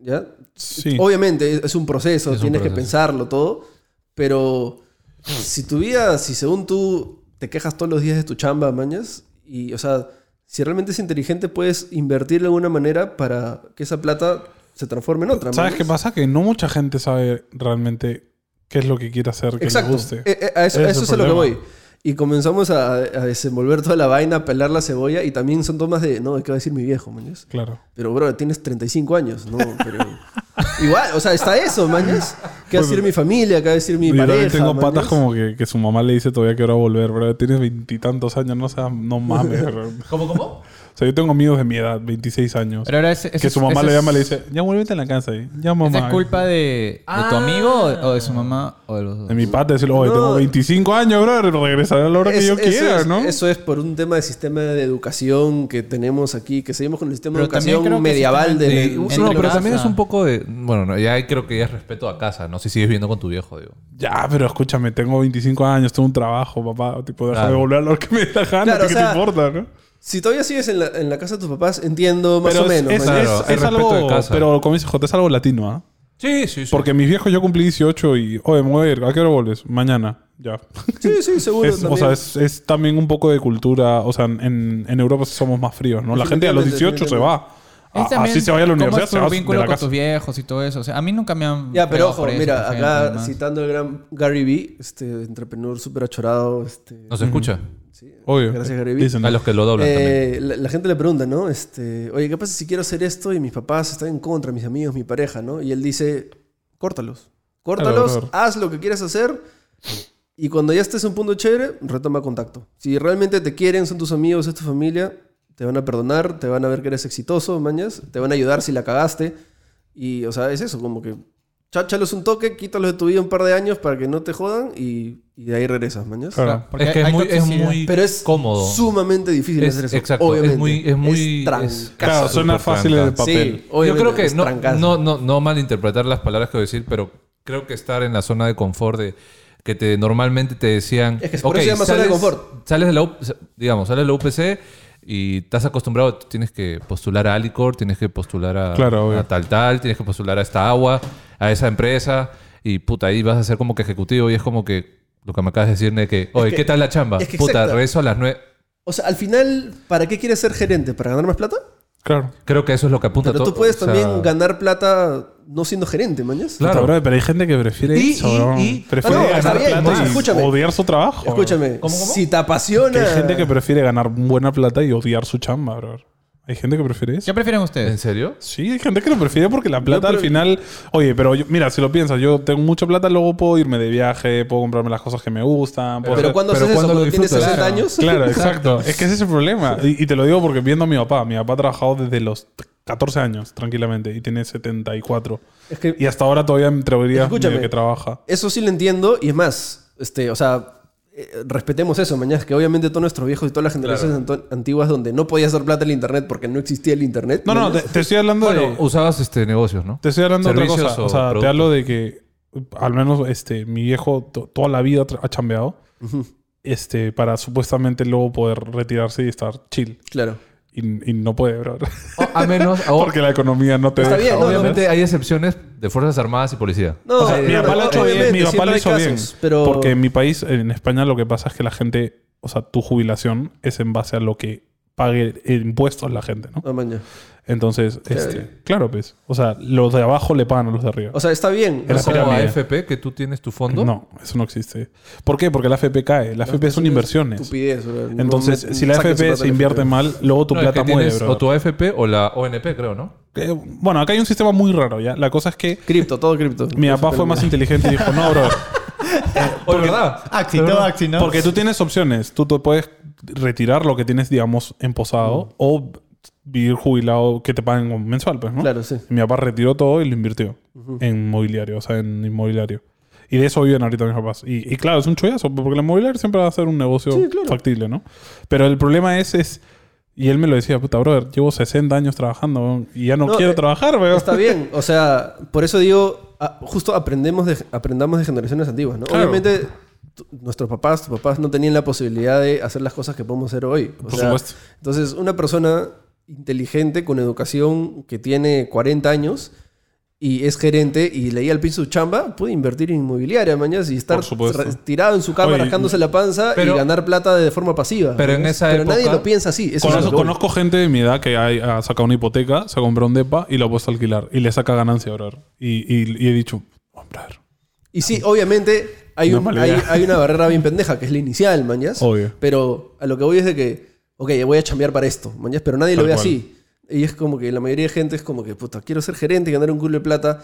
[SPEAKER 1] ¿Ya?
[SPEAKER 2] sí.
[SPEAKER 1] Obviamente es, es un proceso,
[SPEAKER 3] Es un
[SPEAKER 1] tienes que
[SPEAKER 3] proceso.
[SPEAKER 1] pensarlo todo, pero si tu vida, si según tú te quejas todos los días de tu chamba, mañas, y o sea, si realmente es inteligente puedes invertir de alguna manera para que esa plata se transforme en otra.
[SPEAKER 2] ¿Sabes
[SPEAKER 1] mañas.
[SPEAKER 2] qué pasa? Que no mucha gente sabe realmente qué es lo que quiere hacer, que le
[SPEAKER 1] Exacto.
[SPEAKER 2] guste.
[SPEAKER 1] Eh, eh, a eso,
[SPEAKER 2] Ese
[SPEAKER 1] a
[SPEAKER 2] es
[SPEAKER 1] eso
[SPEAKER 2] el
[SPEAKER 1] es a lo que
[SPEAKER 2] problema.
[SPEAKER 1] voy. Y comenzamos a, a desenvolver toda la vaina, a pelar la cebolla y también son tomas de, no, es que va a decir mi viejo, mañas.
[SPEAKER 2] Claro.
[SPEAKER 1] Pero, bro, tienes 35 años, ¿no? Pero... Igual, o sea, está eso, mañas. ¿Qué va a decir mi familia? ¿Qué va a decir mi
[SPEAKER 2] Yo también
[SPEAKER 1] pareja?
[SPEAKER 2] tengo patas
[SPEAKER 1] mañas?
[SPEAKER 2] como que, que su mamá le dice todavía que ahora volver, bro. Tienes veintitantos años, no seas, no mames. bro. o
[SPEAKER 3] ¿Cómo, cómo?
[SPEAKER 2] sea, yo tengo amigos de mi edad, 26 años.
[SPEAKER 5] Pero ahora ese- ese
[SPEAKER 2] que
[SPEAKER 5] es-
[SPEAKER 2] su mamá
[SPEAKER 5] ese
[SPEAKER 2] le
[SPEAKER 5] es-
[SPEAKER 2] llama y le dice, ya vuélvete a la casa ahí. Ya mamá. eh".
[SPEAKER 5] ¿Esa es culpa de, de tu amigo o de- o de
[SPEAKER 1] Ah.
[SPEAKER 5] su mamá o de los dos?
[SPEAKER 2] De mi pata decirle, oye,
[SPEAKER 1] No.
[SPEAKER 2] tengo 25 años, bro. Regresaré a la hora que
[SPEAKER 1] Es-
[SPEAKER 2] yo quiera,
[SPEAKER 1] es,
[SPEAKER 2] ¿no?
[SPEAKER 1] Eso es por un tema de sistema de educación que tenemos aquí, que seguimos con el sistema
[SPEAKER 5] Pero
[SPEAKER 1] de educación
[SPEAKER 5] también creo que
[SPEAKER 1] medieval
[SPEAKER 5] sistema-
[SPEAKER 1] de...
[SPEAKER 5] Sí,
[SPEAKER 1] de-
[SPEAKER 5] en
[SPEAKER 3] no,
[SPEAKER 5] tu
[SPEAKER 3] pero
[SPEAKER 5] casa.
[SPEAKER 3] también es un poco de. Bueno, no, ya creo que ya es respeto a casa, ¿no? Si sigues viviendo con tu viejo, digo.
[SPEAKER 2] Ya, pero escúchame, tengo 25 años, tengo un trabajo, papá. Tipo, déjame
[SPEAKER 3] Claro.
[SPEAKER 2] volver a lo que me da gana,
[SPEAKER 1] Claro, o
[SPEAKER 2] ¿qué
[SPEAKER 1] sea,
[SPEAKER 2] te importa, no?
[SPEAKER 1] Si todavía sigues en la, en la casa de tus papás, entiendo más
[SPEAKER 2] Pero
[SPEAKER 1] o
[SPEAKER 2] es-
[SPEAKER 1] menos.
[SPEAKER 2] es,
[SPEAKER 1] mañas.
[SPEAKER 2] es-
[SPEAKER 3] Claro,
[SPEAKER 2] es
[SPEAKER 3] el respeto
[SPEAKER 2] algo,
[SPEAKER 3] de casa.
[SPEAKER 2] pero como dice J, es algo latino, ¿ah?
[SPEAKER 3] Sí, sí, sí.
[SPEAKER 2] Porque mis viejos yo cumplí 18 y, oye, me voy a ir, ¿a qué hora vuelves? Mañana, ya.
[SPEAKER 1] Sí, sí, seguro.
[SPEAKER 2] Es- o
[SPEAKER 1] también.
[SPEAKER 2] sea, es, es también un poco de cultura. O sea, en, en Europa somos más fríos, ¿no? La gente a los 18 se va.
[SPEAKER 5] Él
[SPEAKER 2] A-
[SPEAKER 5] también-
[SPEAKER 2] Ah, así se vaya a la
[SPEAKER 5] ¿cómo
[SPEAKER 2] universidad,
[SPEAKER 5] es
[SPEAKER 2] se
[SPEAKER 5] tu
[SPEAKER 2] va de
[SPEAKER 5] vínculo
[SPEAKER 2] la
[SPEAKER 5] con
[SPEAKER 2] casa.
[SPEAKER 5] tus viejos y todo eso. O sea, a mí nunca me han.
[SPEAKER 1] Ya, pero
[SPEAKER 5] fregado
[SPEAKER 1] ojo,
[SPEAKER 5] por eso,
[SPEAKER 1] mira,
[SPEAKER 5] por ejemplo,
[SPEAKER 1] acá
[SPEAKER 5] y demás.
[SPEAKER 1] citando al gran Gary Vee, este entrepreneur súper achorado. Este,
[SPEAKER 3] No se escucha.
[SPEAKER 1] sí,
[SPEAKER 2] Obvio.
[SPEAKER 1] Gracias, Gary Vee.
[SPEAKER 2] Dicen,
[SPEAKER 3] A los que lo doblan también.
[SPEAKER 1] Eh, la, la gente le pregunta, ¿no? Este, Oye, ¿qué pasa si quiero hacer esto y mis papás están en contra, mis amigos, mi pareja, ¿no? Y él dice, córtalos. Córtalos,
[SPEAKER 2] Claro, claro.
[SPEAKER 1] haz lo que quieras hacer Y cuando ya estés en un punto chévere, retoma contacto. Si realmente te quieren, son tus amigos, es tu familia, te van a perdonar, te van a ver que eres exitoso, mañas, te van a ayudar si la cagaste. Y, o sea, es eso, como que cháchalos un toque, quítalos de tu vida un par de años para que no te jodan y, y de ahí regresas, mañas.
[SPEAKER 2] Claro.
[SPEAKER 5] Claro, porque
[SPEAKER 3] es que
[SPEAKER 5] hay
[SPEAKER 3] es muy, es
[SPEAKER 5] toxicidad.
[SPEAKER 3] muy
[SPEAKER 1] Pero es
[SPEAKER 3] cómodo.
[SPEAKER 1] Sumamente difícil
[SPEAKER 3] Es-
[SPEAKER 1] hacer eso.
[SPEAKER 3] exacto,
[SPEAKER 1] obviamente.
[SPEAKER 3] es muy- es muy-
[SPEAKER 1] tranca.
[SPEAKER 3] es-
[SPEAKER 2] Claro,
[SPEAKER 3] Casa
[SPEAKER 2] suena
[SPEAKER 3] súper
[SPEAKER 2] fácil
[SPEAKER 3] franca.
[SPEAKER 2] el papel.
[SPEAKER 1] Sí, obviamente,
[SPEAKER 3] Yo creo
[SPEAKER 1] es
[SPEAKER 3] que no,
[SPEAKER 1] trancazo.
[SPEAKER 3] no, no, no malinterpretar las palabras que voy a decir, pero creo que estar en la zona de confort de que te normalmente te decían.
[SPEAKER 1] Es que por
[SPEAKER 3] "Ok,
[SPEAKER 1] eso se llama zona de
[SPEAKER 3] sales-
[SPEAKER 1] confort".
[SPEAKER 3] Sales de la U- digamos, sales de la UPC y estás acostumbrado, tienes que postular a Alicor, tienes que postular a,
[SPEAKER 2] Claro, obvio.
[SPEAKER 3] a tal tal, tienes que postular a esta agua, a esa empresa, y puta, ahí vas a ser como que ejecutivo, y es como que lo que me acabas de decir de que, oye,
[SPEAKER 1] que-
[SPEAKER 3] ¿qué tal la chamba?
[SPEAKER 1] es que
[SPEAKER 3] puta,
[SPEAKER 1] exacto.
[SPEAKER 3] regreso a las nueve.
[SPEAKER 1] O sea, al final, ¿para qué quieres ser gerente? ¿Para ganar más plata?
[SPEAKER 2] Claro.
[SPEAKER 3] Creo que eso es lo que apunta
[SPEAKER 1] Pero
[SPEAKER 3] todo.
[SPEAKER 1] tú puedes
[SPEAKER 3] o sea,
[SPEAKER 1] también ganar plata no siendo gerente, mañas.
[SPEAKER 3] Claro.
[SPEAKER 2] Puta, brother, pero hay gente que prefiere
[SPEAKER 3] Y-
[SPEAKER 2] eso,
[SPEAKER 3] y-
[SPEAKER 2] weón.
[SPEAKER 3] y-
[SPEAKER 2] prefiere
[SPEAKER 1] Ah, no, está
[SPEAKER 2] ganar
[SPEAKER 1] bien,
[SPEAKER 2] plata
[SPEAKER 1] entonces,
[SPEAKER 2] y
[SPEAKER 1] escúchame.
[SPEAKER 2] odiar su trabajo. weón.
[SPEAKER 1] Escúchame, si te
[SPEAKER 2] Que
[SPEAKER 1] apasiona.
[SPEAKER 2] hay gente que prefiere ganar buena plata y odiar su chamba, brother. Hay gente que prefiere eso.
[SPEAKER 5] ¿Qué prefieren
[SPEAKER 3] ¿En
[SPEAKER 5] ustedes?
[SPEAKER 3] serio?
[SPEAKER 2] Sí, hay gente que lo prefiere porque la plata al
[SPEAKER 1] pre-
[SPEAKER 2] final. Oye, pero yo- mira, si lo piensas, yo tengo mucha plata, luego puedo irme de viaje, puedo comprarme las cosas que me gustan. puedo
[SPEAKER 1] Pero
[SPEAKER 2] hacer-
[SPEAKER 1] cuando
[SPEAKER 3] pero
[SPEAKER 1] haces eso,
[SPEAKER 3] ¿cuándo lo
[SPEAKER 1] cuando tienes
[SPEAKER 3] disfrutas?
[SPEAKER 1] 60 años.
[SPEAKER 2] Claro, exacto. es que ese es el problema. Y, y te lo digo porque viendo a mi papá, mi papá ha trabajado desde los 14 años, tranquilamente, y tiene 74.
[SPEAKER 1] Es que-
[SPEAKER 2] y hasta ahora todavía, en teoría,
[SPEAKER 1] Escúchame.
[SPEAKER 2] medio que trabaja.
[SPEAKER 1] Eso sí lo entiendo, y es más, este, o sea, eh, respetemos eso, mañana, que obviamente todos nuestros viejos y todas las generaciones anto- antiguas donde no podías hacer plata el internet porque no existía el internet.
[SPEAKER 2] No, no,
[SPEAKER 1] mañas.
[SPEAKER 2] te, te estoy hablando
[SPEAKER 3] Bueno,
[SPEAKER 2] de.
[SPEAKER 3] usabas este negocios, ¿no?
[SPEAKER 2] Te estoy hablando de otra
[SPEAKER 3] Servicios
[SPEAKER 2] cosa.
[SPEAKER 3] o
[SPEAKER 2] O sea,
[SPEAKER 3] productos.
[SPEAKER 2] te hablo de que al menos este, mi viejo to- toda la vida tra- ha chambeado este, para supuestamente luego poder retirarse y estar chill.
[SPEAKER 1] Claro.
[SPEAKER 2] Y, y no puede, bro.
[SPEAKER 3] O- Oh, a menos, o-
[SPEAKER 2] Porque la economía no te
[SPEAKER 1] Está
[SPEAKER 2] deja.
[SPEAKER 1] bien, no,
[SPEAKER 2] ¿no?
[SPEAKER 3] obviamente hay excepciones de fuerzas armadas y policía.
[SPEAKER 1] No,
[SPEAKER 2] O sea,
[SPEAKER 1] no,
[SPEAKER 2] mi
[SPEAKER 1] no,
[SPEAKER 2] papá lo ha hecho
[SPEAKER 1] Eh,
[SPEAKER 2] bien.
[SPEAKER 1] obviamente,
[SPEAKER 2] Mi papá
[SPEAKER 1] siempre
[SPEAKER 2] lo
[SPEAKER 1] hay
[SPEAKER 2] hizo bien.
[SPEAKER 1] casos, Pero
[SPEAKER 2] Porque en mi país, en España, lo que pasa es que la gente, o sea, tu jubilación es en base a lo que pague el impuestos la gente, ¿no?
[SPEAKER 1] Ah, maña.
[SPEAKER 2] Entonces, este, claro, pues. O sea, los de abajo le pagan a los de arriba.
[SPEAKER 1] O sea, está bien.
[SPEAKER 2] Era
[SPEAKER 1] o
[SPEAKER 3] Es
[SPEAKER 1] sea,
[SPEAKER 2] la
[SPEAKER 3] como
[SPEAKER 2] pirámide.
[SPEAKER 3] AFP, que tú tienes tu fondo.
[SPEAKER 2] No, eso no existe. ¿Por qué? Porque la FP cae. La FP son inversiones.
[SPEAKER 1] Estupidez, bro. No
[SPEAKER 2] Entonces,
[SPEAKER 1] me-
[SPEAKER 2] si la
[SPEAKER 1] saquen su
[SPEAKER 2] FP
[SPEAKER 1] plata
[SPEAKER 2] se
[SPEAKER 1] del
[SPEAKER 2] invierte
[SPEAKER 1] FP.
[SPEAKER 2] mal, luego tu
[SPEAKER 3] No, es
[SPEAKER 2] plata
[SPEAKER 3] que
[SPEAKER 2] muere,
[SPEAKER 3] tienes
[SPEAKER 2] bro.
[SPEAKER 3] O tu AFP o la ONP, creo, ¿no?
[SPEAKER 2] Eh, Bueno, acá hay un sistema muy raro, ¿ya? La cosa es que
[SPEAKER 1] Cripto, todo cripto.
[SPEAKER 2] mi papá fue más inteligente y dijo, no, bro.
[SPEAKER 3] ¿O verdad?
[SPEAKER 2] Ah,
[SPEAKER 5] Axi,
[SPEAKER 3] Pero
[SPEAKER 5] todo
[SPEAKER 3] no.
[SPEAKER 5] Axi, ¿no?
[SPEAKER 2] Porque tú tienes opciones. Tú te puedes retirar lo que tienes, digamos, en posado o vivir jubilado que te paguen mensual, pues, ¿no?
[SPEAKER 1] Claro, sí.
[SPEAKER 2] Y mi papá retiró todo y lo invirtió en mobiliario, o sea, en inmobiliario. Y de eso viven ahorita mis papás. Y, y claro, es un chollazo, porque el inmobiliario siempre va a ser un negocio factible, ¿no? Pero el problema es, es. Y él me lo decía, puta, brother, llevo 60 años trabajando weón, y ya no,
[SPEAKER 1] No,
[SPEAKER 2] quiero
[SPEAKER 1] eh,
[SPEAKER 2] trabajar, weón.
[SPEAKER 1] Está bien, o sea, por eso digo, a- justo aprendemos de, aprendamos de generaciones antiguas, ¿no?
[SPEAKER 2] Claro.
[SPEAKER 1] Obviamente, tu- nuestros papás, tus papás no tenían la posibilidad de hacer las cosas que podemos hacer hoy. O
[SPEAKER 2] Por
[SPEAKER 1] sea,
[SPEAKER 2] supuesto.
[SPEAKER 1] Entonces, una persona inteligente, con educación, que tiene 40 años y es gerente y leía al piso su chamba, puede invertir en inmobiliaria, mañas, y estar
[SPEAKER 2] Por supuesto.
[SPEAKER 1] tirado en su cama
[SPEAKER 2] Oye,
[SPEAKER 1] rascándose la panza
[SPEAKER 3] pero-
[SPEAKER 1] y ganar plata de forma pasiva.
[SPEAKER 3] pero en
[SPEAKER 1] mañas.
[SPEAKER 3] esa
[SPEAKER 1] Pero nadie
[SPEAKER 3] época-
[SPEAKER 1] lo piensa así. Eso es a lo
[SPEAKER 2] Conozco,
[SPEAKER 1] que voy.
[SPEAKER 2] conozco gente de mi edad que ha, ha sacado una hipoteca, se ha comprado un depa y lo ha puesto a alquilar y le saca ganancia, brother. Y, y- y he dicho, oh, brother,
[SPEAKER 1] Y sí, obviamente hay,
[SPEAKER 2] Una
[SPEAKER 1] un-
[SPEAKER 2] mala
[SPEAKER 1] hay,
[SPEAKER 2] idea.
[SPEAKER 1] hay una barrera bien pendeja, que es la inicial, mañas.
[SPEAKER 2] Obvio.
[SPEAKER 1] Pero a lo que voy es de que, ok, voy a chambear para esto, mañas, pero nadie lo
[SPEAKER 2] Tal
[SPEAKER 1] ve
[SPEAKER 2] cual.
[SPEAKER 1] así. Y es como que la mayoría de gente es como que, puta, quiero ser gerente y ganar un culo de plata.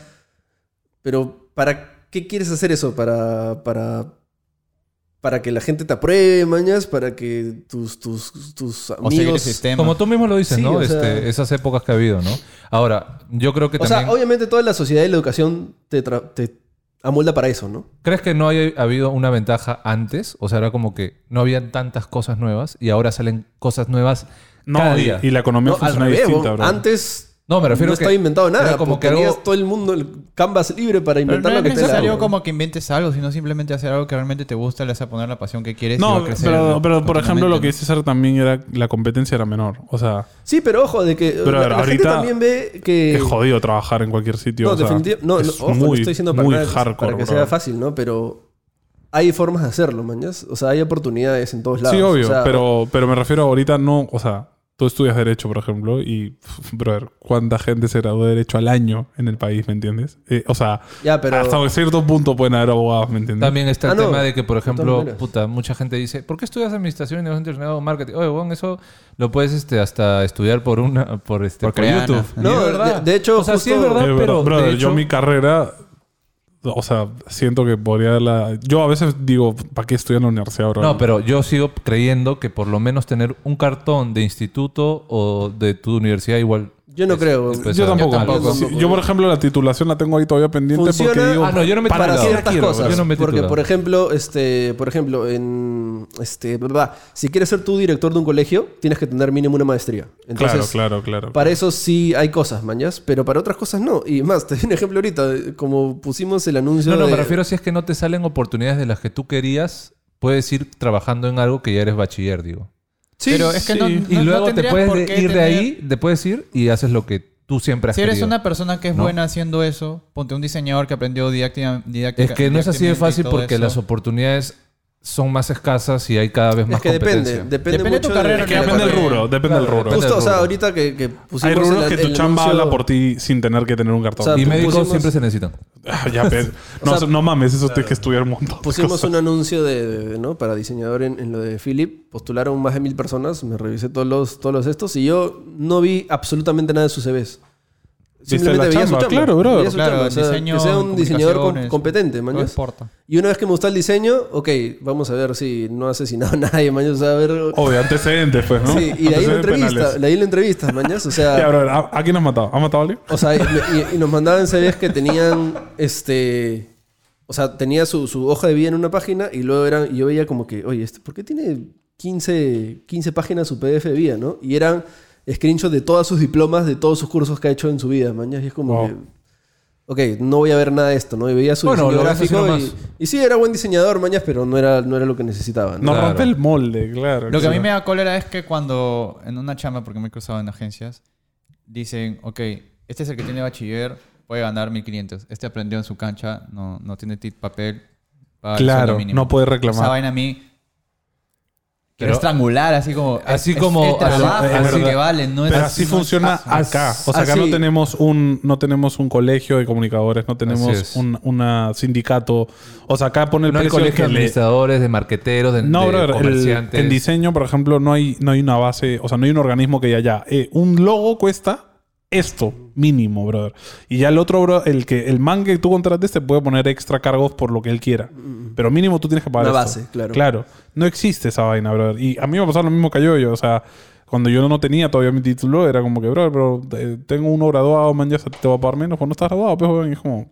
[SPEAKER 1] Pero ¿para qué quieres hacer eso? Para, para, para que la gente te apruebe, mañas, para que tus, tus, tus
[SPEAKER 5] O seguir el
[SPEAKER 1] amigos...
[SPEAKER 5] sistema.
[SPEAKER 3] Como tú mismo lo dices,
[SPEAKER 1] Sí,
[SPEAKER 3] ¿no?
[SPEAKER 1] o sea-
[SPEAKER 3] Este, esas épocas que ha habido, ¿no? Ahora, yo creo que
[SPEAKER 1] o
[SPEAKER 3] también...
[SPEAKER 1] sea, obviamente toda la sociedad y la educación te, tra- te amolda para eso, ¿no?
[SPEAKER 3] ¿Crees que no haya habido una ventaja antes? O sea, era como que no habían tantas cosas nuevas y ahora salen cosas nuevas
[SPEAKER 2] No,
[SPEAKER 3] cada
[SPEAKER 2] y-
[SPEAKER 3] día.
[SPEAKER 2] Y, la economía
[SPEAKER 1] No, al
[SPEAKER 2] funciona
[SPEAKER 1] revés,
[SPEAKER 2] distinta,
[SPEAKER 1] weón.
[SPEAKER 2] bro.
[SPEAKER 1] Antes
[SPEAKER 3] No, me refiero
[SPEAKER 1] no
[SPEAKER 3] que...
[SPEAKER 1] estaba inventado nada.
[SPEAKER 3] era como que
[SPEAKER 1] tenías
[SPEAKER 3] algo-
[SPEAKER 1] todo el mundo el canvas libre para
[SPEAKER 5] Pero
[SPEAKER 1] inventar lo
[SPEAKER 5] no es
[SPEAKER 1] que te la
[SPEAKER 5] necesario
[SPEAKER 1] gana.
[SPEAKER 5] como que inventes algo, sino simplemente hacer algo que realmente te gusta, le vas a poner la pasión que quieres. y va
[SPEAKER 2] no,
[SPEAKER 5] a crecer
[SPEAKER 2] pero, pero por ejemplo lo que
[SPEAKER 5] continuamente,
[SPEAKER 2] dice César también era la competencia era menor. O sea,
[SPEAKER 1] Sí, pero ojo, de que
[SPEAKER 2] Pero
[SPEAKER 1] la,
[SPEAKER 2] a ver,
[SPEAKER 1] la gente
[SPEAKER 2] ahorita-
[SPEAKER 1] también ve que...
[SPEAKER 2] es jodido trabajar en cualquier sitio.
[SPEAKER 1] no,
[SPEAKER 2] o sea,
[SPEAKER 1] definitiv- no, no,
[SPEAKER 2] es
[SPEAKER 1] ojo, no
[SPEAKER 2] muy,
[SPEAKER 1] estoy diciendo para,
[SPEAKER 2] muy
[SPEAKER 1] nada que-
[SPEAKER 2] hardcore,
[SPEAKER 1] para que
[SPEAKER 2] bro.
[SPEAKER 1] sea fácil, ¿no? Pero hay formas de hacerlo, mañas. O sea, hay oportunidades en todos lados.
[SPEAKER 2] Sí, obvio,
[SPEAKER 1] O sea,
[SPEAKER 2] pero, pero me refiero ahorita no, o sea, tú estudias derecho, por ejemplo, y, pf, brother, ¿cuánta gente se graduó de derecho al año en el país, me entiendes? Eh, o sea,
[SPEAKER 1] Ya, pero...
[SPEAKER 2] hasta cierto punto pueden haber abogados, ¿me entiendes?
[SPEAKER 3] También está el
[SPEAKER 1] Ah, no.
[SPEAKER 3] tema de que, por ejemplo,
[SPEAKER 1] maneras.
[SPEAKER 3] puta, mucha gente dice, ¿por qué estudias administración y negocio internacional o marketing? Oye, bueno, eso lo puedes este, hasta estudiar por una, por este,
[SPEAKER 5] Por
[SPEAKER 3] por
[SPEAKER 5] Creana.
[SPEAKER 3] YouTube.
[SPEAKER 1] No,
[SPEAKER 3] Y es
[SPEAKER 1] de- de hecho,
[SPEAKER 3] o sea, sí es
[SPEAKER 1] justo-
[SPEAKER 2] Eh,
[SPEAKER 3] verdad,
[SPEAKER 2] bro-
[SPEAKER 3] pero
[SPEAKER 2] brother,
[SPEAKER 3] de hecho,
[SPEAKER 2] yo mi carrera, O sea, siento que podría darla. Yo a veces digo, ¿para qué estudiar en la universidad, bro?
[SPEAKER 3] No, pero yo sigo creyendo que por lo menos tener un cartón de instituto o de tu universidad igual.
[SPEAKER 1] pues, Yo no creo.
[SPEAKER 3] es pesado.
[SPEAKER 2] yo tampoco.
[SPEAKER 3] Yo
[SPEAKER 1] tampoco.
[SPEAKER 2] Sí, yo, por ejemplo, la titulación la tengo ahí todavía pendiente
[SPEAKER 1] Funciona-
[SPEAKER 2] porque digo.
[SPEAKER 3] Ah, no, yo no me he
[SPEAKER 1] para
[SPEAKER 3] titulado.
[SPEAKER 1] ciertas
[SPEAKER 3] Tranquilo,
[SPEAKER 1] cosas.
[SPEAKER 3] Yo no me he
[SPEAKER 1] porque,
[SPEAKER 3] titulado.
[SPEAKER 1] por ejemplo, este, por ejemplo, en este, ¿verdad? Si quieres ser tú director de un colegio, tienes que tener mínimo una maestría. Entonces,
[SPEAKER 2] claro, claro, claro.
[SPEAKER 1] Para eso sí hay cosas, mañas, pero para otras cosas no. Y más, te doy un ejemplo ahorita, eh, como pusimos el anuncio.
[SPEAKER 3] No, no,
[SPEAKER 1] de-
[SPEAKER 3] me refiero a si es que no te salen oportunidades de las que tú querías, puedes ir trabajando en algo que ya eres bachiller, digo.
[SPEAKER 1] Sí,
[SPEAKER 5] Pero es que no-
[SPEAKER 1] sí.
[SPEAKER 3] Y
[SPEAKER 5] no
[SPEAKER 3] luego te
[SPEAKER 5] tendrías
[SPEAKER 3] puedes
[SPEAKER 5] por
[SPEAKER 3] de-
[SPEAKER 5] qué
[SPEAKER 3] ir de
[SPEAKER 5] tener-
[SPEAKER 3] ahí, te puedes ir y haces lo que tú siempre has
[SPEAKER 5] Si eres
[SPEAKER 3] querido.
[SPEAKER 5] una persona que es
[SPEAKER 3] No.
[SPEAKER 5] buena haciendo eso, ponte un diseñador que aprendió didáctica.
[SPEAKER 3] Es que no es así de fácil porque las
[SPEAKER 5] las
[SPEAKER 3] oportunidades son más escasas y hay cada vez más
[SPEAKER 1] Es que depende,
[SPEAKER 3] competencia.
[SPEAKER 1] depende,
[SPEAKER 5] Depende de tu
[SPEAKER 1] mucho
[SPEAKER 5] carrera,
[SPEAKER 2] Es que
[SPEAKER 5] Claro,
[SPEAKER 2] depende del
[SPEAKER 5] claro.
[SPEAKER 2] rubro, depende del
[SPEAKER 3] Claro,
[SPEAKER 2] rubro.
[SPEAKER 3] depende.
[SPEAKER 1] Justo, o sea,
[SPEAKER 3] rubro.
[SPEAKER 1] ahorita que, que
[SPEAKER 2] Hay
[SPEAKER 1] pusimos.
[SPEAKER 2] rubros
[SPEAKER 1] el-
[SPEAKER 2] que tu
[SPEAKER 1] el
[SPEAKER 2] chamba
[SPEAKER 1] anuncio-
[SPEAKER 2] habla por ti sin tener que tener un cartón.
[SPEAKER 1] O sea,
[SPEAKER 3] Y médicos
[SPEAKER 1] Pusimos-
[SPEAKER 3] siempre se necesitan.
[SPEAKER 2] Ah, ya, pero- no,
[SPEAKER 1] O sea,
[SPEAKER 2] no mames, eso tienes que estudiar un montón. de
[SPEAKER 1] Pusimos
[SPEAKER 2] cosas.
[SPEAKER 1] un anuncio de, de- ¿no? para diseñador en, en lo de Philip. Postularon más de mil personas. Me revisé todos los, todos los estos y yo no vi absolutamente nada de sus CVs.
[SPEAKER 2] Viste la chamba, claro, bro.
[SPEAKER 1] veía su
[SPEAKER 5] Claro,
[SPEAKER 1] chamba, o sea, que sea un diseñador com-
[SPEAKER 5] comunicaciones,
[SPEAKER 1] competente,
[SPEAKER 5] todo
[SPEAKER 1] mañas.
[SPEAKER 5] importa.
[SPEAKER 1] Y una vez que me gustó el diseño, ok, vamos a ver si no ha asesinado a nadie, mañas. O sea, a ver.
[SPEAKER 2] O de antecedentes, pues, ¿no?
[SPEAKER 1] Sí, y de ahí la
[SPEAKER 2] Antecedentes
[SPEAKER 1] entrevista,
[SPEAKER 2] penales.
[SPEAKER 1] de ahí la entrevista, mañas. O sea.
[SPEAKER 2] Ya, bro, ¿a, a quién has matado? ¿Has matado a alguien?
[SPEAKER 1] O sea, y, y nos mandaban CVs que tenían, este... O sea, tenía su, su hoja de vida en una página y luego eran... Y yo veía como que, oye, este, ¿por qué tiene 15, 15 páginas su PDF de vida, no? Y eran screenshots de todos sus diplomas, de todos sus cursos que ha hecho en su vida, mañas. Y es como
[SPEAKER 2] Wow.
[SPEAKER 1] que... Ok, no voy a ver nada de esto, ¿no? Y veía su
[SPEAKER 3] Bueno,
[SPEAKER 1] diseño
[SPEAKER 3] lo ves así
[SPEAKER 1] gráfico
[SPEAKER 3] nomás.
[SPEAKER 1] y, y sí, era buen diseñador, mañas, pero no era, no era lo que necesitaba, ¿no?
[SPEAKER 2] No
[SPEAKER 3] Claro.
[SPEAKER 2] rompe el molde, claro.
[SPEAKER 5] Lo que a mí
[SPEAKER 2] claro.
[SPEAKER 5] me da cólera es que cuando en una chamba, porque me he cruzado en agencias, dicen, ok, este es el que tiene bachiller, puede ganar 1500. Este aprendió en su cancha, no, no tiene tit papel. paga el sueldo
[SPEAKER 2] Claro,
[SPEAKER 5] mínimo.
[SPEAKER 2] no puede
[SPEAKER 5] Esa
[SPEAKER 2] reclamar.
[SPEAKER 5] vaina a mí...
[SPEAKER 3] Pero-
[SPEAKER 5] Quiero estrangular, así como...
[SPEAKER 3] Así
[SPEAKER 5] es-
[SPEAKER 3] como-
[SPEAKER 5] Es, el
[SPEAKER 3] así-
[SPEAKER 5] trabajo,
[SPEAKER 2] es
[SPEAKER 5] es lo Ah,
[SPEAKER 2] verdad.
[SPEAKER 5] que vale, no es...
[SPEAKER 2] Pero así
[SPEAKER 5] no es
[SPEAKER 2] funciona
[SPEAKER 5] fácil.
[SPEAKER 2] acá. O sea, acá
[SPEAKER 1] así-
[SPEAKER 2] no tenemos un no tenemos un colegio de comunicadores, no
[SPEAKER 3] Así
[SPEAKER 2] tenemos
[SPEAKER 3] es.
[SPEAKER 2] un una sindicato. O sea, acá pone el
[SPEAKER 3] no hay
[SPEAKER 2] precio
[SPEAKER 3] colegio
[SPEAKER 2] que
[SPEAKER 3] de
[SPEAKER 2] le-
[SPEAKER 3] administradores, de marqueteros, de,
[SPEAKER 2] No,
[SPEAKER 3] de
[SPEAKER 2] brother, el-
[SPEAKER 3] comerciantes.
[SPEAKER 2] en diseño, por ejemplo, no hay no hay una base, o sea, no hay un organismo que ya ya eh, un logo cuesta esto mínimo, brother. Y ya el otro, bro, el que el man que tú contrates te puede poner extra cargos por lo que él quiera. Pero mínimo tú tienes que pagar
[SPEAKER 1] Mm. Una
[SPEAKER 2] esto.
[SPEAKER 1] base, claro.
[SPEAKER 2] Claro, no existe esa vaina, brother. Y a mí me pasó lo mismo que yo, yo, o sea, cuando yo no tenía todavía mi título, era como que, brother, pero eh, tengo uno graduado, man, ya se te va a pagar menos, pues no estás graduado, pues, weón. Y es como,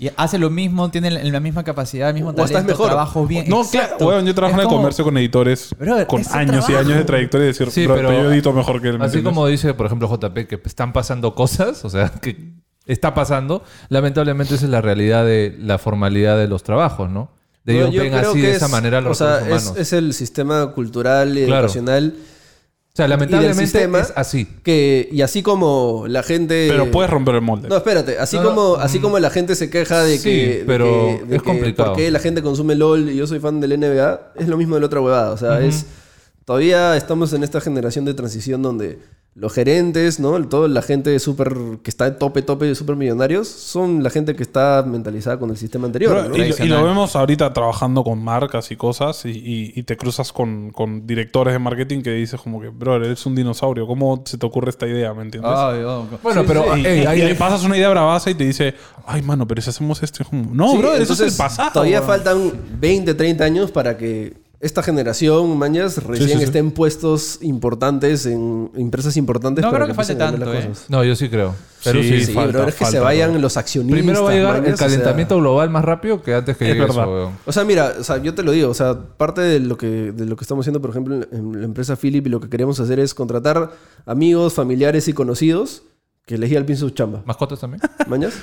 [SPEAKER 5] Y hace lo mismo, tiene la- la misma capacidad, el mismo
[SPEAKER 1] O estás
[SPEAKER 5] talento,
[SPEAKER 1] mejor.
[SPEAKER 5] trabajo bien.
[SPEAKER 2] No,
[SPEAKER 5] exacto.
[SPEAKER 2] claro, weón, yo trabajo
[SPEAKER 5] Es
[SPEAKER 2] en el
[SPEAKER 5] como-
[SPEAKER 2] comercio con editores
[SPEAKER 5] Brother,
[SPEAKER 2] con
[SPEAKER 5] es el
[SPEAKER 2] años y
[SPEAKER 5] trabajo.
[SPEAKER 2] años de trayectoria y decir,
[SPEAKER 3] Sí,
[SPEAKER 2] "Bro,
[SPEAKER 3] pero-
[SPEAKER 2] pero yo edito mejor que él. ¿me
[SPEAKER 3] Así
[SPEAKER 2] entiendes?".
[SPEAKER 3] como dice, por ejemplo, JP, que están pasando cosas, o sea, que está pasando. Lamentablemente esa es la realidad de la formalidad de los trabajos, ¿no? De
[SPEAKER 1] No,
[SPEAKER 3] ellos
[SPEAKER 1] yo
[SPEAKER 3] ven
[SPEAKER 1] creo
[SPEAKER 3] así
[SPEAKER 1] que
[SPEAKER 3] de
[SPEAKER 1] es-
[SPEAKER 3] esa manera a
[SPEAKER 1] o
[SPEAKER 3] los
[SPEAKER 1] sea,
[SPEAKER 3] recursos
[SPEAKER 1] es-
[SPEAKER 3] humanos.
[SPEAKER 1] es el sistema cultural y
[SPEAKER 3] Claro.
[SPEAKER 1] educacional
[SPEAKER 3] o sea, lamentablemente
[SPEAKER 1] sistema-
[SPEAKER 3] es así.
[SPEAKER 1] que... Y así como la gente...
[SPEAKER 2] Pero puedes romper el molde.
[SPEAKER 1] No, espérate, así,
[SPEAKER 3] No, no,
[SPEAKER 1] como, así como la gente se queja de
[SPEAKER 3] Mm. Sí,
[SPEAKER 1] que. de
[SPEAKER 3] pero
[SPEAKER 1] que- de
[SPEAKER 3] es
[SPEAKER 1] que
[SPEAKER 3] complicado.
[SPEAKER 1] ¿Por qué la gente consume LOL y yo soy fan del NBA? Es lo mismo de la otra huevada. O sea, es. Todavía estamos en esta generación de transición donde los gerentes, ¿no? Toda la gente súper. que está de tope, tope, de súper millonarios, son la gente que está mentalizada con el sistema anterior.
[SPEAKER 2] Pero-
[SPEAKER 1] ¿no?
[SPEAKER 2] y, y
[SPEAKER 5] tradicional.
[SPEAKER 2] lo vemos ahorita trabajando con marcas y cosas y, y- y te cruzas con, con directores de marketing que dices como que, bro, eres un dinosaurio, ¿cómo se te ocurre esta idea? ¿Me entiendes?
[SPEAKER 5] Ay, oh,
[SPEAKER 3] Bueno, pero
[SPEAKER 2] y,
[SPEAKER 3] ey,
[SPEAKER 2] y-
[SPEAKER 3] ahí-
[SPEAKER 2] y le pasas una idea bravaza y te dice, ay, mano, pero si hacemos esto, es como, no,
[SPEAKER 1] Sí,
[SPEAKER 2] bro, eso es
[SPEAKER 1] entonces,
[SPEAKER 2] el pasado.
[SPEAKER 1] Todavía
[SPEAKER 2] weón".
[SPEAKER 1] faltan 20, 30 años para que esta generación, mañas, recién
[SPEAKER 2] sí, sí.
[SPEAKER 1] estén puestos importantes en empresas importantes.
[SPEAKER 5] No
[SPEAKER 1] para
[SPEAKER 5] creo que falte
[SPEAKER 1] empiecen a ganar
[SPEAKER 5] tanto,
[SPEAKER 1] las
[SPEAKER 5] ¿eh?
[SPEAKER 1] cosas.
[SPEAKER 3] No, yo sí creo.
[SPEAKER 2] Pero
[SPEAKER 1] Sí,
[SPEAKER 2] sí,
[SPEAKER 1] sí,
[SPEAKER 2] falta,
[SPEAKER 1] bro, es que se
[SPEAKER 2] falta,
[SPEAKER 1] vayan
[SPEAKER 2] bro.
[SPEAKER 1] los accionistas.
[SPEAKER 3] Primero va a llegar
[SPEAKER 1] mañas,
[SPEAKER 3] el calentamiento
[SPEAKER 1] O sea,
[SPEAKER 3] global más rápido que antes que
[SPEAKER 2] Es
[SPEAKER 3] llegue eso,
[SPEAKER 2] verdad.
[SPEAKER 3] weón.
[SPEAKER 1] o sea, mira, o sea, yo te lo digo, o sea, parte de lo que, de lo que estamos haciendo, por ejemplo, en- en la empresa Philip, y lo que queremos hacer es contratar amigos, familiares y conocidos que elegí al pin sus chamba,
[SPEAKER 3] ¿Mascotas también?
[SPEAKER 1] mañas,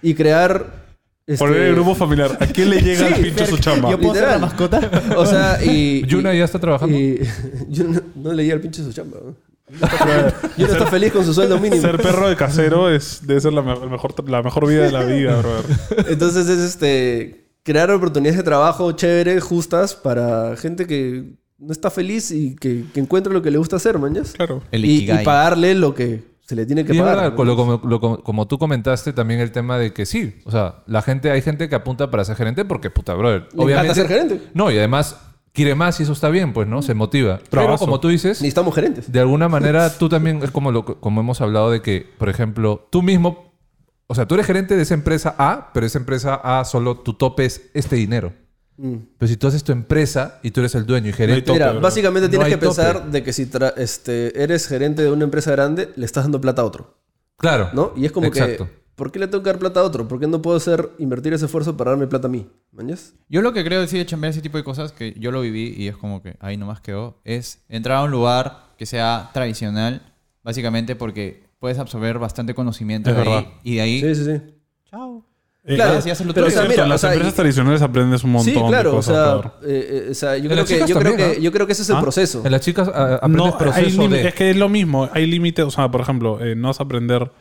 [SPEAKER 1] y crear. este,
[SPEAKER 2] Poner el grupo familiar. ¿A quién le llega
[SPEAKER 1] Sí,
[SPEAKER 2] el pincho su chamba?
[SPEAKER 1] yo puedo ser la
[SPEAKER 5] mascota?
[SPEAKER 1] O sea, y.
[SPEAKER 3] ¿Yuna ya está trabajando?
[SPEAKER 1] y- yo no, no leí al pinche su chamba. ¿no? Yo no estoy feliz con su sueldo mínimo.
[SPEAKER 2] Ser perro de casero es, debe ser la, me- el mejor, la mejor vida de la vida, brother.
[SPEAKER 1] Entonces es este crear oportunidades de trabajo chéveres, justas para gente que no está feliz y que, que encuentra lo que le gusta hacer, mañas.
[SPEAKER 2] Claro.
[SPEAKER 5] El
[SPEAKER 1] y, y
[SPEAKER 5] Ikigai.
[SPEAKER 1] pagarle lo que se le tiene que
[SPEAKER 3] Y es
[SPEAKER 1] pagar.
[SPEAKER 3] verdad,
[SPEAKER 1] ¿no?
[SPEAKER 3] con lo- como, lo- como- como tú comentaste también el tema de que sí, o sea, la gente, hay gente que apunta para ser gerente porque, puta, brother,
[SPEAKER 1] encanta ser gerente.
[SPEAKER 3] No, y además quiere más y eso está bien, pues, ¿no? Se motiva. Pero
[SPEAKER 2] Bravazo.
[SPEAKER 3] como tú dices,
[SPEAKER 1] Necesitamos gerentes.
[SPEAKER 3] de alguna manera tú también, es como, lo, como hemos hablado de que, por ejemplo, tú mismo O sea, tú eres gerente de esa empresa A, pero esa empresa A solo tu tope es este dinero.
[SPEAKER 1] Mm.
[SPEAKER 3] Pero si tú haces tu empresa y tú eres el dueño y
[SPEAKER 2] No hay
[SPEAKER 3] gerente,
[SPEAKER 2] tope,
[SPEAKER 1] Mira,
[SPEAKER 2] bro.
[SPEAKER 1] básicamente
[SPEAKER 3] No
[SPEAKER 1] tienes
[SPEAKER 3] hay
[SPEAKER 1] que pensar
[SPEAKER 3] tope.
[SPEAKER 1] de que si tra- este, eres gerente de una empresa grande, le estás dando plata a otro,
[SPEAKER 3] claro.
[SPEAKER 1] ¿no? Y es como
[SPEAKER 3] Exacto.
[SPEAKER 1] que, ¿por qué le tengo que dar plata a otro? ¿Por qué no puedo hacer invertir ese esfuerzo para darme plata a mí? ¿Mañas?
[SPEAKER 5] Yo lo que creo decir de chambear ese tipo de cosas, que yo lo viví y es como que ahí nomás quedó, es entrar a un lugar que sea tradicional, básicamente porque puedes absorber bastante conocimiento
[SPEAKER 2] Es
[SPEAKER 5] de ahí,
[SPEAKER 2] verdad.
[SPEAKER 5] y de ahí...
[SPEAKER 1] Sí, sí, sí.
[SPEAKER 2] Eh,
[SPEAKER 1] Claro,
[SPEAKER 2] ah,
[SPEAKER 5] si haces lo
[SPEAKER 1] pero,
[SPEAKER 2] es
[SPEAKER 1] o sea,
[SPEAKER 2] cierto,
[SPEAKER 1] mira,
[SPEAKER 2] en
[SPEAKER 1] o
[SPEAKER 2] las
[SPEAKER 1] sea,
[SPEAKER 2] empresas
[SPEAKER 1] y-
[SPEAKER 2] tradicionales aprendes un montón
[SPEAKER 1] Sí, claro,
[SPEAKER 2] de
[SPEAKER 1] o
[SPEAKER 2] cosas.
[SPEAKER 1] sea,
[SPEAKER 2] peor.
[SPEAKER 1] eh, eh, o sea, yo,
[SPEAKER 3] En
[SPEAKER 1] creo
[SPEAKER 3] las
[SPEAKER 1] que,
[SPEAKER 3] chicas
[SPEAKER 1] yo, creo
[SPEAKER 3] también,
[SPEAKER 1] que,
[SPEAKER 3] ¿ah?
[SPEAKER 1] yo creo que ese es el
[SPEAKER 2] ¿Ah?
[SPEAKER 1] proceso.
[SPEAKER 3] En las chicas a- aprendes
[SPEAKER 2] No, hay
[SPEAKER 3] proceso
[SPEAKER 2] lim-
[SPEAKER 3] de...
[SPEAKER 2] es que es lo mismo. Hay límites. O sea, por ejemplo, eh, no vas a aprender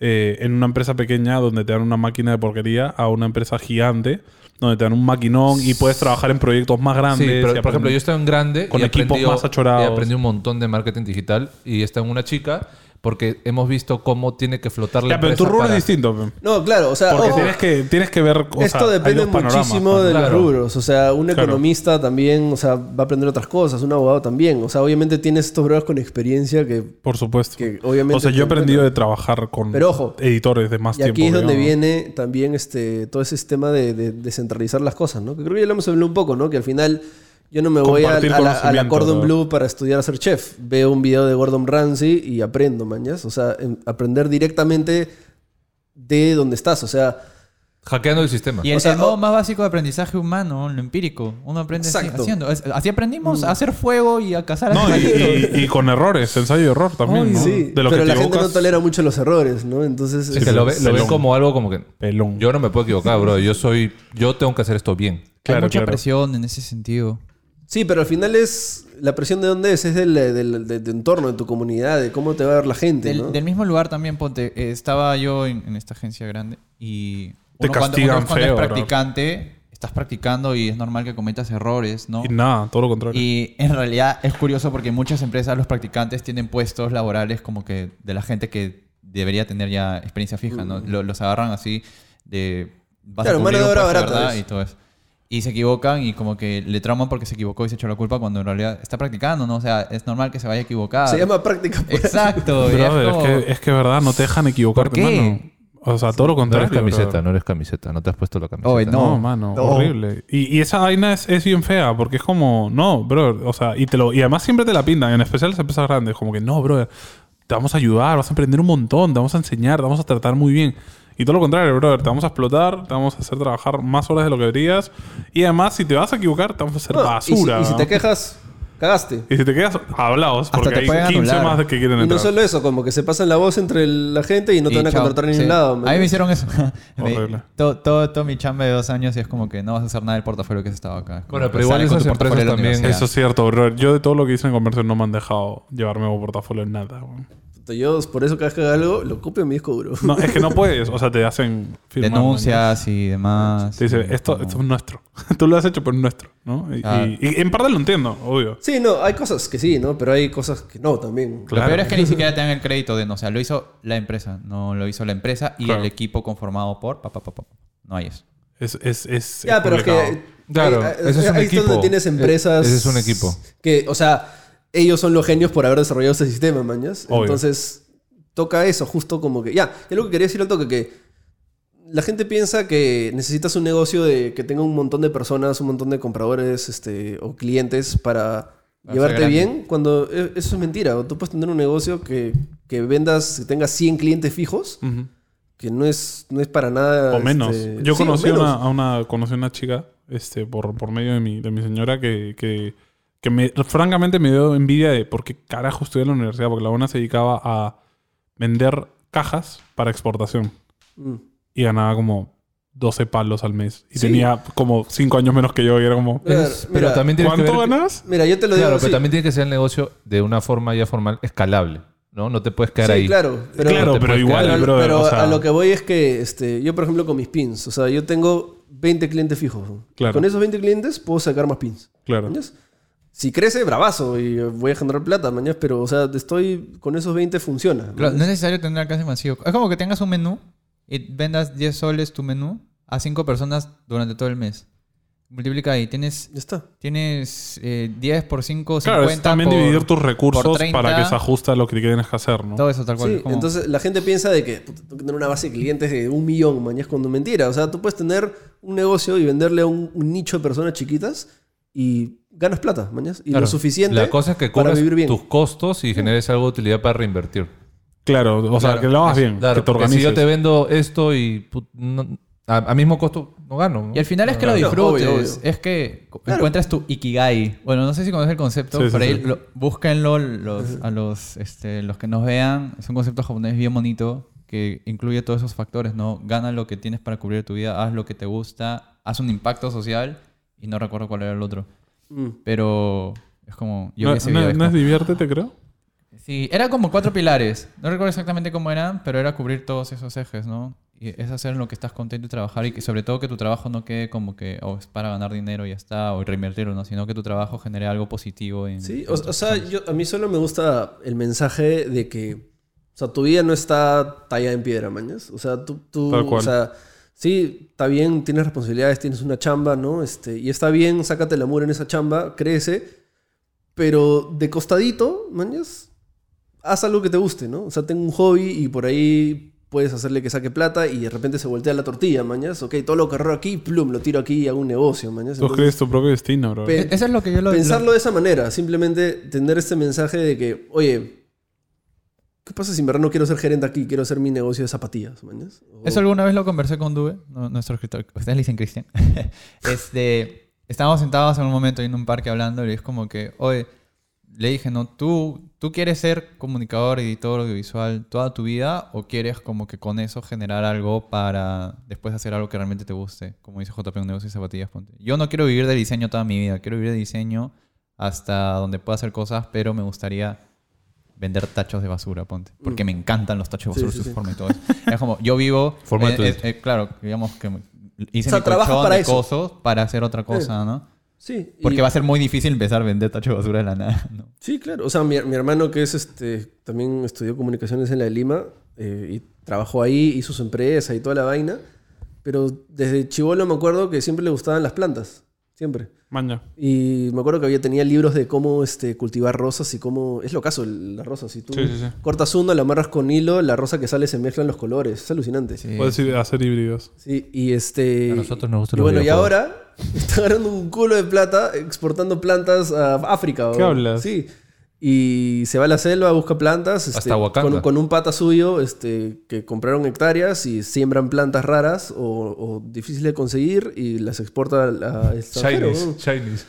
[SPEAKER 2] eh, en una empresa pequeña donde te dan una máquina de porquería a una empresa gigante donde te dan un maquinón y puedes trabajar en proyectos más
[SPEAKER 3] Sí,
[SPEAKER 2] grandes.
[SPEAKER 3] pero
[SPEAKER 2] y
[SPEAKER 3] por ejemplo,
[SPEAKER 2] aprender.
[SPEAKER 3] yo estaba en grande
[SPEAKER 2] con
[SPEAKER 3] y
[SPEAKER 2] equipos
[SPEAKER 3] aprendí-
[SPEAKER 2] más achorados.
[SPEAKER 3] y aprendí un montón de marketing digital y está en una chica porque hemos visto cómo tiene que flotar la
[SPEAKER 2] Ya, pero
[SPEAKER 3] empresa
[SPEAKER 2] tu rubro
[SPEAKER 3] para-
[SPEAKER 2] es distinto. pe.
[SPEAKER 1] No, claro, o sea,
[SPEAKER 2] Porque
[SPEAKER 1] ojo,
[SPEAKER 2] tienes, que, tienes que ver. o
[SPEAKER 1] esto
[SPEAKER 2] sea, hay
[SPEAKER 1] depende
[SPEAKER 2] dos panoramas,
[SPEAKER 1] muchísimo
[SPEAKER 2] ¿no?
[SPEAKER 1] de los
[SPEAKER 3] Claro.
[SPEAKER 1] rubros. O sea, un
[SPEAKER 2] Claro.
[SPEAKER 1] economista también, o sea, va a aprender otras cosas, un abogado también. O sea, obviamente tienes estos bros con experiencia que
[SPEAKER 2] Por supuesto.
[SPEAKER 1] Que obviamente
[SPEAKER 2] o sea, yo he
[SPEAKER 1] te
[SPEAKER 2] aprendido
[SPEAKER 1] encuentran.
[SPEAKER 2] de trabajar con
[SPEAKER 1] Pero ojo,
[SPEAKER 2] editores de más
[SPEAKER 1] Y
[SPEAKER 2] tiempo.
[SPEAKER 1] aquí es donde
[SPEAKER 2] digamos.
[SPEAKER 1] viene también este, todo ese tema de, de- de centralizar las cosas, ¿no? Que creo que ya lo hemos hablado un poco, ¿no? Que al final yo no me voy a,
[SPEAKER 2] Compartir
[SPEAKER 1] a la, a la
[SPEAKER 2] conocimiento,
[SPEAKER 1] Gordon
[SPEAKER 2] ¿no?
[SPEAKER 1] Blue para estudiar a ser chef. Veo un video de Gordon Ramsay y aprendo, mañas. O sea, en- aprender directamente de donde estás. O sea,
[SPEAKER 3] Hackeando el sistema.
[SPEAKER 5] Y el,
[SPEAKER 1] O sea,
[SPEAKER 5] el modo
[SPEAKER 1] o-
[SPEAKER 5] más básico de aprendizaje humano, lo empírico. Uno aprende así-
[SPEAKER 1] Exacto. Mm.
[SPEAKER 5] haciendo. Es- Así aprendimos a hacer fuego y a cazar
[SPEAKER 2] No, y,
[SPEAKER 5] animalitos.
[SPEAKER 2] y- y con errores, ensayo y error
[SPEAKER 1] sí,
[SPEAKER 2] también. ¿no? De
[SPEAKER 1] pero
[SPEAKER 2] lo que te
[SPEAKER 1] la gente no
[SPEAKER 2] equivocas,
[SPEAKER 1] tolera mucho los errores, ¿no? Entonces...
[SPEAKER 3] Es
[SPEAKER 1] es-
[SPEAKER 3] que lo ve, lo ve
[SPEAKER 2] Pelón.
[SPEAKER 3] como algo como que
[SPEAKER 2] Pelón.
[SPEAKER 3] yo no me puedo equivocar, bro. Yo soy... Yo tengo que hacer esto bien.
[SPEAKER 5] Hay
[SPEAKER 2] claro,
[SPEAKER 5] mucha
[SPEAKER 2] claro.
[SPEAKER 5] presión en ese sentido.
[SPEAKER 1] Sí, pero al final es... ¿La presión de dónde es? Es del, del- del- del entorno, de tu comunidad, de cómo te va a ver la gente,
[SPEAKER 5] Del,
[SPEAKER 1] ¿no?
[SPEAKER 5] del mismo lugar también, ponte. eh, estaba yo en, en esta agencia grande y.
[SPEAKER 2] Te
[SPEAKER 5] uno cuando-
[SPEAKER 2] castigan
[SPEAKER 5] uno cuando
[SPEAKER 2] feo,
[SPEAKER 5] es
[SPEAKER 2] bro.
[SPEAKER 5] practicante, estás practicando y es normal que cometas errores, ¿no?
[SPEAKER 2] Y nada, todo lo contrario.
[SPEAKER 5] Y en realidad es curioso porque muchas empresas, los practicantes tienen puestos laborales como que de la gente que debería tener ya experiencia fija, ¿no? Lo- los agarran así de... vas a
[SPEAKER 1] Mm. Claro, mano
[SPEAKER 5] cubrir
[SPEAKER 1] de
[SPEAKER 5] un
[SPEAKER 1] obra
[SPEAKER 5] puesto,
[SPEAKER 1] barata,
[SPEAKER 5] ¿verdad?
[SPEAKER 1] es.
[SPEAKER 5] Y todo eso. Y se equivocan y como que le trauman porque se equivocó y se echó la culpa cuando en realidad está practicando, ¿no? O sea, es normal que se vaya a equivocar.
[SPEAKER 1] Se llama práctica. pues. pura.
[SPEAKER 5] Exacto. y es
[SPEAKER 2] Brother, es,
[SPEAKER 5] como-
[SPEAKER 2] que, es que es verdad, no te dejan equivocarte,
[SPEAKER 5] ¿Por qué?
[SPEAKER 2] mano. O sea, todo lo
[SPEAKER 3] No
[SPEAKER 2] contrario.
[SPEAKER 3] eres camiseta,
[SPEAKER 2] brother.
[SPEAKER 3] no eres camiseta. No te has puesto la camiseta.
[SPEAKER 5] Oye, no.
[SPEAKER 2] No, mano,
[SPEAKER 5] No.
[SPEAKER 2] horrible. Y, y esa vaina es, es bien fea, porque es como, no, bro, o sea, y, te lo, y además siempre te la pintan, en especial las empresas grandes, como que no, bro, te vamos a ayudar, vas a aprender un montón, te vamos a enseñar, te vamos a tratar muy bien. Y todo lo contrario, bro, te vamos a explotar, te vamos a hacer trabajar más horas de lo que deberías, y además si te vas a equivocar, te vamos a hacer
[SPEAKER 1] No, y si-
[SPEAKER 2] basura.
[SPEAKER 1] Y si, te quejas, cagaste.
[SPEAKER 2] Y si te quedas, hablaos, porque
[SPEAKER 5] te
[SPEAKER 2] hay 15
[SPEAKER 5] pueden anular.
[SPEAKER 2] más que quieren
[SPEAKER 1] Y no
[SPEAKER 2] entrar.
[SPEAKER 1] solo eso, como que se pasan la voz entre la gente y no te
[SPEAKER 5] Y
[SPEAKER 1] van a
[SPEAKER 5] chao.
[SPEAKER 1] contratar en
[SPEAKER 5] Sí.
[SPEAKER 1] ningún lado. man.
[SPEAKER 5] A mí me hicieron eso.
[SPEAKER 2] Horrible.
[SPEAKER 5] todo, todo, todo mi chamba de dos años y es como que no vas a hacer nada del portafolio que has estado acá.
[SPEAKER 3] Bueno, pero
[SPEAKER 5] Como que
[SPEAKER 3] igual
[SPEAKER 5] sales con
[SPEAKER 3] esas
[SPEAKER 5] tu portafolio de la
[SPEAKER 3] empresas también-
[SPEAKER 5] universidad.
[SPEAKER 2] Eso es cierto, bro. Yo de todo lo que hice en comercio no me han dejado llevarme a portafolio en nada. weón.
[SPEAKER 1] Puta, Yo, por eso cada vez que haga algo, lo copio en mi disco duro.
[SPEAKER 2] No, es que no puedes. O sea, te hacen firmar. ¿no?
[SPEAKER 5] denuncias y demás.
[SPEAKER 2] Te dice,
[SPEAKER 5] Y
[SPEAKER 2] esto,
[SPEAKER 5] como-
[SPEAKER 2] esto es nuestro. Tú lo has hecho, pero es nuestro, ¿no? Y,
[SPEAKER 5] Ah.
[SPEAKER 2] y- y en parte lo entiendo, obvio.
[SPEAKER 1] Sí, no, hay cosas que sí, ¿no? Pero hay cosas que no también.
[SPEAKER 5] Lo
[SPEAKER 2] Claro.
[SPEAKER 5] peor es que ni siquiera te dan el crédito de no. O sea, lo hizo la empresa. No lo hizo la empresa y
[SPEAKER 2] Claro.
[SPEAKER 5] el equipo conformado por. Pa, pa, pa, pa. No hay eso.
[SPEAKER 2] Es, es, es,
[SPEAKER 1] Ya,
[SPEAKER 2] es
[SPEAKER 1] pero es que.
[SPEAKER 2] complicado.
[SPEAKER 3] Claro,
[SPEAKER 1] ahí- ahí
[SPEAKER 3] ese es un
[SPEAKER 1] ahí donde
[SPEAKER 3] equipo. Eh,
[SPEAKER 1] tienes empresas.
[SPEAKER 3] Ese es un equipo.
[SPEAKER 1] Que, o sea, ellos son los genios por haber desarrollado este sistema, mañas.
[SPEAKER 2] Obvio.
[SPEAKER 1] Entonces, toca eso, justo como que. Ya, ya lo que quería decir al toque que. La gente piensa que necesitas un negocio de que tenga un montón de personas, un montón de compradores este, o clientes para
[SPEAKER 5] Para
[SPEAKER 1] llevarte
[SPEAKER 5] ser grande.
[SPEAKER 1] bien, cuando e- eso es mentira. Tú puedes tener un negocio que, que vendas, que tengas 100 clientes fijos,
[SPEAKER 2] Ujú.
[SPEAKER 1] que no es, no es para nada...
[SPEAKER 2] O menos.
[SPEAKER 1] este,
[SPEAKER 2] Yo
[SPEAKER 1] sí, o
[SPEAKER 2] conocí,
[SPEAKER 1] menos.
[SPEAKER 2] Una, a una, conocí a una chica este, por, por medio de mi, de mi señora que, que, que me, francamente me dio envidia de por qué carajo estudié en la universidad, porque la buena se dedicaba a vender cajas para exportación
[SPEAKER 1] Mm.
[SPEAKER 2] y ganaba como 12 palos al mes. Y
[SPEAKER 1] Sí.
[SPEAKER 2] tenía como 5 años menos que yo y era como...
[SPEAKER 1] Mira,
[SPEAKER 3] Es-
[SPEAKER 1] mira,
[SPEAKER 3] pero también tienes que
[SPEAKER 2] ¿Cuánto
[SPEAKER 3] ver-
[SPEAKER 2] ganas?
[SPEAKER 1] Mira, yo te lo digo
[SPEAKER 3] Claro,
[SPEAKER 1] así.
[SPEAKER 3] pero también tiene que ser el negocio de una forma ya formal escalable, ¿no? No te puedes quedar
[SPEAKER 1] Sí,
[SPEAKER 3] ahí.
[SPEAKER 1] claro. Pero,
[SPEAKER 2] claro,
[SPEAKER 3] te
[SPEAKER 2] pero
[SPEAKER 3] puedes
[SPEAKER 2] igual,
[SPEAKER 3] quedar.
[SPEAKER 1] pero-
[SPEAKER 2] bro.
[SPEAKER 1] pero
[SPEAKER 2] o sea,
[SPEAKER 1] a lo que voy es que este, yo, por ejemplo, con mis pins, o sea, yo tengo 20 clientes fijos.
[SPEAKER 2] Claro.
[SPEAKER 1] Con esos 20 clientes puedo sacar más pins.
[SPEAKER 2] Claro.
[SPEAKER 1] ¿Mañas? Si crece, bravazo y voy a generar plata, mañana, pero, o sea, estoy con esos 20 funciona.
[SPEAKER 5] Claro, no es necesario tener alcance masivo. Es como que tengas un menú y vendas 10 soles tu menú a 5 personas durante todo el mes. multiplica ahí. Tienes,
[SPEAKER 1] Ya está.
[SPEAKER 5] tienes eh, 10 por 5, 50
[SPEAKER 2] Claro, es también
[SPEAKER 5] por-
[SPEAKER 2] dividir tus
[SPEAKER 5] por
[SPEAKER 2] recursos
[SPEAKER 5] 30.
[SPEAKER 2] para que se ajuste a lo que tienes que hacer, ¿no?
[SPEAKER 5] Todo eso tal cual.
[SPEAKER 1] Sí,
[SPEAKER 5] es como-
[SPEAKER 1] entonces la gente piensa de que puta, tengo que tener una base de clientes de un millón, mañana cuando mentira. O sea, tú puedes tener un negocio y venderle a un, un nicho de personas chiquitas y ganas plata, mañana. Y
[SPEAKER 3] Claro.
[SPEAKER 1] lo suficiente
[SPEAKER 3] La cosa es que
[SPEAKER 1] para
[SPEAKER 3] cubras
[SPEAKER 1] vivir bien.
[SPEAKER 3] tus costos y generes algo de utilidad para reinvertir.
[SPEAKER 2] Claro, o sea,
[SPEAKER 3] Claro,
[SPEAKER 2] que lo hagas
[SPEAKER 3] eso,
[SPEAKER 2] bien,
[SPEAKER 3] claro,
[SPEAKER 2] que te
[SPEAKER 3] porque
[SPEAKER 2] organices.
[SPEAKER 3] Si yo te vendo esto y put- no- a, a mismo costo no gano. ¿no?
[SPEAKER 5] Y al final es que lo
[SPEAKER 1] Claro,
[SPEAKER 5] disfrutes.
[SPEAKER 1] obvio, obvio.
[SPEAKER 5] Es que co-
[SPEAKER 1] Claro.
[SPEAKER 5] encuentras tu ikigai. Bueno, no sé si conoces el concepto,
[SPEAKER 2] Sí, sí,
[SPEAKER 5] pero ahí
[SPEAKER 2] sí.
[SPEAKER 5] lo- búsquenlo los, a los, este, los que nos vean. Es un concepto japonés bien bonito que incluye todos esos factores, ¿no? Gana lo que tienes para cubrir tu vida, haz lo que te gusta, haz un impacto social y no recuerdo cuál era el otro.
[SPEAKER 1] Mm.
[SPEAKER 5] Pero es como... Yo
[SPEAKER 2] no,
[SPEAKER 5] vi ese
[SPEAKER 2] no-
[SPEAKER 5] video, es
[SPEAKER 2] no es
[SPEAKER 5] como-
[SPEAKER 2] diviértete, creo.
[SPEAKER 5] Sí, era como cuatro pilares. No recuerdo exactamente cómo eran, pero era cubrir todos esos ejes, ¿no? Y es hacer en lo que estás contento y trabajar y que sobre todo que tu trabajo no quede como que o es para ganar dinero y ya está, o reinvertirlo, ¿no? Sino que tu trabajo genere algo positivo. En,
[SPEAKER 2] Mm,
[SPEAKER 1] Sí, o, o sea, yo, a mí solo me gusta el mensaje de que, o sea, tu vida no está tallada en piedra, mañas. O sea, tú, tú
[SPEAKER 2] Tal cual.
[SPEAKER 1] o sea, sí, está bien, tienes responsabilidades, tienes una chamba, ¿no? Este, y está bien, sácate el amor en esa chamba, crece, pero de costadito, mañas, haz algo que te guste, ¿no? O sea, tengo un hobby y por ahí puedes hacerle que saque plata y de repente se voltea la tortilla, mañas. Ok, todo lo que agarro aquí, plum, lo tiro aquí y hago un negocio, mañas.
[SPEAKER 2] Tú
[SPEAKER 1] Entonces-
[SPEAKER 2] crees tu propio destino, bro.
[SPEAKER 1] Pe-
[SPEAKER 5] E- Eso es lo que yo lo...
[SPEAKER 1] eh, pensarlo de esa manera, simplemente tener este mensaje de que, oye, ¿qué pasa si en verdad no quiero ser gerente aquí? Quiero hacer mi negocio de zapatillas, ¿mañas? O-
[SPEAKER 5] lo- eso alguna vez lo conversé con Dube, no- nuestro escritor. Ustedes le dicen Cristian. este, estábamos sentados en un momento en un parque hablando y es como que, oye, le dije, no, tú, tú quieres ser comunicador, editor audiovisual toda tu vida o quieres como que con eso generar algo para después hacer algo que realmente te guste, como dice JP, un negocio de zapatillas, ponte. Yo no quiero vivir de diseño toda mi vida, quiero vivir de diseño hasta donde pueda hacer cosas, pero me gustaría vender tachos de basura, ponte, porque me encantan los tachos
[SPEAKER 1] Mm.
[SPEAKER 5] de
[SPEAKER 1] Sí,
[SPEAKER 5] basura,
[SPEAKER 1] sí,
[SPEAKER 5] su
[SPEAKER 1] sí.
[SPEAKER 5] forma y todo eso. Es como, yo vivo,
[SPEAKER 3] Forma de tu
[SPEAKER 5] eh,
[SPEAKER 3] vida.
[SPEAKER 5] eh, eh, claro, digamos que me- hice
[SPEAKER 1] O sea,
[SPEAKER 5] mi
[SPEAKER 1] trabajas
[SPEAKER 5] colchón
[SPEAKER 1] para
[SPEAKER 5] de
[SPEAKER 1] eso.
[SPEAKER 5] cosas para hacer otra cosa, ¿no?
[SPEAKER 1] Sí, y-
[SPEAKER 5] Porque va a ser muy difícil empezar a vender tachos de basura de la nada, ¿no?
[SPEAKER 1] sí, claro. O sea, mi, mi hermano que es este, también estudió comunicaciones en la de Lima eh, y trabajó ahí, hizo su empresa y toda la vaina, pero desde chivolo me acuerdo que siempre le gustaban las plantas, siempre.
[SPEAKER 2] Maña.
[SPEAKER 1] Y me acuerdo que había, tenía libros de cómo este, cultivar rosas y cómo... Es lo caso, las rosas. Si tú
[SPEAKER 2] Sí, sí, sí.
[SPEAKER 1] cortas uno, la amarras con hilo, la rosa que sale se mezclan los colores. Es alucinante. Sí.
[SPEAKER 2] Puedes ir a hacer híbridos.
[SPEAKER 1] y este...
[SPEAKER 3] A nosotros nos
[SPEAKER 1] Y
[SPEAKER 3] gustan los
[SPEAKER 1] bueno, y
[SPEAKER 3] videojuegos.
[SPEAKER 1] ahora está ganando un culo de plata exportando plantas a África.
[SPEAKER 2] ¿Qué
[SPEAKER 1] bro.
[SPEAKER 2] hablas?
[SPEAKER 1] Sí. Y se va a la selva, busca plantas. este,
[SPEAKER 3] Hasta Wakanda.
[SPEAKER 1] Con, con un pata suyo este, que compraron hectáreas y siembran plantas raras o, o difíciles de conseguir y las exporta a, a extranjero,
[SPEAKER 3] Chinese,
[SPEAKER 1] bro.
[SPEAKER 3] Chinese.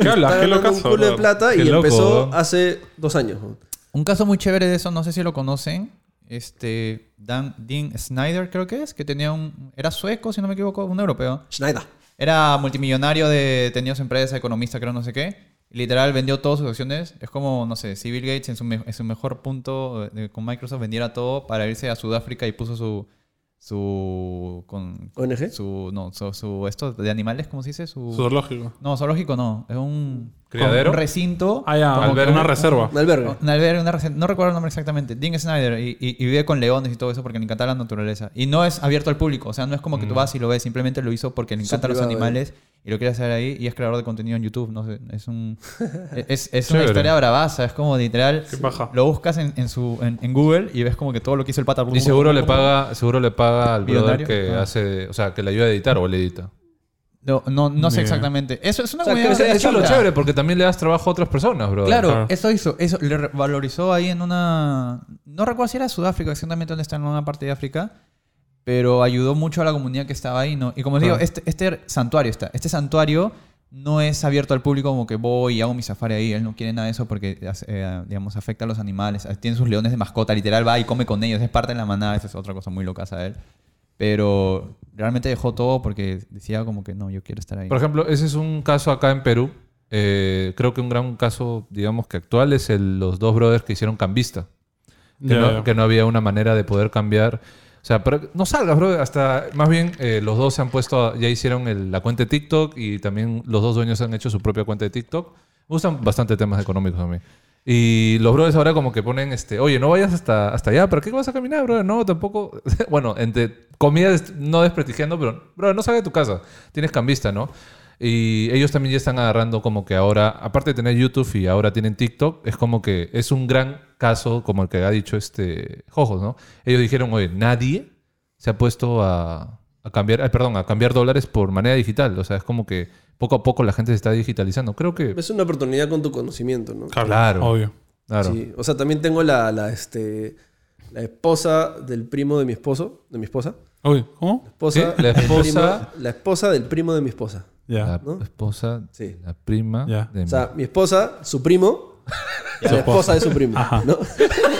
[SPEAKER 2] ¿Qué hablas?
[SPEAKER 1] Está ganando
[SPEAKER 2] ¿Qué locazo?
[SPEAKER 1] un culo de
[SPEAKER 2] bro?
[SPEAKER 1] plata
[SPEAKER 3] Qué
[SPEAKER 1] y
[SPEAKER 3] loco,
[SPEAKER 1] empezó
[SPEAKER 3] ¿no?
[SPEAKER 1] hace dos años. ¿no?
[SPEAKER 5] Un caso muy chévere de eso, no sé si lo conocen, este Dan Dean Snyder creo que es, que tenía un era sueco si no me equivoco, un europeo.
[SPEAKER 1] Schneider.
[SPEAKER 5] Era multimillonario de tenía su empresa, economista, creo no sé qué. Literal vendió todas sus acciones, es como no sé, si Bill Gates en su, me- en su mejor punto eh, con Microsoft vendiera todo para irse a Sudáfrica y puso su su con
[SPEAKER 1] ONG.
[SPEAKER 5] su no, su, su- esto de animales, ¿cómo se dice? Su,
[SPEAKER 2] Eso es lógico.
[SPEAKER 5] no, zoológico no, es un
[SPEAKER 3] ¿Criadero?
[SPEAKER 5] un recinto
[SPEAKER 2] Ah, ya,
[SPEAKER 5] como que
[SPEAKER 2] una
[SPEAKER 5] un-
[SPEAKER 2] reserva.
[SPEAKER 1] Un albergue.
[SPEAKER 3] Ah.
[SPEAKER 5] un albergue, una reserva- no recuerdo el nombre exactamente. Dean Snyder y, y- y vive con leones y todo eso porque le encanta la naturaleza. Y no es abierto al público, o sea, no es como que
[SPEAKER 3] Mm.
[SPEAKER 5] tú vas y lo ves, simplemente lo hizo porque le
[SPEAKER 1] Su
[SPEAKER 5] encantan los
[SPEAKER 1] privado,
[SPEAKER 5] animales
[SPEAKER 3] eh.
[SPEAKER 5] y lo quiere hacer ahí y es creador de contenido en YouTube. No sé, es, un, e, es, es una
[SPEAKER 3] Chévere.
[SPEAKER 5] historia bravaza, es como literal.
[SPEAKER 2] Qué paja.
[SPEAKER 5] Lo buscas en, en su, en, en Google y ves como que todo lo que hizo el pata.
[SPEAKER 3] Y seguro le paga, seguro le paga al brother
[SPEAKER 5] Millonario.
[SPEAKER 3] que
[SPEAKER 5] Ah.
[SPEAKER 3] hace, o sea, que le ayuda a editar o le edita.
[SPEAKER 5] No, no, no sé
[SPEAKER 2] Mira.
[SPEAKER 5] exactamente. Eso es una
[SPEAKER 3] O sea,
[SPEAKER 5] huevada
[SPEAKER 3] que-
[SPEAKER 5] de
[SPEAKER 3] eso es lo
[SPEAKER 5] chamba.
[SPEAKER 3] chévere porque también le das trabajo a otras personas, bro.
[SPEAKER 5] Claro,
[SPEAKER 2] Claro.
[SPEAKER 5] eso hizo, eso le re- valorizó ahí en una. No recuerdo si era Sudáfrica, exactamente dónde está, en una parte de África, pero ayudó mucho a la comunidad que estaba ahí, ¿no? Y como les digo,
[SPEAKER 2] Claro.
[SPEAKER 5] este, este santuario está. Este santuario no es abierto al público como que voy y hago mi safari ahí. Él no quiere nada de eso porque, eh, digamos, afecta a los animales. eh, Tiene sus leones de mascota, literal, va y come con ellos, es parte de la manada. Esa es otra cosa muy loca de él. Pero realmente dejó todo porque decía como que no, yo quiero estar ahí.
[SPEAKER 3] Por ejemplo, ese es un caso acá en Perú. Eh, creo que un gran caso, digamos que actual, es el- los dos brothers que hicieron cambista. Que,
[SPEAKER 2] Ya,
[SPEAKER 3] no,
[SPEAKER 2] ya.
[SPEAKER 3] que no había una manera de poder cambiar. O sea, pero no salgas, brother. Hasta más bien eh, los dos se han puesto, a- ya hicieron el- la cuenta de TikTok y también los dos dueños han hecho su propia cuenta de TikTok. Me gustan bastante temas económicos a mí. Y los brothers ahora como que ponen, este, oye, no vayas hasta, hasta allá, ¿para qué vas a caminar, brother? No, tampoco. bueno, entre comillas, no desprestigiando, pero, brother, no salgas de tu casa. Tienes cambista, ¿no? Y ellos también ya están agarrando como que ahora, aparte de tener YouTube y ahora tienen TikTok, es como que es un gran caso como el que ha dicho este Jojos, ¿no? Ellos dijeron, oye, nadie se ha puesto a, a cambiar, ay, perdón, a cambiar dólares por manera digital. O sea, es como que poco a poco la gente se está digitalizando. Creo que...
[SPEAKER 1] Es una oportunidad con tu conocimiento, ¿no?
[SPEAKER 3] Claro.
[SPEAKER 2] Obvio.
[SPEAKER 3] Claro.
[SPEAKER 1] Sí. O sea, también tengo la, la, este, la esposa del primo de mi esposo, de mi esposa.
[SPEAKER 2] Obvio. ¿Cómo?
[SPEAKER 1] esposa
[SPEAKER 3] ¿Qué? La
[SPEAKER 1] del primo-
[SPEAKER 3] esposa-
[SPEAKER 1] la esposa del primo de mi esposa.
[SPEAKER 2] Ya.
[SPEAKER 3] La esposa,
[SPEAKER 1] Sí.
[SPEAKER 3] la prima
[SPEAKER 2] Ya.
[SPEAKER 1] O
[SPEAKER 3] de mi-
[SPEAKER 1] sea, mi esposa, su primo, la esposa de su primo. ¿no?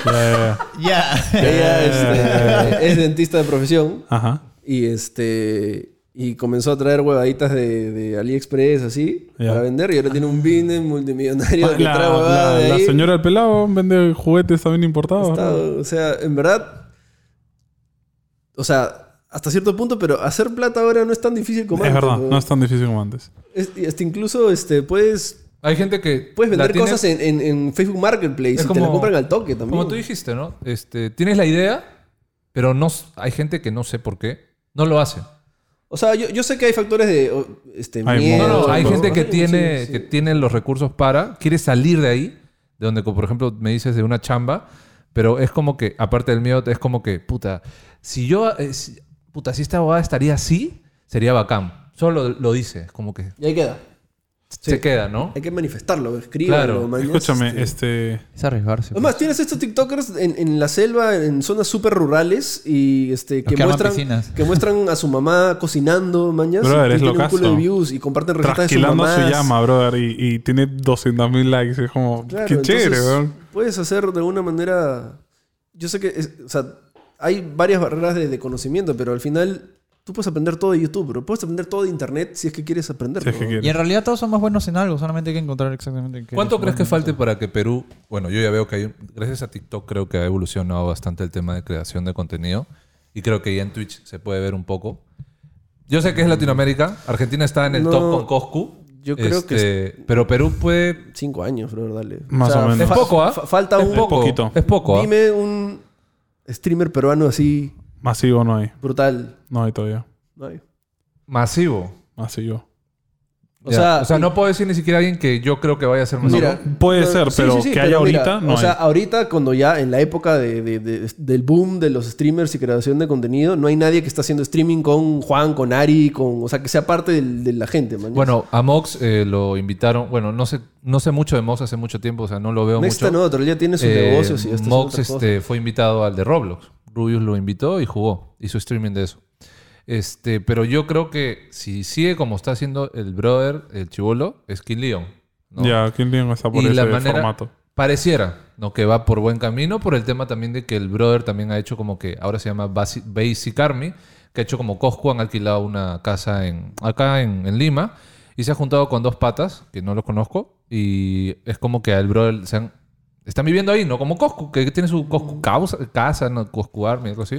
[SPEAKER 2] Ya, ya, ya.
[SPEAKER 4] Ya.
[SPEAKER 1] Ella este, es dentista de profesión
[SPEAKER 2] Ajá.
[SPEAKER 1] y este y comenzó a traer huevaditas de, de AliExpress así
[SPEAKER 2] Ya. Ah.
[SPEAKER 1] para vender y ahora tiene un business multimillonario que
[SPEAKER 2] La,
[SPEAKER 1] trae huevadas
[SPEAKER 2] la-
[SPEAKER 1] de
[SPEAKER 2] la
[SPEAKER 1] ahí.
[SPEAKER 2] señora del pelado vende juguetes también importados. ¿no?
[SPEAKER 1] Está- o sea, en verdad o sea, hasta cierto punto, pero hacer plata ahora no es tan difícil como
[SPEAKER 2] Es
[SPEAKER 1] antes,
[SPEAKER 2] verdad,
[SPEAKER 1] ¿no?
[SPEAKER 2] no es tan difícil como antes.
[SPEAKER 1] Es- y hasta incluso este puedes
[SPEAKER 3] Hay gente que...
[SPEAKER 1] puedes
[SPEAKER 3] la
[SPEAKER 1] vender
[SPEAKER 3] tiene-
[SPEAKER 1] cosas en, en- en Facebook Marketplace
[SPEAKER 3] Es
[SPEAKER 1] y te
[SPEAKER 3] como-
[SPEAKER 1] la compran al toque también.
[SPEAKER 3] Como tú dijiste, ¿no? Este, tienes la idea, pero no, s- hay gente que no sé por qué no lo hace.
[SPEAKER 1] O sea, yo, yo sé que hay factores de o, este,
[SPEAKER 2] Hay
[SPEAKER 1] miedo.
[SPEAKER 3] No, no, Eh, hay
[SPEAKER 2] no.
[SPEAKER 3] gente que
[SPEAKER 1] Sí,
[SPEAKER 3] tiene,
[SPEAKER 1] sí.
[SPEAKER 3] que tiene los recursos para, quiere salir de ahí, de donde, como por ejemplo, me dices de una chamba, pero es como que, aparte del miedo, es como que, puta, si yo, eh, si- puta, si esta abogada estaría así, sería bacán. Solo lo, lo dice, como que
[SPEAKER 1] Y ahí queda.
[SPEAKER 3] se queda, ¿no?
[SPEAKER 1] Hay que manifestarlo, escríbelo.
[SPEAKER 3] Claro.
[SPEAKER 1] mañas,
[SPEAKER 2] Escúchame,
[SPEAKER 1] este.
[SPEAKER 2] este.
[SPEAKER 5] Es arriesgarse.
[SPEAKER 1] Además, tienes estos TikTokers en, en la selva, en zonas súper rurales, y este, que,
[SPEAKER 5] que arman
[SPEAKER 1] muestran,
[SPEAKER 5] piscinas.
[SPEAKER 1] que muestran a su mamá cocinando, mañas.
[SPEAKER 2] Brother,
[SPEAKER 1] y
[SPEAKER 2] es
[SPEAKER 1] tienen un
[SPEAKER 2] locazo.
[SPEAKER 1] culo de views y comparten recetas de su
[SPEAKER 2] Trasquilando
[SPEAKER 1] mamá.
[SPEAKER 2] su llama, brother, y, y tiene 200.000 likes. Es como, qué chévere, weón.
[SPEAKER 1] Puedes hacer de alguna manera. Yo sé que. es- o sea, hay varias barreras de, de conocimiento, pero al final tú puedes aprender todo de YouTube, pero puedes aprender todo de Internet si es que quieres aprenderlo.
[SPEAKER 2] Si es que
[SPEAKER 1] ¿no?
[SPEAKER 2] quieres.
[SPEAKER 5] Y en realidad todos son más buenos en algo, solamente hay que encontrar exactamente en qué.
[SPEAKER 3] ¿Cuánto
[SPEAKER 5] eres
[SPEAKER 3] crees que
[SPEAKER 5] bueno.
[SPEAKER 3] falte para que Perú, bueno, yo ya veo que hay, un- gracias a TikTok creo que ha evolucionado bastante el tema de creación de contenido y creo que ya en Twitch se puede ver un poco. Yo sé que es Latinoamérica, Argentina está en el
[SPEAKER 1] No,
[SPEAKER 3] top con Coscu,
[SPEAKER 1] yo creo que
[SPEAKER 3] que... Este, Pero Perú puede...
[SPEAKER 1] Cinco años, bro, dale.
[SPEAKER 2] Más o menos.
[SPEAKER 3] Es poco, ¿ah?
[SPEAKER 1] fa- falta
[SPEAKER 3] es
[SPEAKER 1] un
[SPEAKER 3] poco,
[SPEAKER 2] poquito.
[SPEAKER 3] Es poco, ¿ah?
[SPEAKER 1] Dime un streamer peruano así
[SPEAKER 2] Masivo no hay.
[SPEAKER 1] brutal.
[SPEAKER 2] No hay todavía.
[SPEAKER 1] No hay.
[SPEAKER 3] Masivo.
[SPEAKER 2] Masivo.
[SPEAKER 1] O
[SPEAKER 3] Ya.
[SPEAKER 1] sea,
[SPEAKER 3] no puedo decir ni siquiera a alguien que yo creo que vaya a ser masivo.
[SPEAKER 1] Mira,
[SPEAKER 2] Puede ser,
[SPEAKER 1] sí,
[SPEAKER 2] pero
[SPEAKER 1] sí, sí,
[SPEAKER 2] que haya
[SPEAKER 1] mira,
[SPEAKER 2] ahorita no
[SPEAKER 1] O sea,
[SPEAKER 2] hay.
[SPEAKER 1] ahorita cuando ya en la época de- de- de- del boom de los streamers y creación de contenido, no hay nadie que está haciendo streaming con Juan, con Ari, con... O sea, que sea parte del- de la gente, man.
[SPEAKER 3] Bueno, a Mox eh, lo invitaron. Bueno, no sé, no sé mucho de Mox hace mucho tiempo, o sea, no lo veo
[SPEAKER 1] Next
[SPEAKER 3] mucho.
[SPEAKER 1] no, otro día tiene sus
[SPEAKER 3] Eh,
[SPEAKER 1] negocios y ya está haciendo
[SPEAKER 3] Mox
[SPEAKER 1] otras cosas.
[SPEAKER 3] este, fue invitado al de Roblox. Rubius lo invitó y jugó. Hizo streaming de eso. Este, pero yo creo que si sigue como está haciendo el brother, el chivolo, es King Leon. ¿no?
[SPEAKER 2] Ya, ¿quién tiene está por
[SPEAKER 3] y
[SPEAKER 2] ese
[SPEAKER 3] la manera
[SPEAKER 2] formato?
[SPEAKER 3] pareciera ¿no? que va por buen camino por el tema también de que el brother también ha hecho como que ahora se llama Basi- Basic Army que ha hecho como Coscu han alquilado una casa en acá en, en Lima y se ha juntado con dos patas que no los conozco y es como que al brother se han están viviendo ahí, ¿no? Como Coscu, que tiene su Coscu
[SPEAKER 1] Mm.
[SPEAKER 3] causa- casa, ¿no? Coscu Army, algo así.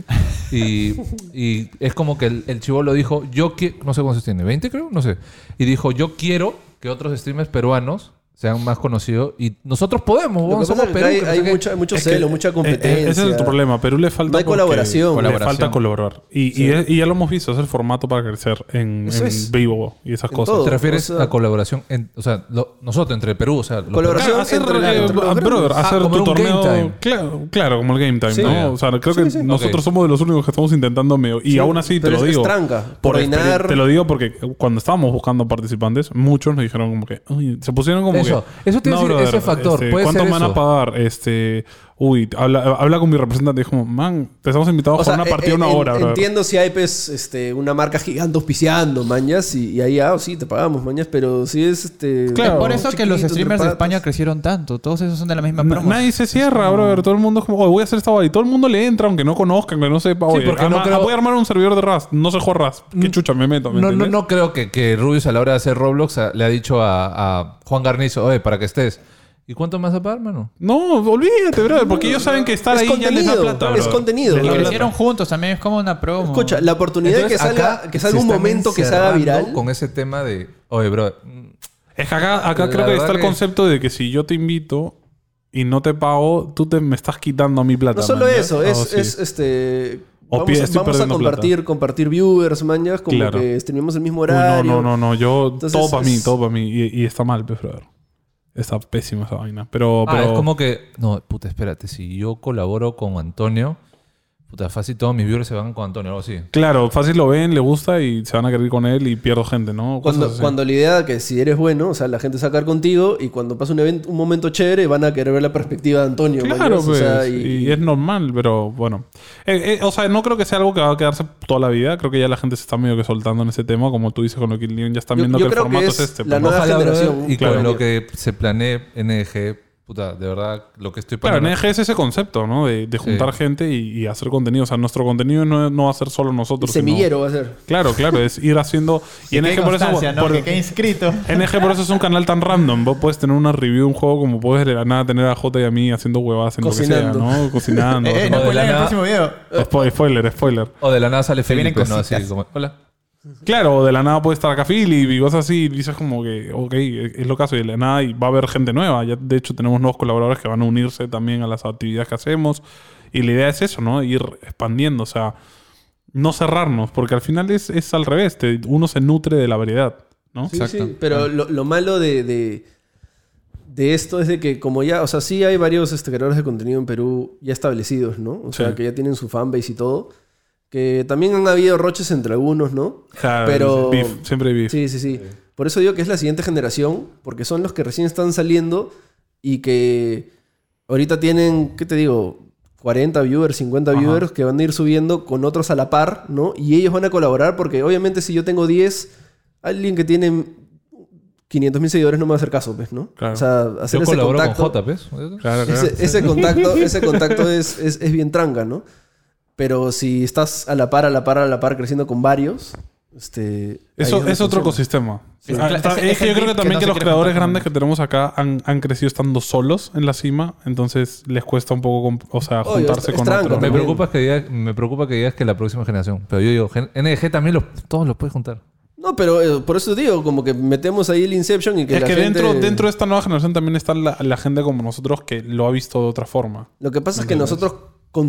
[SPEAKER 3] Y, y es como que el, el chivolo dijo, yo quiero, no sé cuántos tiene, 20 creo, no sé. Y dijo, yo quiero que otros streamers peruanos sean más conocidos y nosotros
[SPEAKER 1] Lo
[SPEAKER 3] podemos,
[SPEAKER 1] que
[SPEAKER 3] weón,
[SPEAKER 1] pasa
[SPEAKER 3] somos
[SPEAKER 1] es que
[SPEAKER 3] Perú. pues,
[SPEAKER 1] hay,
[SPEAKER 3] que no
[SPEAKER 1] hay
[SPEAKER 3] sé qué.
[SPEAKER 1] mucha- mucho
[SPEAKER 2] Es que,
[SPEAKER 1] celo, mucha
[SPEAKER 2] eh, eh,
[SPEAKER 1] competencia.
[SPEAKER 2] Ese es el problema. Perú le falta.
[SPEAKER 1] No hay
[SPEAKER 2] porque
[SPEAKER 1] colaboración.
[SPEAKER 2] Le
[SPEAKER 1] Colaboración.
[SPEAKER 2] falta colaborar. Y, y es- y ya lo hemos visto, es el formato para crecer en,
[SPEAKER 1] Eso
[SPEAKER 2] en
[SPEAKER 1] es.
[SPEAKER 2] vivo y esas
[SPEAKER 1] En
[SPEAKER 2] cosas.
[SPEAKER 1] todo.
[SPEAKER 3] ¿Te refieres
[SPEAKER 1] O sea-
[SPEAKER 3] a colaboración? en- o sea, lo- nosotros entre Perú, o sea, los
[SPEAKER 1] Colaboración.
[SPEAKER 2] Claro, hacer,
[SPEAKER 1] entre la-
[SPEAKER 2] eh,
[SPEAKER 1] entre los
[SPEAKER 2] ah,
[SPEAKER 1] grandes.
[SPEAKER 2] brother,
[SPEAKER 3] Ah,
[SPEAKER 2] hacer
[SPEAKER 3] como
[SPEAKER 2] tu
[SPEAKER 3] un game
[SPEAKER 2] torneo.
[SPEAKER 3] time.
[SPEAKER 2] Claro, claro, como el game time,
[SPEAKER 1] Sí.
[SPEAKER 2] ¿no?
[SPEAKER 1] Ah,
[SPEAKER 2] O sea, creo que nosotros
[SPEAKER 3] Ok.
[SPEAKER 2] somos de los únicos que estamos intentando medio. Y
[SPEAKER 1] Sí,
[SPEAKER 2] aún así, te
[SPEAKER 1] pero
[SPEAKER 2] lo
[SPEAKER 1] es- es
[SPEAKER 2] digo.
[SPEAKER 1] tranca.
[SPEAKER 2] por
[SPEAKER 1] Coordinar.
[SPEAKER 2] experiencia- Te lo digo porque cuando estábamos buscando participantes, muchos nos dijeron como que. "Uy", se pusieron como
[SPEAKER 3] Eso.
[SPEAKER 2] que.
[SPEAKER 3] Eso te iba a decir, ese factor.
[SPEAKER 2] este,
[SPEAKER 3] Puede
[SPEAKER 2] ¿Cuánto
[SPEAKER 3] ser
[SPEAKER 2] me van
[SPEAKER 3] eso".
[SPEAKER 2] a pagar? Este. Uy, habla, habla con mi representante. Y como, man, te estamos invitados a
[SPEAKER 1] O sea,
[SPEAKER 2] jugar una
[SPEAKER 1] eh,
[SPEAKER 2] partida
[SPEAKER 1] eh,
[SPEAKER 2] una
[SPEAKER 1] en-
[SPEAKER 2] hora, brother".
[SPEAKER 1] Entiendo si hay pues, este, una marca gigante auspiciando, mañas, y, y ahí, ah, sí, te pagamos, mañas, pero si es este.
[SPEAKER 2] Claro.
[SPEAKER 5] Es por eso que los
[SPEAKER 1] chiquito,
[SPEAKER 5] streamers de
[SPEAKER 1] entre
[SPEAKER 5] España
[SPEAKER 1] patas.
[SPEAKER 5] crecieron tanto. Todos esos son de la misma
[SPEAKER 2] Na-
[SPEAKER 5] promo.
[SPEAKER 2] Nadie se cierra, brother. Todo el mundo es como, "Oye, voy a hacer esta vaina. Y todo el mundo le entra, aunque no conozcan, que no sepa. Oye,
[SPEAKER 3] porque no
[SPEAKER 2] ama-
[SPEAKER 3] creo-
[SPEAKER 2] voy a armar un servidor de Rust. No sé jugar Rust. ¿Qué chucha me meto? ¿me
[SPEAKER 3] No, no,
[SPEAKER 2] entiendes?
[SPEAKER 3] no creo que, que Rubius a la hora de hacer Roblox a- le ha dicho a, a Juan Garnizo, oye, para que estés. ¿Y cuánto más a pagar, mano?
[SPEAKER 2] No, olvídate, brother, porque ellos saben que estar
[SPEAKER 1] Es
[SPEAKER 2] ahí ya les da
[SPEAKER 1] contenido,
[SPEAKER 2] plata,
[SPEAKER 1] es
[SPEAKER 2] brother.
[SPEAKER 1] contenido.
[SPEAKER 2] Les da
[SPEAKER 1] Y
[SPEAKER 2] plata.
[SPEAKER 5] Crecieron juntos también, es como una promo.
[SPEAKER 1] Escucha, la oportunidad de que
[SPEAKER 3] Entonces,
[SPEAKER 1] salga,
[SPEAKER 3] acá
[SPEAKER 1] que
[SPEAKER 3] se
[SPEAKER 1] salga un
[SPEAKER 3] están
[SPEAKER 1] momento que se haga
[SPEAKER 3] encerrando
[SPEAKER 1] viral.
[SPEAKER 3] Con ese tema de, oye, bro, mm,
[SPEAKER 2] Es que acá, acá
[SPEAKER 3] La
[SPEAKER 2] creo que está
[SPEAKER 3] verdad
[SPEAKER 2] el
[SPEAKER 3] que-
[SPEAKER 2] concepto de que si yo te invito y no te pago, tú te, me estás quitando mi plata.
[SPEAKER 1] No solo
[SPEAKER 2] man, ¿ya?
[SPEAKER 1] eso,
[SPEAKER 2] Ah,
[SPEAKER 1] es,
[SPEAKER 2] sí.
[SPEAKER 1] es, este.
[SPEAKER 2] O
[SPEAKER 1] vamos,
[SPEAKER 2] pie,
[SPEAKER 1] a-
[SPEAKER 2] estoy
[SPEAKER 1] vamos a
[SPEAKER 2] perdiendo plata.
[SPEAKER 1] compartir, compartir viewers, mañas, como
[SPEAKER 2] Claro.
[SPEAKER 1] que streamemos el mismo
[SPEAKER 2] Uy, no,
[SPEAKER 1] horario.
[SPEAKER 2] no, no, no. Yo
[SPEAKER 1] Entonces
[SPEAKER 2] todo para mí,
[SPEAKER 1] es-
[SPEAKER 2] todo para mí. Y, y está mal, pues, brother. Está pésima esa vaina. Pero,
[SPEAKER 3] Ah,
[SPEAKER 2] pero
[SPEAKER 3] es como que. No, puta, espérate. Si yo colaboro con Antonio, puta, fácil todos mis viewers se van con Antonio, algo así.
[SPEAKER 2] claro, fácil lo ven, le gusta y se van a querer ir con él y pierdo gente, ¿no? Cosas
[SPEAKER 1] Cuando,
[SPEAKER 2] así.
[SPEAKER 1] cuando la idea que si eres bueno, o sea, la gente sacar contigo y cuando pasa un evento, un momento chévere, van a querer ver la perspectiva de Antonio.
[SPEAKER 2] Claro,
[SPEAKER 1] mañas, o
[SPEAKER 2] pues,
[SPEAKER 1] sea,
[SPEAKER 2] y, es normal, pero bueno. Eh, eh, o sea, no creo que sea algo que va a quedarse toda la vida. Creo que ya la gente se está medio que soltando en ese tema, como tú dices con lo que ya están
[SPEAKER 1] Yo-
[SPEAKER 2] viendo
[SPEAKER 1] yo
[SPEAKER 2] que el
[SPEAKER 1] creo que
[SPEAKER 2] formato es,
[SPEAKER 1] es
[SPEAKER 2] este.
[SPEAKER 1] la
[SPEAKER 2] pues, ¿no?
[SPEAKER 1] nueva
[SPEAKER 3] Ojalá, brother,
[SPEAKER 1] generación.
[SPEAKER 3] Y
[SPEAKER 2] Claro.
[SPEAKER 3] con lo que se planee NG, puta, de verdad, lo que estoy
[SPEAKER 2] Claro,
[SPEAKER 3] planeando.
[SPEAKER 2] NG es ese concepto, ¿no? De, de juntar gente y, y hacer contenido. O sea, nuestro contenido no, no va a ser solo
[SPEAKER 1] El
[SPEAKER 2] nosotros. sino-
[SPEAKER 1] semillero va a ser.
[SPEAKER 2] Claro, claro, es ir haciendo. Y
[SPEAKER 4] Que quede
[SPEAKER 2] NG por eso.
[SPEAKER 4] constancia, ¿no?
[SPEAKER 2] por-
[SPEAKER 4] Que quede inscrito.
[SPEAKER 2] NG por eso es un canal tan random. Vos puedes tener una review de un juego como puedes de la nada tener a J y a mí haciendo huevadas en
[SPEAKER 1] Cocinando.
[SPEAKER 2] lo que sea, ¿no? Cocinando.
[SPEAKER 4] Eh, eh, no
[SPEAKER 3] de
[SPEAKER 4] spoiler
[SPEAKER 3] la
[SPEAKER 4] el
[SPEAKER 3] nada.
[SPEAKER 4] próximo video.
[SPEAKER 2] Spo- spoiler, spoiler.
[SPEAKER 3] O de la nada sale
[SPEAKER 4] vienen
[SPEAKER 3] Felipe, ¿no? Así
[SPEAKER 4] cositas.
[SPEAKER 3] como, hola.
[SPEAKER 2] Claro, de la nada puede estar acá Philip y cosas así. Y dices como que, ok, es lo caso. Y de la nada y va a haber gente nueva. Ya, de hecho, tenemos nuevos colaboradores que van a unirse también a las actividades que hacemos. Y la idea es eso, ¿no? Ir expandiendo. O sea, no cerrarnos. Porque al final es, es al revés. te- uno se nutre de la variedad, ¿no?
[SPEAKER 1] Sí,
[SPEAKER 5] Exacto.
[SPEAKER 1] sí, pero lo, lo malo de, de, de esto es de que como ya, o sea, sí hay varios este, creadores de contenido en Perú ya establecidos, ¿no? O sea,
[SPEAKER 2] Sí.
[SPEAKER 1] que ya tienen su fanbase y todo. Que también han habido roches entre algunos, ¿no?
[SPEAKER 2] O sea,
[SPEAKER 1] Pero-
[SPEAKER 2] beef, siempre hay beef.
[SPEAKER 1] Sí, sí, sí. Por eso digo que es la siguiente generación, porque son los que recién están saliendo y que ahorita tienen, ¿qué te digo? 40 viewers, 50 viewers que van a ir subiendo con otros a la par, ¿no? Y ellos van a colaborar porque obviamente si yo tengo 10, alguien que tiene 500 mil seguidores no me va a hacer caso, pues, ¿no?
[SPEAKER 2] Claro.
[SPEAKER 1] O sea, hacer
[SPEAKER 3] Yo
[SPEAKER 1] ese
[SPEAKER 3] colaboro
[SPEAKER 1] contacto.
[SPEAKER 3] con J, ¿ves?
[SPEAKER 2] Claro, claro.
[SPEAKER 1] Ese, ese contacto, ese contacto es, es, es bien tranga, ¿no? Pero si estás a la par, a la par, a la par creciendo con varios, este.
[SPEAKER 2] Eso
[SPEAKER 1] ahí
[SPEAKER 2] es,
[SPEAKER 1] donde
[SPEAKER 2] otro
[SPEAKER 1] funciona.
[SPEAKER 2] ecosistema.
[SPEAKER 4] Sí.
[SPEAKER 2] Ah,
[SPEAKER 4] Es-
[SPEAKER 2] está-
[SPEAKER 4] es-
[SPEAKER 2] es
[SPEAKER 4] es
[SPEAKER 2] que
[SPEAKER 4] el
[SPEAKER 2] yo creo que
[SPEAKER 4] beat que
[SPEAKER 2] también
[SPEAKER 4] no
[SPEAKER 2] que
[SPEAKER 4] se
[SPEAKER 2] los
[SPEAKER 4] quiere juntar
[SPEAKER 2] creadores
[SPEAKER 4] con
[SPEAKER 2] grandes que tenemos acá han, han crecido estando solos en la cima, entonces les cuesta un poco, comp- o sea,
[SPEAKER 1] Obvio,
[SPEAKER 2] juntarse
[SPEAKER 1] es- es
[SPEAKER 2] con
[SPEAKER 1] tranca
[SPEAKER 2] otros.
[SPEAKER 3] Me
[SPEAKER 1] también.
[SPEAKER 2] ¿no?
[SPEAKER 3] preocupa, que digas, me preocupa que digas que la próxima generación. Pero yo digo, gen- NG también los, todos los puedes juntar.
[SPEAKER 1] No, pero eh, por eso digo, como que metemos ahí el Inception y que
[SPEAKER 2] es
[SPEAKER 1] la
[SPEAKER 2] que
[SPEAKER 1] gente-
[SPEAKER 2] dentro, dentro de esta nueva generación también está la, la gente como nosotros que lo ha visto de otra forma.
[SPEAKER 1] Lo que pasa es que nosotros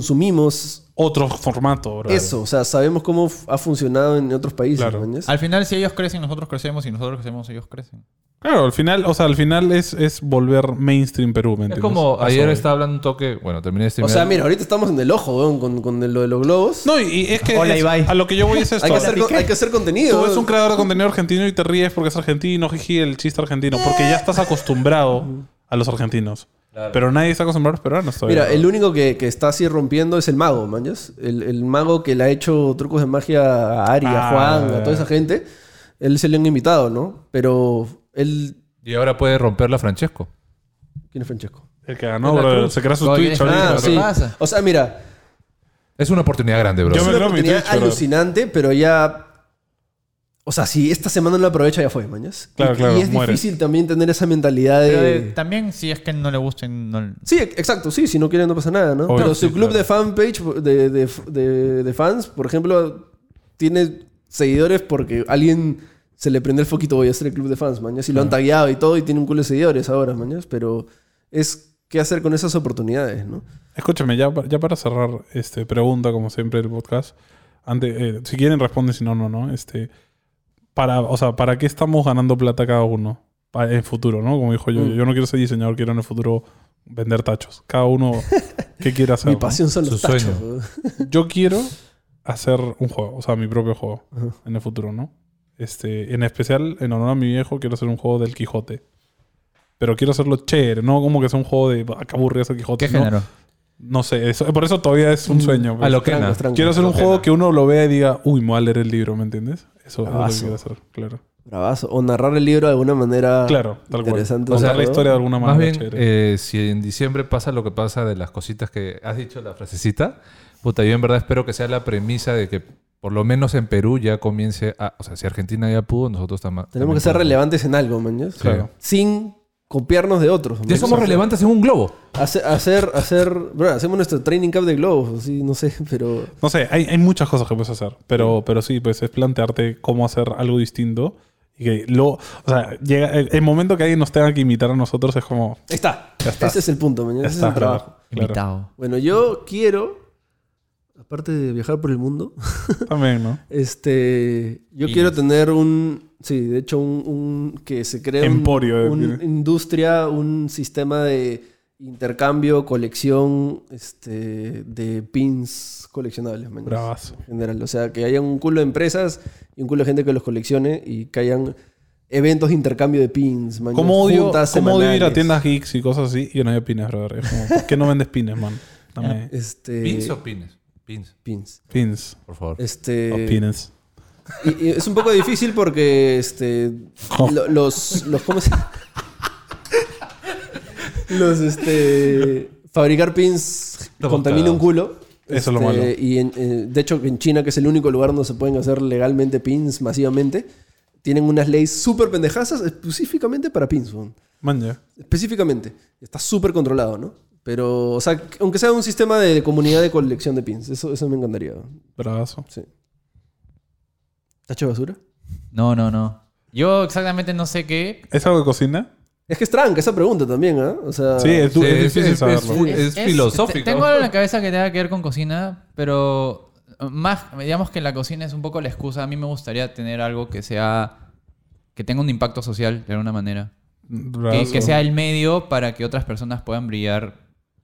[SPEAKER 1] consumimos
[SPEAKER 2] Otro formato, bro.
[SPEAKER 1] eso, o sea, sabemos cómo f- ha funcionado en otros países,
[SPEAKER 2] Claro.
[SPEAKER 1] ¿mañas?
[SPEAKER 5] Al final, si ellos crecen, nosotros crecemos. Y nosotros crecemos, ellos crecen.
[SPEAKER 2] Claro, al final, o sea, al final es, es volver mainstream Perú, ¿me
[SPEAKER 3] Es
[SPEAKER 2] entiendes?
[SPEAKER 3] como
[SPEAKER 2] Eso
[SPEAKER 3] ayer
[SPEAKER 2] es.
[SPEAKER 3] estaba hablando un toque. Bueno, terminé este
[SPEAKER 1] O sea, mira, ahorita estamos en el ojo, weón, con, con lo de los globos.
[SPEAKER 2] No, y, y es que
[SPEAKER 4] Hola,
[SPEAKER 2] es-
[SPEAKER 4] Ibai.
[SPEAKER 2] a lo que yo voy es esto.
[SPEAKER 1] hay, que hacer, con- hay que hacer contenido.
[SPEAKER 2] Tú eres
[SPEAKER 1] weón.
[SPEAKER 2] un creador de contenido argentino y te ríes porque es argentino, jiji, el chiste argentino. Porque ya estás acostumbrado a los argentinos. Pero nadie está acostumbrado a los peruanos todavía.
[SPEAKER 1] Mira, el único que, que está así rompiendo es el mago, ¿mañas? El, el mago que le ha hecho trucos de magia a Ari, a
[SPEAKER 2] Ah.
[SPEAKER 1] Juan, a toda esa gente. Él se le han invitado, ¿no? Pero él...
[SPEAKER 3] Y ahora puede romperla Francesco.
[SPEAKER 1] ¿Quién es Francesco?
[SPEAKER 2] El que ganó,
[SPEAKER 5] la
[SPEAKER 2] bro,
[SPEAKER 5] cruz.
[SPEAKER 2] se crea su
[SPEAKER 5] Oye,
[SPEAKER 2] Twitch
[SPEAKER 5] ah,
[SPEAKER 2] ahorita.
[SPEAKER 1] Ah,
[SPEAKER 5] lo que
[SPEAKER 1] sí.
[SPEAKER 5] pasa.
[SPEAKER 1] O sea, mira,
[SPEAKER 3] Es una oportunidad grande, bro.
[SPEAKER 2] Yo
[SPEAKER 1] es
[SPEAKER 2] me
[SPEAKER 1] una
[SPEAKER 2] creo mi
[SPEAKER 1] oportunidad
[SPEAKER 2] Twitch, bro.
[SPEAKER 1] alucinante, pero ya. O sea, si esta semana no la aprovecha, ya fue, mañas.
[SPEAKER 2] Claro,
[SPEAKER 1] y,
[SPEAKER 2] claro,
[SPEAKER 1] Y es
[SPEAKER 2] mueres.
[SPEAKER 1] difícil también tener esa mentalidad de.
[SPEAKER 5] Pero eh, también, si es que no le gusten, no,
[SPEAKER 1] Sí, ex- exacto, sí, si no quieren no pasa nada, ¿no?
[SPEAKER 2] Obvio,
[SPEAKER 1] pero
[SPEAKER 2] sí,
[SPEAKER 1] su club
[SPEAKER 2] claro.
[SPEAKER 1] de fanpage, de, de, de- de fans, por ejemplo, tiene seguidores porque alguien se le prende el foquito, voy a hacer el club de fans, mañas. Y lo han tagueado y todo, y tiene un culo de seguidores ahora, mañas. Pero es qué hacer con esas oportunidades, ¿no?
[SPEAKER 2] Escúchame, ya, pa- ya para cerrar, este, pregunta, como siempre, el podcast. Antes, eh, si quieren, responden, si no, no, no. Este, para, o sea, ¿para qué estamos ganando plata cada uno? Pa- en futuro, ¿no? Como dijo yo,
[SPEAKER 1] Mm.
[SPEAKER 2] yo no quiero ser diseñador, quiero en el futuro vender tachos. Cada uno, ¿qué quiere hacer?
[SPEAKER 1] Mi
[SPEAKER 2] no?
[SPEAKER 1] pasión son los
[SPEAKER 3] Su
[SPEAKER 1] tachos.
[SPEAKER 3] sueño.
[SPEAKER 1] weón.
[SPEAKER 2] yo quiero hacer un juego, o sea, mi propio juego en el futuro, ¿no? Este, en especial, en honor a mi viejo, quiero hacer un juego del Quijote. Pero quiero hacerlo chévere, no como que sea un juego de "Ah, qué aburrido es el Quijote.
[SPEAKER 5] ¿Qué
[SPEAKER 2] no,
[SPEAKER 5] género?
[SPEAKER 2] no sé, eso- por eso todavía es un sueño. pues.
[SPEAKER 3] a lo que Ah.
[SPEAKER 1] Trancos,
[SPEAKER 3] nada.
[SPEAKER 1] trancos.
[SPEAKER 2] Quiero hacer un juego que uno lo vea y diga, uy, me voy a leer el libro, ¿me entiendes? Eso es lo que
[SPEAKER 1] Bravazo.
[SPEAKER 2] quiero hacer, claro.
[SPEAKER 1] Bravazo. O narrar el libro de alguna manera.
[SPEAKER 2] Claro, tal cual.
[SPEAKER 1] Interesante.
[SPEAKER 2] Contar
[SPEAKER 1] ¿no?
[SPEAKER 2] la historia de alguna manera
[SPEAKER 3] Más bien,
[SPEAKER 2] chévere.
[SPEAKER 3] eh, si en diciembre pasa lo que pasa de las cositas que has dicho, la frasecita, puta, yo en verdad espero que sea la premisa de que por lo menos en Perú ya comience a... O sea, si Argentina ya pudo, nosotros tam- también.
[SPEAKER 1] Tenemos que ser
[SPEAKER 3] podemos.
[SPEAKER 1] relevantes en algo, mañas.
[SPEAKER 2] Claro.
[SPEAKER 1] Sin copiarnos de otros.
[SPEAKER 3] Ya
[SPEAKER 1] mañas.
[SPEAKER 3] somos relevantes en un globo.
[SPEAKER 1] Hacer, hacer, hacer, bro, hacemos nuestro training cup de globos, así, no sé, pero
[SPEAKER 2] No sé, hay, hay muchas cosas que puedes hacer, pero, pero sí, pues es plantearte cómo hacer algo distinto. Y que lo, o sea, llega el, el momento que alguien nos tenga que imitar a nosotros es como.
[SPEAKER 1] ahí está.
[SPEAKER 2] Ya está.
[SPEAKER 1] Ese es el punto, mañana.
[SPEAKER 2] Ya
[SPEAKER 1] Ese es
[SPEAKER 2] está,
[SPEAKER 1] el trabajo.
[SPEAKER 2] claro, claro.
[SPEAKER 5] Invitado.
[SPEAKER 1] Bueno, yo quiero aparte de viajar por el mundo,
[SPEAKER 2] También, ¿no?
[SPEAKER 1] este, yo quiero tener un, sí, de hecho, un, un- que se cree un-
[SPEAKER 2] Emporio eh, de
[SPEAKER 1] una
[SPEAKER 2] piel.
[SPEAKER 1] industria, un sistema de intercambio, colección, este, de pins coleccionables. man.
[SPEAKER 2] Bravazo.
[SPEAKER 1] en general. O sea, que haya un culo de empresas y un culo de gente que los coleccione y que hayan eventos de intercambio de pins. man.
[SPEAKER 2] ¿Cómo odio,
[SPEAKER 1] Juntas
[SPEAKER 2] cómo odio ir a
[SPEAKER 1] semanales.
[SPEAKER 2] tiendas geeks y cosas así? Yo no hay pines, brother. Es como, ¿por qué no vendes pines, man? Dame
[SPEAKER 1] Este,
[SPEAKER 3] ¿Pins o pines? Pins,
[SPEAKER 1] pins.
[SPEAKER 2] pins.
[SPEAKER 3] por favor.
[SPEAKER 1] Este,
[SPEAKER 2] O pines.
[SPEAKER 1] y- y es un poco difícil porque este,
[SPEAKER 2] Oh.
[SPEAKER 1] lo- los, los. ¿Cómo se Los. Este, fabricar pins
[SPEAKER 3] Estamos
[SPEAKER 1] contamina un
[SPEAKER 3] cagados.
[SPEAKER 1] culo.
[SPEAKER 2] Eso es lo
[SPEAKER 1] Este,
[SPEAKER 2] malo.
[SPEAKER 1] Y en- eh, de hecho, en China, que es el único lugar donde se pueden hacer legalmente pins masivamente, tienen unas leyes súper pendejazas específicamente para pins. weón.
[SPEAKER 2] Man, ya.
[SPEAKER 1] Específicamente. Está súper controlado, ¿no? Pero, o sea, aunque sea un sistema de comunidad de colección de pins, eso, eso me encantaría.
[SPEAKER 2] Bravazo.
[SPEAKER 1] Sí. ¿Tacho de basura?
[SPEAKER 5] No, no, no. Yo exactamente no sé qué.
[SPEAKER 2] ¿Es algo de cocina?
[SPEAKER 1] Es que es tranca esa pregunta también, ¿ah? O sea,
[SPEAKER 2] Sí, es, du-
[SPEAKER 3] Sí,
[SPEAKER 2] es
[SPEAKER 3] es-
[SPEAKER 2] difícil
[SPEAKER 3] es-
[SPEAKER 2] saberlo.
[SPEAKER 3] Es filosófico.
[SPEAKER 5] Tengo algo en la cabeza que tenga que ver con cocina, pero eh, más, digamos que la cocina es un poco la excusa. A mí me gustaría tener algo que sea, que tenga un impacto social de alguna manera. Que,
[SPEAKER 2] Bravazo.
[SPEAKER 5] que sea el medio para que otras personas puedan brillar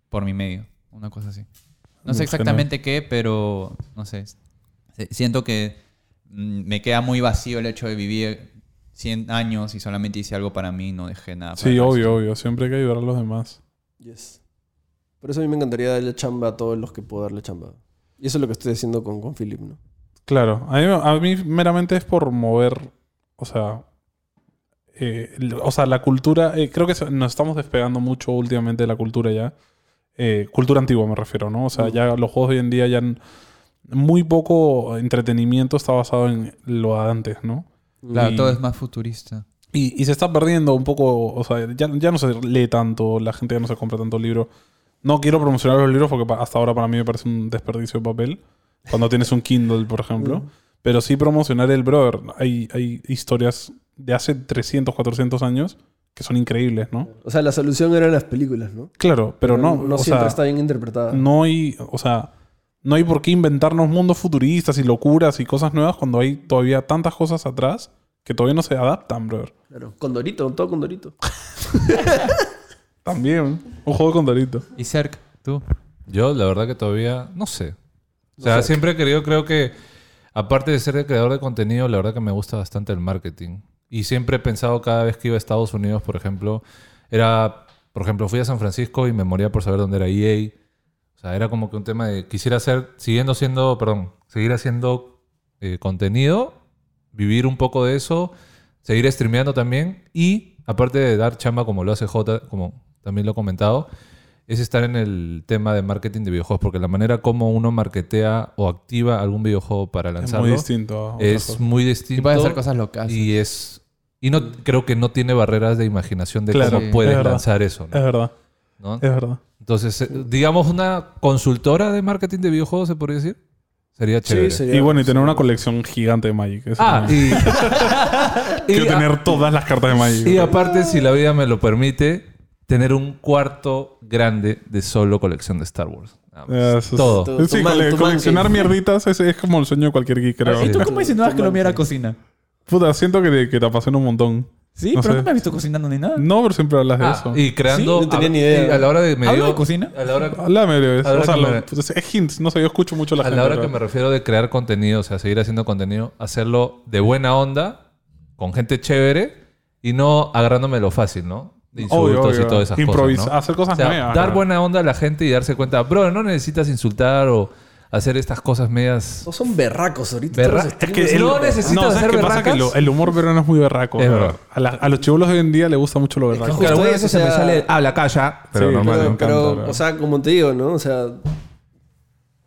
[SPEAKER 5] por mi medio. Una cosa así. No sé
[SPEAKER 2] Mm,
[SPEAKER 5] exactamente qué, pero no sé. Se- Siento que mm, me queda muy vacío el hecho de vivir 100 años y solamente hice algo para mí, no dejé nada. para
[SPEAKER 2] Sí,
[SPEAKER 5] el resto.
[SPEAKER 2] obvio, obvio. Siempre hay que ayudar a los demás.
[SPEAKER 1] yes. Por eso a mí me encantaría darle chamba a todos los que puedo darle chamba. Y eso es lo que estoy haciendo con, con Philip, ¿no?
[SPEAKER 2] Claro. A mí, a mí meramente es por mover... O sea... eh, l- o sea, la cultura... eh, creo que se- nos estamos despegando mucho últimamente de la cultura ya. Eh, cultura antigua me refiero, ¿no? O sea, ya los juegos de hoy en día ya... n- Muy poco entretenimiento está basado en lo de antes, ¿no?
[SPEAKER 5] Claro,
[SPEAKER 2] Y-
[SPEAKER 5] todo es más futurista.
[SPEAKER 2] Y, y se está perdiendo un poco, o sea, ya, ya no se lee tanto, la gente ya no se compra tanto libro. No quiero promocionar los libros porque pa- hasta ahora para mí me parece un desperdicio de papel. Cuando tienes un Kindle, por ejemplo. Pero sí promocionar el brother. Hay, hay historias de hace 300, 400 años que son increíbles, ¿no?
[SPEAKER 1] O sea, la solución eran las películas, ¿no?
[SPEAKER 2] Claro, pero no.
[SPEAKER 1] No
[SPEAKER 2] o
[SPEAKER 1] siempre
[SPEAKER 2] sea,
[SPEAKER 1] está bien interpretada.
[SPEAKER 2] no hay, o sea, no hay por qué inventarnos mundos futuristas y locuras y cosas nuevas cuando hay todavía tantas cosas atrás que todavía no se adaptan, brother.
[SPEAKER 1] Claro. Condorito, todo Condorito.
[SPEAKER 2] Ah, También, un juego con Dorito.
[SPEAKER 5] Y Cerc, tú.
[SPEAKER 3] Yo, la verdad que todavía no sé. O sea, siempre he querido, creo que, aparte de ser el creador de contenido, la verdad que me gusta bastante el marketing. Y siempre he pensado cada vez que iba a Estados Unidos, por ejemplo, era, por ejemplo, fui a San Francisco y me moría por saber dónde era EA. O sea, era como que un tema de, quisiera hacer, siguiendo siendo, perdón, seguir haciendo eh, contenido, vivir un poco de eso, seguir streameando también y, aparte de dar chamba como lo hace J, como también lo he comentado, es estar en el tema de marketing de videojuegos, porque la manera como uno marketea o activa algún videojuego para
[SPEAKER 2] Es
[SPEAKER 3] lanzarlo
[SPEAKER 2] muy distinto. a otra
[SPEAKER 3] es
[SPEAKER 2] cosa.
[SPEAKER 3] muy distinto.
[SPEAKER 5] Y puedes hacer cosas locas.
[SPEAKER 3] Y es. Y no, creo que no tiene barreras de imaginación de
[SPEAKER 2] Mm. Claro,
[SPEAKER 3] cómo puedes
[SPEAKER 2] es verdad. Eh,
[SPEAKER 3] lanzar eso.
[SPEAKER 2] Es
[SPEAKER 3] ¿no?
[SPEAKER 2] verdad,
[SPEAKER 3] ¿No?
[SPEAKER 2] es verdad.
[SPEAKER 3] Entonces, eh, digamos una consultora de marketing de videojuegos, se podría decir. Sería chévere.
[SPEAKER 1] Sí, sería.
[SPEAKER 2] Y bueno, y tener una colección gigante de Magic. eso
[SPEAKER 3] Ah,
[SPEAKER 2] también.
[SPEAKER 3] y.
[SPEAKER 2] Quiero
[SPEAKER 3] y a-
[SPEAKER 2] tener todas las cartas de Magic.
[SPEAKER 3] y aparte, si la vida me lo permite, tener un cuarto grande de solo colección de Star Wars. Nada más.
[SPEAKER 2] Ah, Eso es-
[SPEAKER 3] Todo.
[SPEAKER 1] Todo.
[SPEAKER 2] Sí,
[SPEAKER 1] Tu man-
[SPEAKER 2] cole-
[SPEAKER 1] tu man
[SPEAKER 2] coleccionar
[SPEAKER 1] cave.
[SPEAKER 2] mierditas ese es, como el sueño de cualquier geek, creo.
[SPEAKER 5] ¿Y tú
[SPEAKER 3] Sí.
[SPEAKER 5] cómo insinuabas que lo mía era cocina?
[SPEAKER 2] Puta, siento que te, que te apasiona un montón.
[SPEAKER 5] Sí,
[SPEAKER 2] No
[SPEAKER 5] pero
[SPEAKER 2] sé.
[SPEAKER 5] no me has visto cocinando ni nada.
[SPEAKER 2] No, pero siempre hablas de
[SPEAKER 3] Ah,
[SPEAKER 2] eso.
[SPEAKER 3] y creando.
[SPEAKER 1] Sí, no tenía
[SPEAKER 3] a-
[SPEAKER 1] ni idea.
[SPEAKER 3] y A la hora de. me
[SPEAKER 5] ¿Hablo
[SPEAKER 3] dio-
[SPEAKER 5] de cocina?
[SPEAKER 3] A la hora,
[SPEAKER 2] Háblame breve.
[SPEAKER 3] A la
[SPEAKER 2] O sea,
[SPEAKER 3] hora que
[SPEAKER 2] lo- pues, es hints. No sé, yo escucho mucho a la
[SPEAKER 3] a
[SPEAKER 2] gente.
[SPEAKER 3] la hora que me
[SPEAKER 2] pero-
[SPEAKER 3] refiero de crear contenido, o sea, seguir haciendo contenido, hacerlo de buena onda, con gente chévere y no agarrándome lo fácil, ¿no? De
[SPEAKER 2] Obvio,
[SPEAKER 3] insultos
[SPEAKER 2] obvio.
[SPEAKER 3] y todas esas
[SPEAKER 2] Improvisa-
[SPEAKER 3] cosas. ¿no?
[SPEAKER 2] hacer cosas
[SPEAKER 3] O sea,
[SPEAKER 2] nuevas,
[SPEAKER 3] Dar
[SPEAKER 2] ¿no?
[SPEAKER 3] buena onda a la gente y darse cuenta, bro, no necesitas insultar o hacer estas cosas medias.
[SPEAKER 1] Todos son berracos ahorita.
[SPEAKER 3] Berra-
[SPEAKER 1] todos los
[SPEAKER 3] Es
[SPEAKER 1] streamers
[SPEAKER 3] que
[SPEAKER 1] son
[SPEAKER 3] el- pues no
[SPEAKER 1] berracos.
[SPEAKER 3] necesitas
[SPEAKER 2] No, ¿sabes
[SPEAKER 3] hacer
[SPEAKER 2] qué pasa? Que
[SPEAKER 3] berracas?
[SPEAKER 2] lo- el humor peruano es muy berraco.
[SPEAKER 3] Es
[SPEAKER 2] ¿no?
[SPEAKER 3] verdad.
[SPEAKER 2] A, la- a los chivolos de hoy en día le gusta mucho lo
[SPEAKER 1] Es que
[SPEAKER 2] berraco.
[SPEAKER 1] justo eso, o sea,
[SPEAKER 3] habla, calla. Pero
[SPEAKER 2] Sí,
[SPEAKER 3] normal.
[SPEAKER 2] me
[SPEAKER 1] Pero,
[SPEAKER 2] encanta,
[SPEAKER 1] pero,
[SPEAKER 2] bro.
[SPEAKER 1] o sea, como te digo, ¿no? O sea,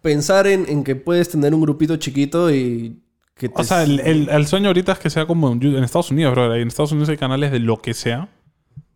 [SPEAKER 1] pensar en, en que puedes tener un grupito chiquito y que te...
[SPEAKER 2] O sea, el, el- el sueño ahorita es que sea como en, Yu- en Estados Unidos, brother. En Estados Unidos hay canales de lo que sea.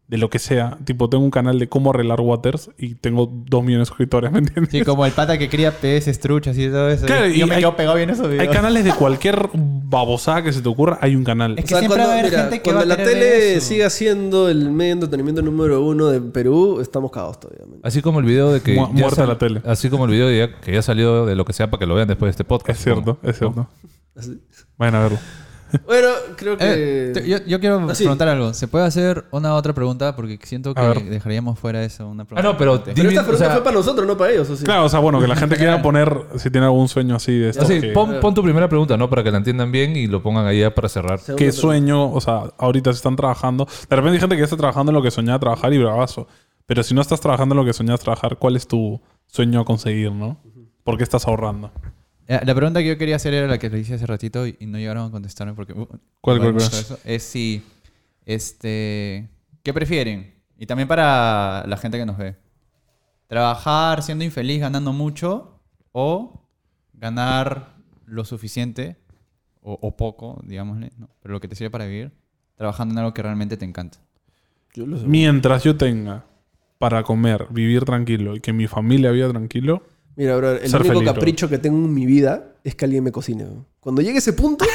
[SPEAKER 2] de lo que sea. Tipo, tengo un canal de cómo arreglar waters y tengo dos millones de suscriptores, ¿me entiendes?
[SPEAKER 5] Sí, como el pata que cría peces, truchas y todo eso.
[SPEAKER 2] Claro,
[SPEAKER 5] yo
[SPEAKER 2] y
[SPEAKER 5] me
[SPEAKER 2] hay-
[SPEAKER 5] quedo pegado bien a esos videos.
[SPEAKER 2] Hay canales de cualquier babosada que se te ocurra, hay un canal.
[SPEAKER 5] Es que siempre va a haber gente que
[SPEAKER 1] cuando
[SPEAKER 5] va
[SPEAKER 1] la
[SPEAKER 5] a querer
[SPEAKER 1] tele
[SPEAKER 5] eso.
[SPEAKER 1] siga siendo el medio de entretenimiento número uno de Perú, estamos cagados todavía. man.
[SPEAKER 3] Así como el video de que.
[SPEAKER 2] Mu-
[SPEAKER 3] ya
[SPEAKER 2] muerta
[SPEAKER 3] sal-
[SPEAKER 2] la tele.
[SPEAKER 3] Así como el video de ya- que ya salió de lo que sea para que lo vean después de este podcast.
[SPEAKER 2] Es cierto, es cierto. Vayan a verlo.
[SPEAKER 1] Bueno, creo que.
[SPEAKER 5] Eh, te- yo, yo quiero
[SPEAKER 1] Ah, sí.
[SPEAKER 5] preguntar algo. ¿Se puede hacer una otra pregunta? Porque siento que
[SPEAKER 2] A ver.
[SPEAKER 5] dejaríamos fuera eso. Una
[SPEAKER 3] Ah,
[SPEAKER 5] pregunta.
[SPEAKER 3] no, pero.
[SPEAKER 1] Pero
[SPEAKER 3] dime-
[SPEAKER 1] esta pregunta
[SPEAKER 3] o sea,
[SPEAKER 1] fue para nosotros, no para ellos. ¿o sí?
[SPEAKER 2] Claro, o sea, bueno, que la gente quiera poner si tiene algún sueño así de esto.
[SPEAKER 3] así,
[SPEAKER 2] que,
[SPEAKER 3] pon, pon tu primera pregunta, ¿no? Para que la entiendan bien y lo pongan ahí ya para cerrar.
[SPEAKER 1] Segunda
[SPEAKER 2] qué
[SPEAKER 1] pregunta.
[SPEAKER 2] sueño, o sea, ahorita se están trabajando. De repente hay gente que ya está trabajando en lo que soñaba trabajar y bravazo. Pero si no estás trabajando en lo que soñabas trabajar, ¿cuál es tu sueño a conseguir, no? ¿Por qué estás ahorrando?
[SPEAKER 5] Eh, La pregunta que yo quería hacer era la que le hice hace ratito y y no llegaron a contestarme porque... uh,
[SPEAKER 2] ¿Cuál, cuál,
[SPEAKER 5] bueno,
[SPEAKER 2] cuál?
[SPEAKER 5] eso- Es si... Este... ¿Qué prefieren? Y también para la gente que nos ve. ¿Trabajar siendo infeliz, ganando mucho? ¿O ganar lo suficiente? O, o poco, digámosle. ¿no? Pero lo que te sirve para vivir. Trabajando en algo que realmente te encanta.
[SPEAKER 1] Yo lo sé.
[SPEAKER 2] Mientras yo tenga para comer, vivir tranquilo y que mi familia viva tranquilo,
[SPEAKER 1] Mira, bro, el
[SPEAKER 2] Ser
[SPEAKER 1] único
[SPEAKER 2] feliz, bro.
[SPEAKER 1] capricho que tengo en mi vida es que alguien me cocine. bro. Cuando llegue ese punto.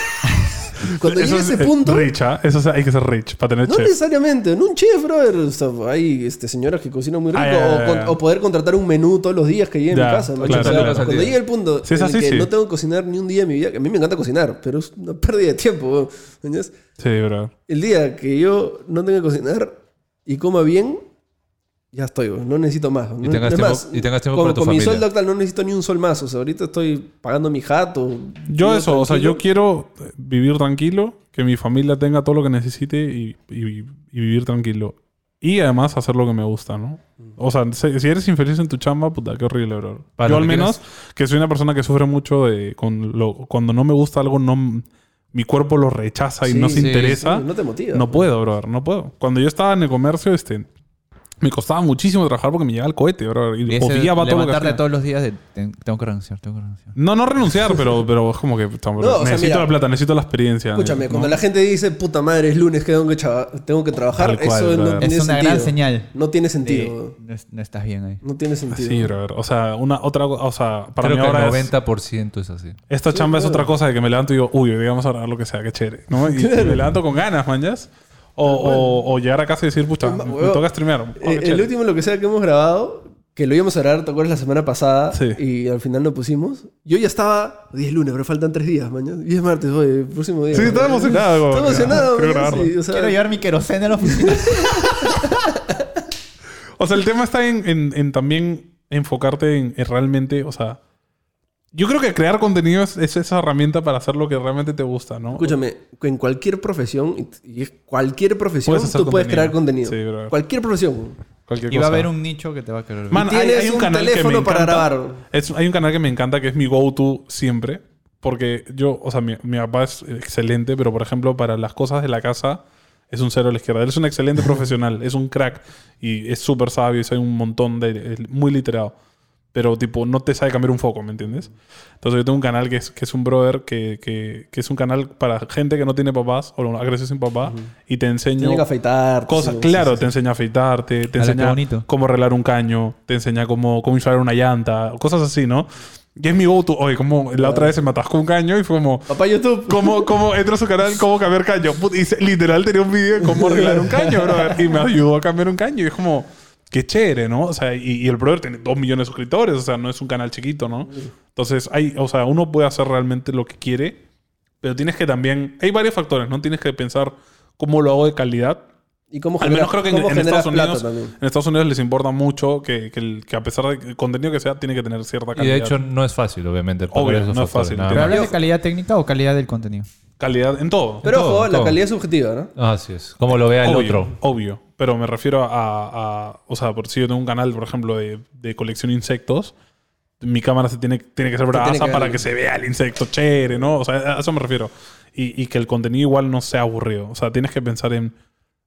[SPEAKER 1] cuando llegue
[SPEAKER 2] eso
[SPEAKER 1] ese
[SPEAKER 2] es eh,
[SPEAKER 1] punto.
[SPEAKER 2] rich, ¿ah? Eso es- hay que ser rich para tener
[SPEAKER 1] No
[SPEAKER 2] chef.
[SPEAKER 1] necesariamente, en un chef, brother. O sea, hay este, señoras que cocinan muy rico.
[SPEAKER 2] Ah, ya, ya,
[SPEAKER 1] o, con-
[SPEAKER 2] ya.
[SPEAKER 1] o poder contratar un menú todos los días que llegue
[SPEAKER 2] Ya,
[SPEAKER 1] a mi casa. ¿no?
[SPEAKER 2] claro,
[SPEAKER 1] O sea,
[SPEAKER 2] claro.
[SPEAKER 1] Cuando llegue el punto
[SPEAKER 2] Si es
[SPEAKER 1] en el
[SPEAKER 2] así,
[SPEAKER 1] que
[SPEAKER 2] sí.
[SPEAKER 1] no tengo que cocinar ni un día de mi vida, que a mí me encanta cocinar, pero es una pérdida de tiempo. bro. ¿Entendés?
[SPEAKER 2] Sí, bro.
[SPEAKER 1] El día que yo no tenga que cocinar y coma bien, ya estoy, bro. no necesito más.
[SPEAKER 3] Y
[SPEAKER 1] No-
[SPEAKER 3] tengas
[SPEAKER 1] es
[SPEAKER 3] tiempo-
[SPEAKER 1] más,
[SPEAKER 3] y tengas tiempo
[SPEAKER 1] con,
[SPEAKER 3] para tu
[SPEAKER 1] con mi
[SPEAKER 3] familia.
[SPEAKER 1] sueldo actual no necesito ni un sol más. O sea, ahorita estoy pagando mi jato.
[SPEAKER 2] Yo
[SPEAKER 1] vivo
[SPEAKER 2] eso, o sea,
[SPEAKER 1] tranquilo.
[SPEAKER 2] yo quiero eh, vivir tranquilo, que mi familia tenga todo lo que necesite y, y- y vivir tranquilo. Y además hacer lo que me gusta, ¿no? O sea, se- si eres infeliz en tu chamba, puta, qué horrible, bro.
[SPEAKER 3] Para
[SPEAKER 2] Yo al
[SPEAKER 3] lo que
[SPEAKER 2] menos, que soy una persona que sufre mucho de con lo- cuando no me gusta algo, no mi cuerpo lo rechaza y
[SPEAKER 1] Sí,
[SPEAKER 2] no se
[SPEAKER 1] sí,
[SPEAKER 2] interesa.
[SPEAKER 1] sí, no te motiva.
[SPEAKER 2] No puedo, brother, no puedo. Cuando yo estaba en el comercio, este, me costaba muchísimo trabajar porque me llegaba el cohete, brother. Y
[SPEAKER 5] Ese
[SPEAKER 2] odiaba todo lo que
[SPEAKER 5] levantarte
[SPEAKER 2] hacía.
[SPEAKER 5] todos los días de... "Ten- Tengo que renunciar, tengo que renunciar.
[SPEAKER 2] No, no renunciar, pero, pero es como que chamo,
[SPEAKER 1] No, o sea,
[SPEAKER 2] necesito
[SPEAKER 1] mira.
[SPEAKER 2] la plata, necesito la experiencia.
[SPEAKER 1] Escúchame,
[SPEAKER 2] ¿no?
[SPEAKER 1] cuando la gente dice, puta madre, es lunes, que tengo que, chava- tengo que trabajar,
[SPEAKER 2] Tal cual,
[SPEAKER 1] eso no
[SPEAKER 2] brother.
[SPEAKER 1] tiene
[SPEAKER 5] Es una
[SPEAKER 1] sentido.
[SPEAKER 5] gran señal.
[SPEAKER 1] No tiene sentido.
[SPEAKER 5] Sí, no, es- no estás bien ahí.
[SPEAKER 1] No tiene sentido.
[SPEAKER 2] Sí, brother. O sea, una, otra, o sea para
[SPEAKER 3] Creo
[SPEAKER 2] mí
[SPEAKER 3] que el
[SPEAKER 2] ahora es-
[SPEAKER 3] 90% es así.
[SPEAKER 2] esta chamba es
[SPEAKER 1] claro.
[SPEAKER 2] otra cosa de que me levanto y digo, uy, hoy día vamos a grabar lo que sea, qué chévere. ¿no? Y, y me levanto con ganas, manjas. O, o, o llegar a casa y decir, pucha,
[SPEAKER 1] Ma-
[SPEAKER 2] me,
[SPEAKER 1] huevo.
[SPEAKER 2] toca streamear. Ah,
[SPEAKER 1] Eh, el último, lo que sea que hemos grabado, que lo íbamos a grabar, ¿te acuerdas la semana pasada?
[SPEAKER 2] Sí.
[SPEAKER 1] Y al final no pusimos. Yo ya estaba 10 lunes, pero faltan 3 días, mañana. 10 martes, oye, el próximo día.
[SPEAKER 2] Sí,
[SPEAKER 1] ¿no?
[SPEAKER 2] estaba emocionado, como, "Ah,
[SPEAKER 1] Estaba emocionado,
[SPEAKER 2] quiero
[SPEAKER 1] mañana,
[SPEAKER 2] grabarlo.
[SPEAKER 1] sí, o sea,
[SPEAKER 5] Quiero llevar mi queroseno a la oficina.
[SPEAKER 2] O sea, el tema está en, en- en también enfocarte en, en realmente, o sea... Yo creo que crear contenido es, es esa herramienta para hacer lo que realmente te gusta, ¿no?
[SPEAKER 1] Escúchame, en cualquier profesión, y- y es cualquier profesión,
[SPEAKER 2] Puedes
[SPEAKER 1] tú
[SPEAKER 2] hacer
[SPEAKER 1] puedes
[SPEAKER 2] contenido.
[SPEAKER 1] crear contenido.
[SPEAKER 2] Sí, brother.
[SPEAKER 1] cualquier profesión.
[SPEAKER 2] Cualquier
[SPEAKER 5] Y va a
[SPEAKER 2] cosa.
[SPEAKER 5] haber un nicho que te va a querer ver.
[SPEAKER 2] Man,
[SPEAKER 1] Y tienes un teléfono para grabar.
[SPEAKER 2] Es- hay un canal que me encanta que es mi go-to siempre. Porque yo, o sea, mi, mi papá es excelente, pero por ejemplo, para las cosas de la casa es un cero a la izquierda. Él es un excelente profesional, es un crack y es súper sabio y sabe un montón de. es muy literado. Pero tipo, no te sabe cambiar un foco, ¿me entiendes? Entonces yo tengo un canal que es, que es un brother, que, que, que es un canal para gente que no tiene papás o ha crecido sin papá y te enseño
[SPEAKER 1] Tienes que afeitar.
[SPEAKER 2] cosas.
[SPEAKER 1] sí,
[SPEAKER 2] claro,
[SPEAKER 1] sí,
[SPEAKER 2] te enseña a afeitarte, te
[SPEAKER 5] Ala, qué
[SPEAKER 2] enseña
[SPEAKER 5] bonito.
[SPEAKER 2] cómo arreglar un caño, te enseña cómo, cómo instalar una llanta, cosas así, ¿no? Y es mi go-to. Oye, como la otra vez se me atascó un caño y fue como...
[SPEAKER 1] sí. Papá YouTube.
[SPEAKER 2] ¿Cómo, cómo entro a su canal? ¿Cómo cambiar caño? Put- y se- literal tenía un video de cómo arreglar un caño, brother. Y me ayudó a cambiar un caño. Y es como, qué chévere, ¿no? O sea, y, y el brother tiene dos millones de suscriptores. O sea, no es un canal chiquito, ¿no? Entonces, hay, o sea, uno puede hacer realmente lo que quiere. Pero tienes que también... Hay varios factores, ¿no? Tienes que pensar cómo lo hago de calidad.
[SPEAKER 1] ¿Y cómo
[SPEAKER 2] Al menos creo que en,
[SPEAKER 1] cómo
[SPEAKER 2] en
[SPEAKER 1] generas
[SPEAKER 2] Estados Unidos,
[SPEAKER 1] plata también?
[SPEAKER 2] en Estados Unidos les importa mucho que, que el- que a pesar del contenido que sea, tiene que tener cierta
[SPEAKER 3] Y
[SPEAKER 2] calidad.
[SPEAKER 3] de hecho no es fácil, obviamente. el
[SPEAKER 2] Obvio,
[SPEAKER 3] poner esos
[SPEAKER 2] no es
[SPEAKER 3] factores,
[SPEAKER 2] fácil,
[SPEAKER 3] nada
[SPEAKER 2] tiene
[SPEAKER 5] ¿Pero
[SPEAKER 3] más.
[SPEAKER 5] hablas de
[SPEAKER 1] Yo-
[SPEAKER 5] calidad técnica o calidad del contenido?
[SPEAKER 2] calidad en todo.
[SPEAKER 1] Pero
[SPEAKER 3] todo,
[SPEAKER 1] ojo,
[SPEAKER 3] en
[SPEAKER 1] la
[SPEAKER 3] todo.
[SPEAKER 1] calidad es subjetiva, ¿no?
[SPEAKER 3] Así es. Como lo vea el
[SPEAKER 2] obvio,
[SPEAKER 3] otro.
[SPEAKER 2] obvio. Pero me refiero a, a- O sea, por si yo tengo un canal, por ejemplo, de, de colección de insectos, mi cámara se tiene, tiene que ser brasa
[SPEAKER 1] tiene que ver
[SPEAKER 2] para
[SPEAKER 1] el-
[SPEAKER 2] que se vea el insecto chévere, ¿no? O sea, a eso me refiero. Y, y que el contenido igual no sea aburrido. O sea, tienes que pensar en.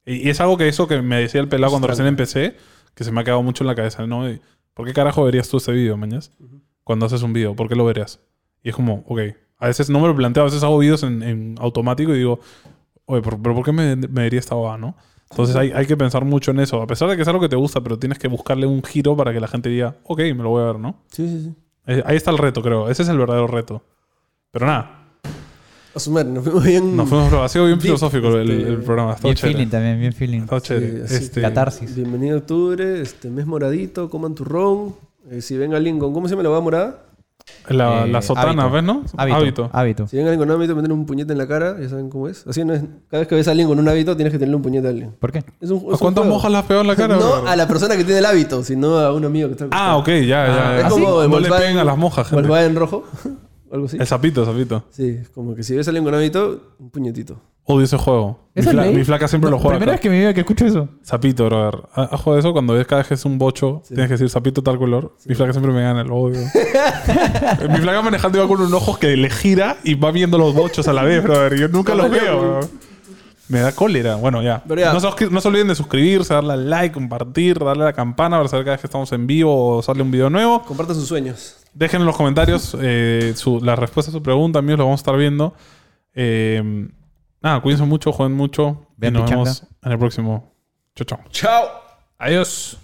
[SPEAKER 2] Y, y es algo que eso que me decía el pelado cuando recién empecé, que se me ha quedado mucho en la cabeza, ¿no? Y, ¿Por qué carajo verías tú este video, mañas? Cuando haces un video, ¿por qué lo verías? Y es como, ok. A veces no me lo planteo, a veces hago videos en, en automático y digo, oye, ¿por- pero ¿por qué me, me diría esta bobada, no? Entonces hay, hay que pensar mucho en eso. A pesar de que es algo que te gusta, pero tienes que buscarle un giro para que la gente diga, ok, me lo voy a ver, ¿no?
[SPEAKER 1] Sí, sí, sí.
[SPEAKER 2] Eh, Ahí está el reto, creo. Ese es el verdadero reto. Pero nada,
[SPEAKER 1] A su madre, nos fuimos bien.
[SPEAKER 2] nos fuimos ha sido bien
[SPEAKER 1] Deep,
[SPEAKER 2] filosófico el,
[SPEAKER 1] Mm. este,
[SPEAKER 2] el programa. Está
[SPEAKER 5] Bien
[SPEAKER 2] chévere.
[SPEAKER 5] feeling también, bien feeling.
[SPEAKER 2] Está chévere.
[SPEAKER 1] así.
[SPEAKER 2] Este,
[SPEAKER 5] Catarsis.
[SPEAKER 1] Bienvenido a octubre, este mes moradito, coman turrón. Eh, si ven a Lincoln, ¿cómo se llama la boda morada?
[SPEAKER 2] la,
[SPEAKER 5] Eh,
[SPEAKER 2] la sotana,
[SPEAKER 5] hábito.
[SPEAKER 2] ¿ves, no?
[SPEAKER 5] Hábito. Hábito.
[SPEAKER 1] Si ven a Lincoln, no me meten un puñete en la cara, ya saben cómo es. Así no es. Cada vez que ves a Lincoln en un hábito, tienes que tenerle un puñete a alguien.
[SPEAKER 5] ¿Por qué?
[SPEAKER 1] Es un, es
[SPEAKER 2] ¿A
[SPEAKER 1] un
[SPEAKER 2] cuántas
[SPEAKER 1] juego.
[SPEAKER 2] mojas las pegado en la cara?
[SPEAKER 1] No ah,
[SPEAKER 2] brother?
[SPEAKER 1] a la persona que tiene el hábito, sino a un amigo que está.
[SPEAKER 2] Ah, ok, ya, ya.
[SPEAKER 1] Es
[SPEAKER 2] ya. Ah,
[SPEAKER 1] como en
[SPEAKER 2] no le
[SPEAKER 1] Volkswagen-
[SPEAKER 2] peguen a las mojas, gente.
[SPEAKER 1] Volkswagen rojo. Algo así.
[SPEAKER 2] El sapito, el sapito.
[SPEAKER 1] Sí, como que si ves a alguien con hábito, un puñetito.
[SPEAKER 2] Odio ese juego. Mi,
[SPEAKER 5] ¿Eso
[SPEAKER 2] fla-
[SPEAKER 5] leí?
[SPEAKER 2] mi flaca siempre
[SPEAKER 5] No,
[SPEAKER 2] lo juega.
[SPEAKER 5] Primera vez
[SPEAKER 2] acá.
[SPEAKER 5] que me vida que escucho eso.
[SPEAKER 2] Sapito, brother. ¿Has has jugado eso? Cuando ves cada vez que es un bocho, tienes que decir sapito tal color. Mi flaca siempre me gana, lo odio. mi flaca manejando iba con unos ojos que le gira y va viendo los bochos a la vez, brother. Yo nunca los veo, brother. Me da cólera. Bueno, ya.
[SPEAKER 1] Pero ya.
[SPEAKER 2] No, se oscri- no se olviden de suscribirse, darle al like, compartir, darle a la campana para saber cada vez que estamos en vivo o sale un video nuevo.
[SPEAKER 1] Compartan sus sueños.
[SPEAKER 2] Dejen en los comentarios eh, su- la respuesta a su pregunta, amigos, lo vamos a estar viendo. Eh, nada, cuídense mucho, jueguen mucho.
[SPEAKER 5] Vean
[SPEAKER 2] y nos
[SPEAKER 5] Pichanga.
[SPEAKER 2] vemos en el próximo. Chao, chao.
[SPEAKER 1] ¡Chao!
[SPEAKER 2] Adiós.